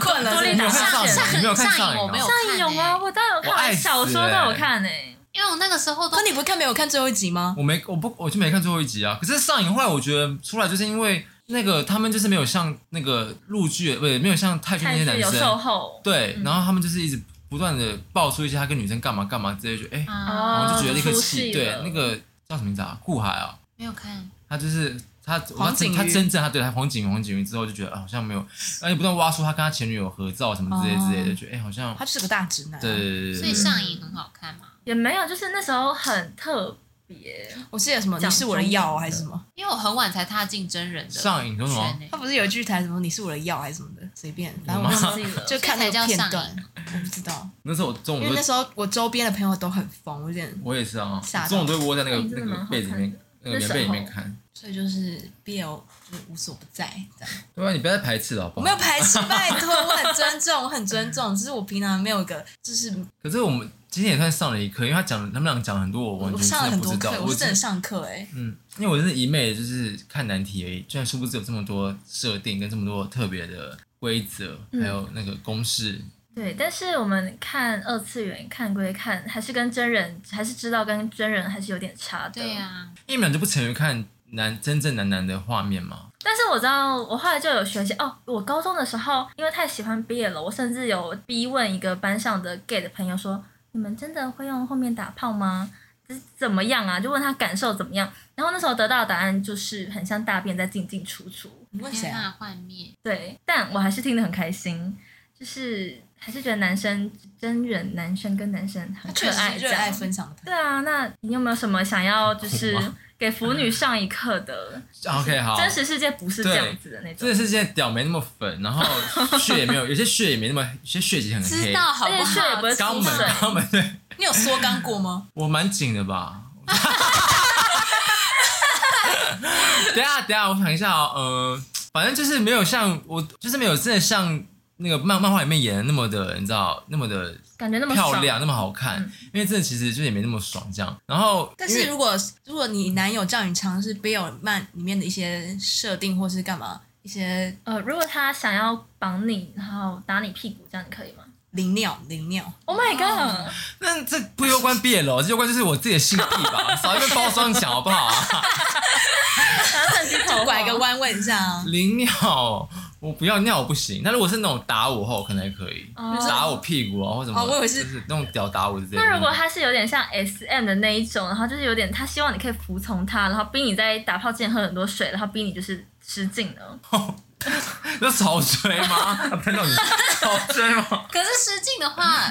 Speaker 2: 困了，
Speaker 5: 多利
Speaker 4: 你
Speaker 5: 达
Speaker 4: 有看
Speaker 5: 上
Speaker 4: 上
Speaker 5: 瘾
Speaker 4: 瘾？你没有看上
Speaker 6: 上瘾我
Speaker 4: 瘾哦吗
Speaker 6: 没有？
Speaker 5: 上瘾有
Speaker 6: 看
Speaker 5: 吗？
Speaker 6: 欸
Speaker 5: 我当然有
Speaker 4: 我爱
Speaker 5: 看，
Speaker 4: 死
Speaker 5: 小说都有
Speaker 4: 欸
Speaker 5: 看诶。
Speaker 6: 因为我那个时候都
Speaker 2: 可你不看没有看最后一集吗？
Speaker 4: 我没，我不，我就没看最后一集啊。可是上瘾后来我觉得出来，就是因为那个他们就是没有像那个陆剧，不对，没有像泰剧那
Speaker 5: 看
Speaker 4: 些
Speaker 5: 剧
Speaker 4: 男
Speaker 5: 有嗯售
Speaker 4: 生，
Speaker 5: 后，
Speaker 4: 对，然后他们就是一直不断的爆出一些他跟女生干嘛干嘛之类，就哎，
Speaker 6: 啊，
Speaker 4: 然后就觉得立刻
Speaker 5: 哦出
Speaker 4: 气。
Speaker 5: 戏
Speaker 4: 对
Speaker 5: 了，
Speaker 4: 那个叫什么名字啊？顾海啊，
Speaker 6: 没有看，
Speaker 4: 他就是他，
Speaker 2: 黄
Speaker 4: 他真
Speaker 2: 景
Speaker 4: 他
Speaker 2: 瑜
Speaker 4: 真正他对他黄景黄景瑜之后就觉得、啊好像 没有，而且不断挖出他跟他前女友合照什么之类
Speaker 2: 哦
Speaker 4: 之类的，觉得哎、好像
Speaker 2: 他就是个大直男。啊
Speaker 4: 对，对对
Speaker 6: 所以
Speaker 4: 对
Speaker 6: 上瘾很好看嘛。
Speaker 5: 也没有，就是那时候很特别。
Speaker 2: 我记得什么你是我的药还是什么？
Speaker 6: 因为我很晚才踏进真人的
Speaker 4: 上瘾有什么
Speaker 6: 圈欸
Speaker 2: 他不是有一句台什么你是我的药还是什么的，随便，反正
Speaker 4: 有吗
Speaker 2: 我
Speaker 5: 忘记 了，
Speaker 2: 就看那个片段，我不知道，
Speaker 4: 那时候我中
Speaker 2: 因
Speaker 4: 午
Speaker 2: 为那
Speaker 4: 都
Speaker 2: 时候我周边的朋友都很疯，我有点，
Speaker 4: 我也是啊
Speaker 2: 吓，到
Speaker 4: 中午都会窝在那个
Speaker 5: 哎真
Speaker 4: 那
Speaker 5: 的蛮
Speaker 4: 个
Speaker 5: 好
Speaker 4: 被子里面
Speaker 5: 看，
Speaker 4: 那个棉被里面看。
Speaker 2: 所以就是 BL 就是无所不在这样。
Speaker 4: 对啊，你不要再排斥了，好不好？
Speaker 2: 我没有排斥，拜托，我很尊重，我很尊重，只是我平常没有一个就是
Speaker 4: 可是我们今天也算上了一课，因为他讲他们俩讲了很多，我完
Speaker 2: 我
Speaker 4: 全
Speaker 2: 上
Speaker 4: 真
Speaker 2: 了
Speaker 4: 的
Speaker 2: 很
Speaker 4: 不
Speaker 2: 多
Speaker 4: 知道
Speaker 2: 课，，
Speaker 4: 我
Speaker 2: 我是
Speaker 4: 真
Speaker 2: 真
Speaker 4: 的
Speaker 2: 的上课哎、
Speaker 4: 嗯，因为我真是一昧就是看难题而已，居然殊不知有这么多设定跟这么多特别的规则，
Speaker 2: 嗯
Speaker 4: 还有那个公式，
Speaker 5: 对，但是我们看二次元看归看，还是跟真人还是知道跟真人还是有点差的。
Speaker 6: 对呀，
Speaker 4: 因为你们俩就不曾于看男真正男男的画面吗？
Speaker 5: 但是我知道，我后来就有学习哦。我高中的时候，因为太喜欢 BL 了，我甚至有逼问一个班上的 gay 的朋友说：“你们真的会用后面打炮吗？这是怎么样啊？”就问他感受怎么样。然后那时候得到的答案就是很像大便在进进出出。
Speaker 2: 你问谁
Speaker 6: 天
Speaker 2: 啊？
Speaker 6: 呐，幻灭，
Speaker 5: 对，但我还是听得很开心，就是还是觉得男生真人男生跟男生
Speaker 2: 他
Speaker 5: 很可
Speaker 2: 确实
Speaker 5: 爱，
Speaker 2: 是热爱分享的朋
Speaker 5: 对啊，那你有没有什么想要就是给腐女上一课的？
Speaker 4: 啊 OK，好，
Speaker 5: 真实世界不是这样子的那种
Speaker 4: 真的。是现在屌没那么粉，然后血也没有，有 些血也没那么，有些血迹很
Speaker 6: 知
Speaker 4: 黑，
Speaker 6: 道好
Speaker 5: 而且
Speaker 6: 不
Speaker 5: 血也不
Speaker 6: 好
Speaker 5: 会？
Speaker 4: 肛
Speaker 5: 出
Speaker 4: 门
Speaker 5: 水，
Speaker 4: 肛门对，
Speaker 2: 友。你有缩肛过吗？
Speaker 4: 我蛮紧的吧。 等一下等一下，我想一下哦，呃，反正就是没有像我，就是没有真的像那个漫漫画里面演的那么的，你知道那么的
Speaker 5: 感觉那么
Speaker 4: 漂
Speaker 5: 爽。
Speaker 4: 亮，那么好看，
Speaker 5: 嗯
Speaker 4: 因为真的其实就也没那么爽这样。然后
Speaker 2: 但
Speaker 4: 因为
Speaker 2: 是如果如果你男友叫你尝试 BL 漫里面的一些设定或是干嘛一些
Speaker 5: 呃，如果他想要绑你，然后打你屁股，这样你可以吗
Speaker 2: 灵尿灵尿，
Speaker 5: ？Oh my god！
Speaker 4: 那这不攸关毕业楼，这攸关就是我自己的性癖 吧，少一个包装讲好不好啊？
Speaker 5: 然后趁机头
Speaker 6: 哦
Speaker 5: 哦
Speaker 2: 就拐个
Speaker 5: 滑，
Speaker 2: 弯问一下啊。
Speaker 6: 嗯
Speaker 4: 淋尿，我不要尿我不行。那如果是那种打我后，可能还可以，
Speaker 5: 哦
Speaker 4: 打我屁股啊，或什么，
Speaker 2: 哦我以为是
Speaker 4: 就是那种屌打我之类的。
Speaker 5: 那如果他是有点像 S M 的那一种，然后就是有点他希望你可以服从他，然后逼你在打炮之前喝很多水，然后逼你就是失禁呢？
Speaker 4: 那少吹 吗？喷到你少吹吗？
Speaker 6: 可是失禁的话，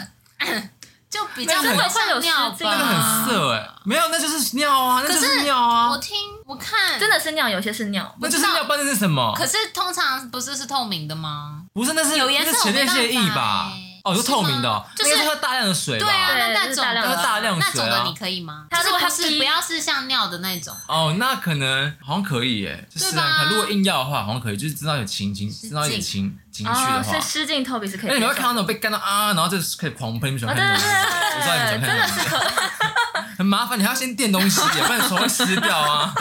Speaker 6: 就比较
Speaker 4: 那
Speaker 6: 不
Speaker 4: 很
Speaker 6: 会上尿
Speaker 5: 会有失禁
Speaker 4: 那个
Speaker 6: 吧
Speaker 5: 啊
Speaker 4: 很。色哎、没有，那就是尿啊，那
Speaker 6: 可
Speaker 4: 就是
Speaker 6: 是
Speaker 4: 尿啊
Speaker 6: 我，听我看
Speaker 5: 真的是尿，有些是尿。
Speaker 4: 那就是尿，不然那是什么？
Speaker 6: 可是通常不是是透明的吗？
Speaker 4: 不是，那是
Speaker 6: 有颜色
Speaker 4: 那是前列腺
Speaker 6: 我
Speaker 4: 液
Speaker 6: 没办法
Speaker 4: 吧
Speaker 6: 欸？
Speaker 4: 哦，是透明的哦，那
Speaker 6: 是吗就是
Speaker 4: 个喝大量的水吧？
Speaker 6: 对啊，那
Speaker 5: 对
Speaker 6: 那种
Speaker 5: 那
Speaker 6: 的
Speaker 5: 是
Speaker 4: 大量
Speaker 6: 那种
Speaker 4: 水啊
Speaker 6: 的你可以吗？
Speaker 5: 他如果
Speaker 6: 就是
Speaker 5: 他
Speaker 6: 不是
Speaker 5: 逼
Speaker 6: 不要是像尿的那种，
Speaker 4: 哦，那可能好像可以耶，就试试
Speaker 6: 对吧
Speaker 4: 看。如果硬要的话，好像可以，就是知道有情情，知道有点情情绪
Speaker 5: 哦
Speaker 4: 的，
Speaker 5: 所
Speaker 4: 话
Speaker 5: 以，失禁 Toby 是可以接受
Speaker 4: 那
Speaker 5: 的。
Speaker 4: 你们会看到那种被干到啊，然后就是可以狂喷，你们喜
Speaker 5: 啊，
Speaker 4: 欢
Speaker 5: 对
Speaker 4: 看
Speaker 5: 对对，
Speaker 4: 那种，我知道你
Speaker 5: 真
Speaker 4: 们喜欢看那
Speaker 5: 的
Speaker 4: 种
Speaker 5: 是可
Speaker 4: 很麻烦，你还要先垫东西，不然手会湿掉啊。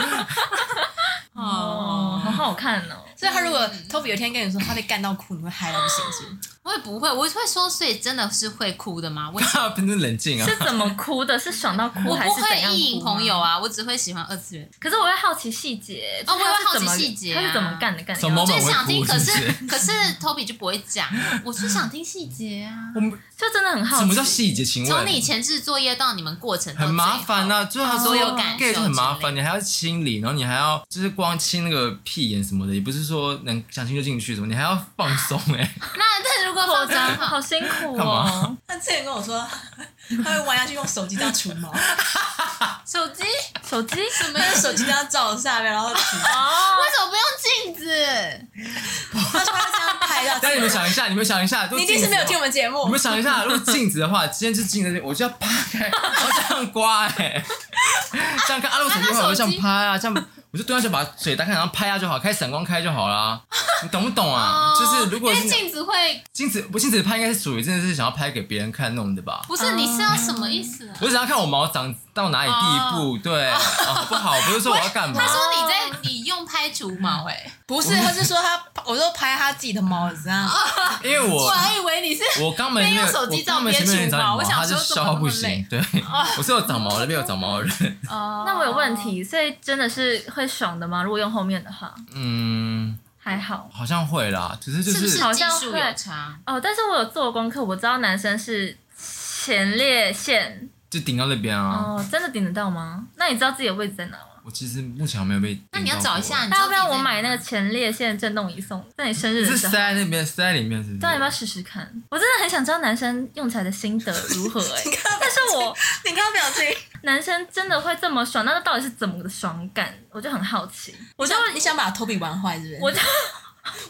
Speaker 5: 哦，好好看 哦。
Speaker 2: 所以他如果 Toby 有一天跟你说他被干到哭，你会嗨到不行是不是？
Speaker 6: 我也不会，我会说，所以真的是会哭 的吗？我
Speaker 4: 真的冷静啊
Speaker 5: 是！怎么哭的？是爽到哭
Speaker 6: 我
Speaker 5: 还
Speaker 6: 不
Speaker 5: 是怎
Speaker 6: 会
Speaker 5: 样
Speaker 6: 意
Speaker 5: 哭吗
Speaker 6: 淫朋友？啊，我只会喜欢二次元，
Speaker 5: 可是我会好奇细节，
Speaker 6: 哦
Speaker 5: 就是他是
Speaker 6: 我也会好奇
Speaker 5: 怎么
Speaker 6: 细节啊
Speaker 5: 他是怎么干的？干的
Speaker 4: 什么
Speaker 6: 就是想听，可
Speaker 4: 是不
Speaker 6: 是可是 Toby 就不会讲，啊我是想听细节啊。
Speaker 4: 我们
Speaker 5: 就真的很好奇。
Speaker 4: 什么叫细节？请
Speaker 6: 从
Speaker 4: 问
Speaker 6: 你前置作业到你们过程
Speaker 4: 很麻烦
Speaker 6: 啊。
Speaker 4: 呐，就是他
Speaker 6: 所
Speaker 4: 说
Speaker 6: 有感受
Speaker 4: gay 就很麻
Speaker 6: 之
Speaker 4: 烦，
Speaker 6: 类
Speaker 4: 你还要清理，然后你还要就是光清那个屁眼什么的，也不是说能想进就进去什么，你还要放松哎。
Speaker 6: 那那如果
Speaker 5: 扩
Speaker 6: 放
Speaker 5: 张，
Speaker 6: 张好，
Speaker 5: 好辛苦哦
Speaker 4: 干嘛。
Speaker 2: 他之前跟我说他会弯下去用手机这样除毛，
Speaker 6: 手机为
Speaker 5: 手机什么？
Speaker 2: 他用手机这样照下面，然后除毛。
Speaker 5: 哦，
Speaker 6: 什么不用镜子？
Speaker 2: 他说 他这样拍到自
Speaker 4: 但
Speaker 2: 己，
Speaker 4: 你们想一下，你们想一下，如果
Speaker 2: 你一定是没有听我们节目
Speaker 4: 你。们想一下，如果镜子的话，今天就镜子，我就要趴开，然后这样刮哎、欸，这样看啊，如果手机的话，我就这样拍啊，这样我就蹲下去把水打开，然后拍下啊就好，开闪光开就好啦。你懂不懂啊？就是如果
Speaker 6: 哦因
Speaker 4: 是
Speaker 6: 为镜子会，
Speaker 4: 镜子不镜子拍，应该是属于真的是想要拍给别人看那种的吧？
Speaker 6: 不是你是要什么意思啊？
Speaker 4: 我只要看我毛长到哪里第一步，对，哦不好，不是说我要干嘛
Speaker 6: 他。说你在你用拍竹毛哎，
Speaker 2: 不是，他是说他，我说拍他自己的啊毛，这样。
Speaker 4: 因为我
Speaker 6: 我还以为你是
Speaker 4: 我肛门
Speaker 6: 边用
Speaker 4: 那个
Speaker 6: 手机
Speaker 4: 我
Speaker 6: 照
Speaker 4: 肛门
Speaker 6: 边
Speaker 4: 前面有
Speaker 6: 除
Speaker 4: 人长
Speaker 6: 毛
Speaker 4: 毛，
Speaker 6: 我想
Speaker 4: 它是
Speaker 6: 说怎
Speaker 4: 消
Speaker 6: 么
Speaker 4: 化
Speaker 6: 那
Speaker 4: 不
Speaker 6: 么
Speaker 4: 行
Speaker 6: 累。
Speaker 4: 对，我是有长毛的，没有长毛的人。
Speaker 6: 哦
Speaker 5: 那我有问，题，所以真的是会爽的吗？如果用后面的话，
Speaker 4: 嗯，还
Speaker 5: 好
Speaker 4: 好像会啦，只是就是
Speaker 6: 不是
Speaker 5: 好
Speaker 6: 技
Speaker 5: 像
Speaker 6: 术
Speaker 5: 会
Speaker 6: 有差？
Speaker 5: 哦，但是我有做功课，我知道男生是前列腺
Speaker 4: 就顶到那边
Speaker 6: 嗯
Speaker 4: 啊。
Speaker 5: 哦，真的顶得到吗？那你知道自己的位置在哪吗？
Speaker 4: 我其实目前还没有被。
Speaker 6: 那你要找一下，。你知
Speaker 5: 那
Speaker 6: 道
Speaker 5: 要不要
Speaker 6: 自己
Speaker 5: 我
Speaker 6: 在
Speaker 5: 买那个前列腺震动仪送你，在你生日
Speaker 4: 是
Speaker 5: 的时
Speaker 4: 塞
Speaker 5: 候？
Speaker 4: 在那边，塞在里面是不
Speaker 5: 不知道你要不要
Speaker 4: 是？
Speaker 5: 试试看？我真的很想知道男生用起来的心得如何哎、 但是我
Speaker 2: 你看表情，
Speaker 5: 男生真的会这么爽，那到底是怎么个爽感？我就很好奇，
Speaker 2: 我就你想把 Toby 玩坏是不是？
Speaker 5: 我就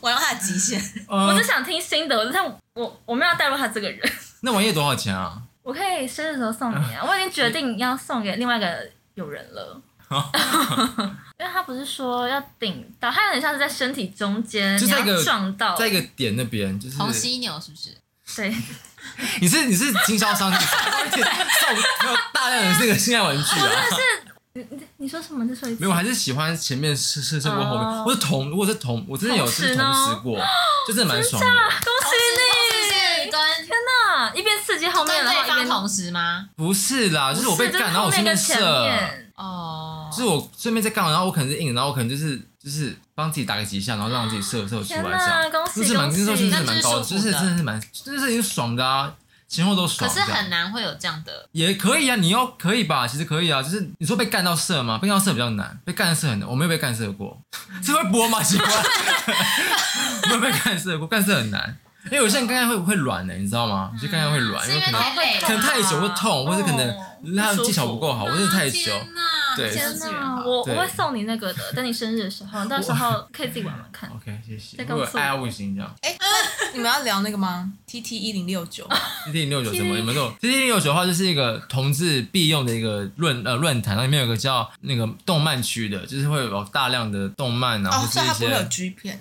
Speaker 2: 玩到他的极限。
Speaker 5: 我
Speaker 4: 呃
Speaker 5: 就，想听心得，但我我没有要带入他这个人。
Speaker 4: 那玩意多少钱啊？
Speaker 5: 我可以生日的时候送你啊！我已经决定要送给另外一个友人了。
Speaker 4: 哦
Speaker 5: 因为他不是说要顶到，他有点像是在身体中间，
Speaker 4: 就
Speaker 5: 你
Speaker 4: 在一个
Speaker 5: 要撞到，
Speaker 4: 在一个点那边，就是
Speaker 6: 红犀牛是不是？
Speaker 5: 对，
Speaker 4: 你是你是经销商，你是而且送没有大量的这个性爱 玩具
Speaker 5: 哦
Speaker 4: 啊。
Speaker 5: 你说什么？再说一次。
Speaker 4: 没有，我还啊是喜欢前面试试试过后面，
Speaker 5: 哦
Speaker 4: 或是同，如果是同，我真的有是同时过，就真的蛮爽的。
Speaker 5: 哦恭
Speaker 6: 同时
Speaker 5: 喜
Speaker 6: 是
Speaker 5: 你！
Speaker 6: 跟
Speaker 5: 天哪，一边刺激后面，
Speaker 6: 跟
Speaker 5: 然后
Speaker 6: 对
Speaker 5: 一边
Speaker 6: 方同时吗？
Speaker 4: 不是啦，就是我被
Speaker 5: 不是
Speaker 4: 干，
Speaker 5: 就是
Speaker 4: 然后
Speaker 5: 后
Speaker 4: 我顺
Speaker 5: 面跟
Speaker 4: 射
Speaker 5: 前，面。
Speaker 6: 哦，
Speaker 4: 就是我顺便在干完，然后我可能是硬的，然后我可能就是就是帮自己打个几下，然后让自己射射出来
Speaker 5: 天
Speaker 4: 这
Speaker 5: 哪，
Speaker 4: 样，
Speaker 5: 恭
Speaker 6: 啊
Speaker 4: 那
Speaker 5: 喜
Speaker 4: 是蛮
Speaker 5: 恭
Speaker 4: 那时候
Speaker 5: 喜！
Speaker 4: 是蛮高的，就
Speaker 6: 那就是是舒服的
Speaker 4: 真的是蛮，就是已经爽的啊，前后都
Speaker 6: 可
Speaker 4: 爽。
Speaker 6: 是很难会有这样的。
Speaker 4: 也可以啊，你要可以吧？其实可以啊，就是你说被干到射吗？被干到射比较难，被干射很难。我没有被干射过， 这会播吗？奇怪， 没有被干射过，干射很难。因为有些人刚刚会会软欸的、你知道吗？有些刚刚会软，
Speaker 6: 嗯是
Speaker 4: 因
Speaker 6: 因
Speaker 4: 为可
Speaker 6: 为
Speaker 4: 能
Speaker 6: 太累了，
Speaker 4: 可能太久会痛，或者可
Speaker 5: 哦
Speaker 4: 能他技巧不够好，
Speaker 6: 啊
Speaker 4: 或者太久。
Speaker 6: 天哪
Speaker 4: 对
Speaker 5: 天哪，
Speaker 6: 我
Speaker 5: 我我
Speaker 4: 对
Speaker 5: 会送你那个的，等你生日的时候，到时候可以自己玩玩看。
Speaker 4: OK，谢谢。
Speaker 5: 再
Speaker 4: 如
Speaker 5: 告诉
Speaker 4: 果
Speaker 5: 我
Speaker 4: 爱到不行这样
Speaker 2: 你们要聊那个吗？TT 一零六九，
Speaker 4: ，T T 六九什么？你们都 T T 六九的话，就是一个同志必用的一个论呃论坛，然后里面有个叫那个动漫区的，就是会有大量的动漫啊，
Speaker 2: 哦
Speaker 4: 或，是
Speaker 2: 所以
Speaker 4: 一
Speaker 2: 他不会有
Speaker 4: 些
Speaker 2: G 片。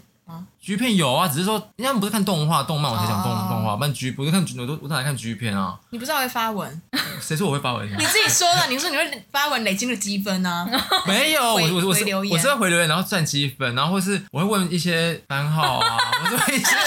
Speaker 4: G 片有啊，只是说因为他们不是看动画动漫，我才讲动
Speaker 2: 哦
Speaker 4: 动画，不然 G 我就看我都我哪来看 G 片啊？
Speaker 2: 你不知道会发文，
Speaker 4: 谁说我会发 文？
Speaker 2: 你自己说的，你说你会发文累积了积分 呢、啊？
Speaker 4: 没有，我
Speaker 2: 回
Speaker 4: 我我
Speaker 2: 回
Speaker 4: 是
Speaker 2: 留言
Speaker 4: 我是会回留言，然后赚积分，然后或是我会问一些番号啊， 我是会一些
Speaker 2: 啊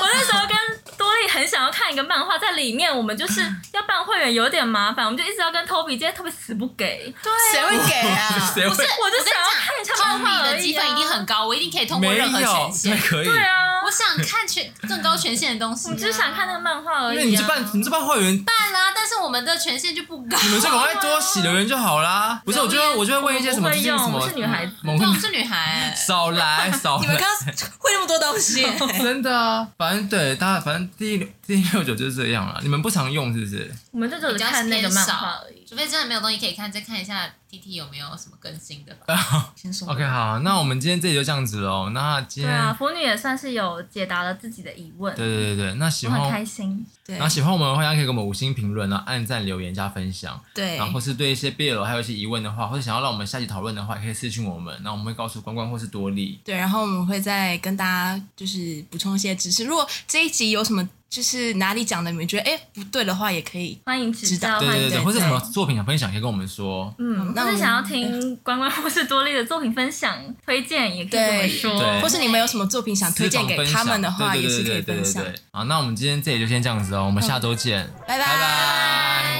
Speaker 5: 我那时候跟多利很想要看一个漫画，在里面我们 就是要办会员有点麻烦，我们就一直要跟 Toby 接，Toby 死不给，
Speaker 2: 谁会给 啊？
Speaker 4: 谁会
Speaker 5: 我就想要看一下漫
Speaker 6: 通
Speaker 5: 画
Speaker 6: 你
Speaker 5: 而已、啊。
Speaker 6: 的积分一定很高，我一定可以通过
Speaker 4: 没
Speaker 6: 任何
Speaker 4: 有
Speaker 6: 权，
Speaker 4: 那
Speaker 6: 限。
Speaker 4: 可以。
Speaker 5: 对啊，
Speaker 6: 我想看权更高权限的东西啊，
Speaker 5: 我只是想看那个漫画而已、
Speaker 4: 因
Speaker 5: 啊。
Speaker 4: 为你这办你这办会员，你
Speaker 6: 办啦，但是我们的权限就不高。
Speaker 4: 们就赶快多洗留言就好 啦。不是，我就会我就会问一些什么
Speaker 5: 我不会
Speaker 4: 最近
Speaker 5: 用
Speaker 4: 什
Speaker 5: 我
Speaker 4: 么嗯
Speaker 5: 是女孩子
Speaker 4: 蒙
Speaker 6: 对，啊我是女 孩，
Speaker 4: 少来少
Speaker 2: 你们
Speaker 4: 来，
Speaker 2: 刚刚会那么多东西、
Speaker 4: 真的啊，反正对，大家反正第六第六九就是这样了。你们不常用是不是？
Speaker 5: 我们就只
Speaker 6: 比
Speaker 5: 有
Speaker 6: 较
Speaker 5: 看那个
Speaker 6: 偏
Speaker 5: 漫
Speaker 6: 少
Speaker 5: 画而
Speaker 4: 嗯
Speaker 5: 已。
Speaker 6: 除非真的没有东西可以看，再看一下 T T 有没有什么更新的吧。
Speaker 2: 先说
Speaker 4: OK，好，那我们今天这里就这样子喽。那今
Speaker 5: 对
Speaker 4: 天、
Speaker 5: 啊，腐女也算是有解答了自己的疑问，
Speaker 4: 对对对对，那喜
Speaker 5: 我
Speaker 4: 欢哦
Speaker 5: 很开心。
Speaker 2: 对
Speaker 4: 然后喜欢我们的话，大家可以给我们五星评论，然后按赞、留言、加分享。
Speaker 2: 对
Speaker 4: 然后或是对一些 BL 还有一些疑问的话，或者想要让我们下期讨论的话，也可以私信我们，然后我们会告诉关关或是多利。
Speaker 2: 对，然后我们会再跟大家就是补充一些知识。如果这一集有什么就是哪里讲的你们觉得哎不对的话，也可以。
Speaker 5: 欢迎指
Speaker 2: 知
Speaker 5: 教，
Speaker 2: 道
Speaker 4: 对
Speaker 5: 欢
Speaker 4: 对
Speaker 5: 迎
Speaker 4: 对
Speaker 5: 指
Speaker 4: 对，
Speaker 5: 教。
Speaker 4: 或是什么作品想分享，可以跟我们说。
Speaker 5: 嗯，
Speaker 2: 那
Speaker 5: 或
Speaker 2: 我
Speaker 5: 是
Speaker 2: 们
Speaker 5: 想要听关关或是多利的作品分享、推荐，也可以跟我们
Speaker 2: 对
Speaker 4: 对
Speaker 5: 说。
Speaker 2: 或是你们有什么作品想推荐给他们的话，
Speaker 4: 对
Speaker 2: 也
Speaker 4: 对
Speaker 2: 是
Speaker 4: 对
Speaker 2: 可以
Speaker 4: 对对
Speaker 2: 分
Speaker 4: 对
Speaker 2: 享
Speaker 4: 对。对好，那我们今天这里就先这样子哦，我们下周见，
Speaker 2: 拜
Speaker 4: 拜
Speaker 2: 拜
Speaker 4: 拜。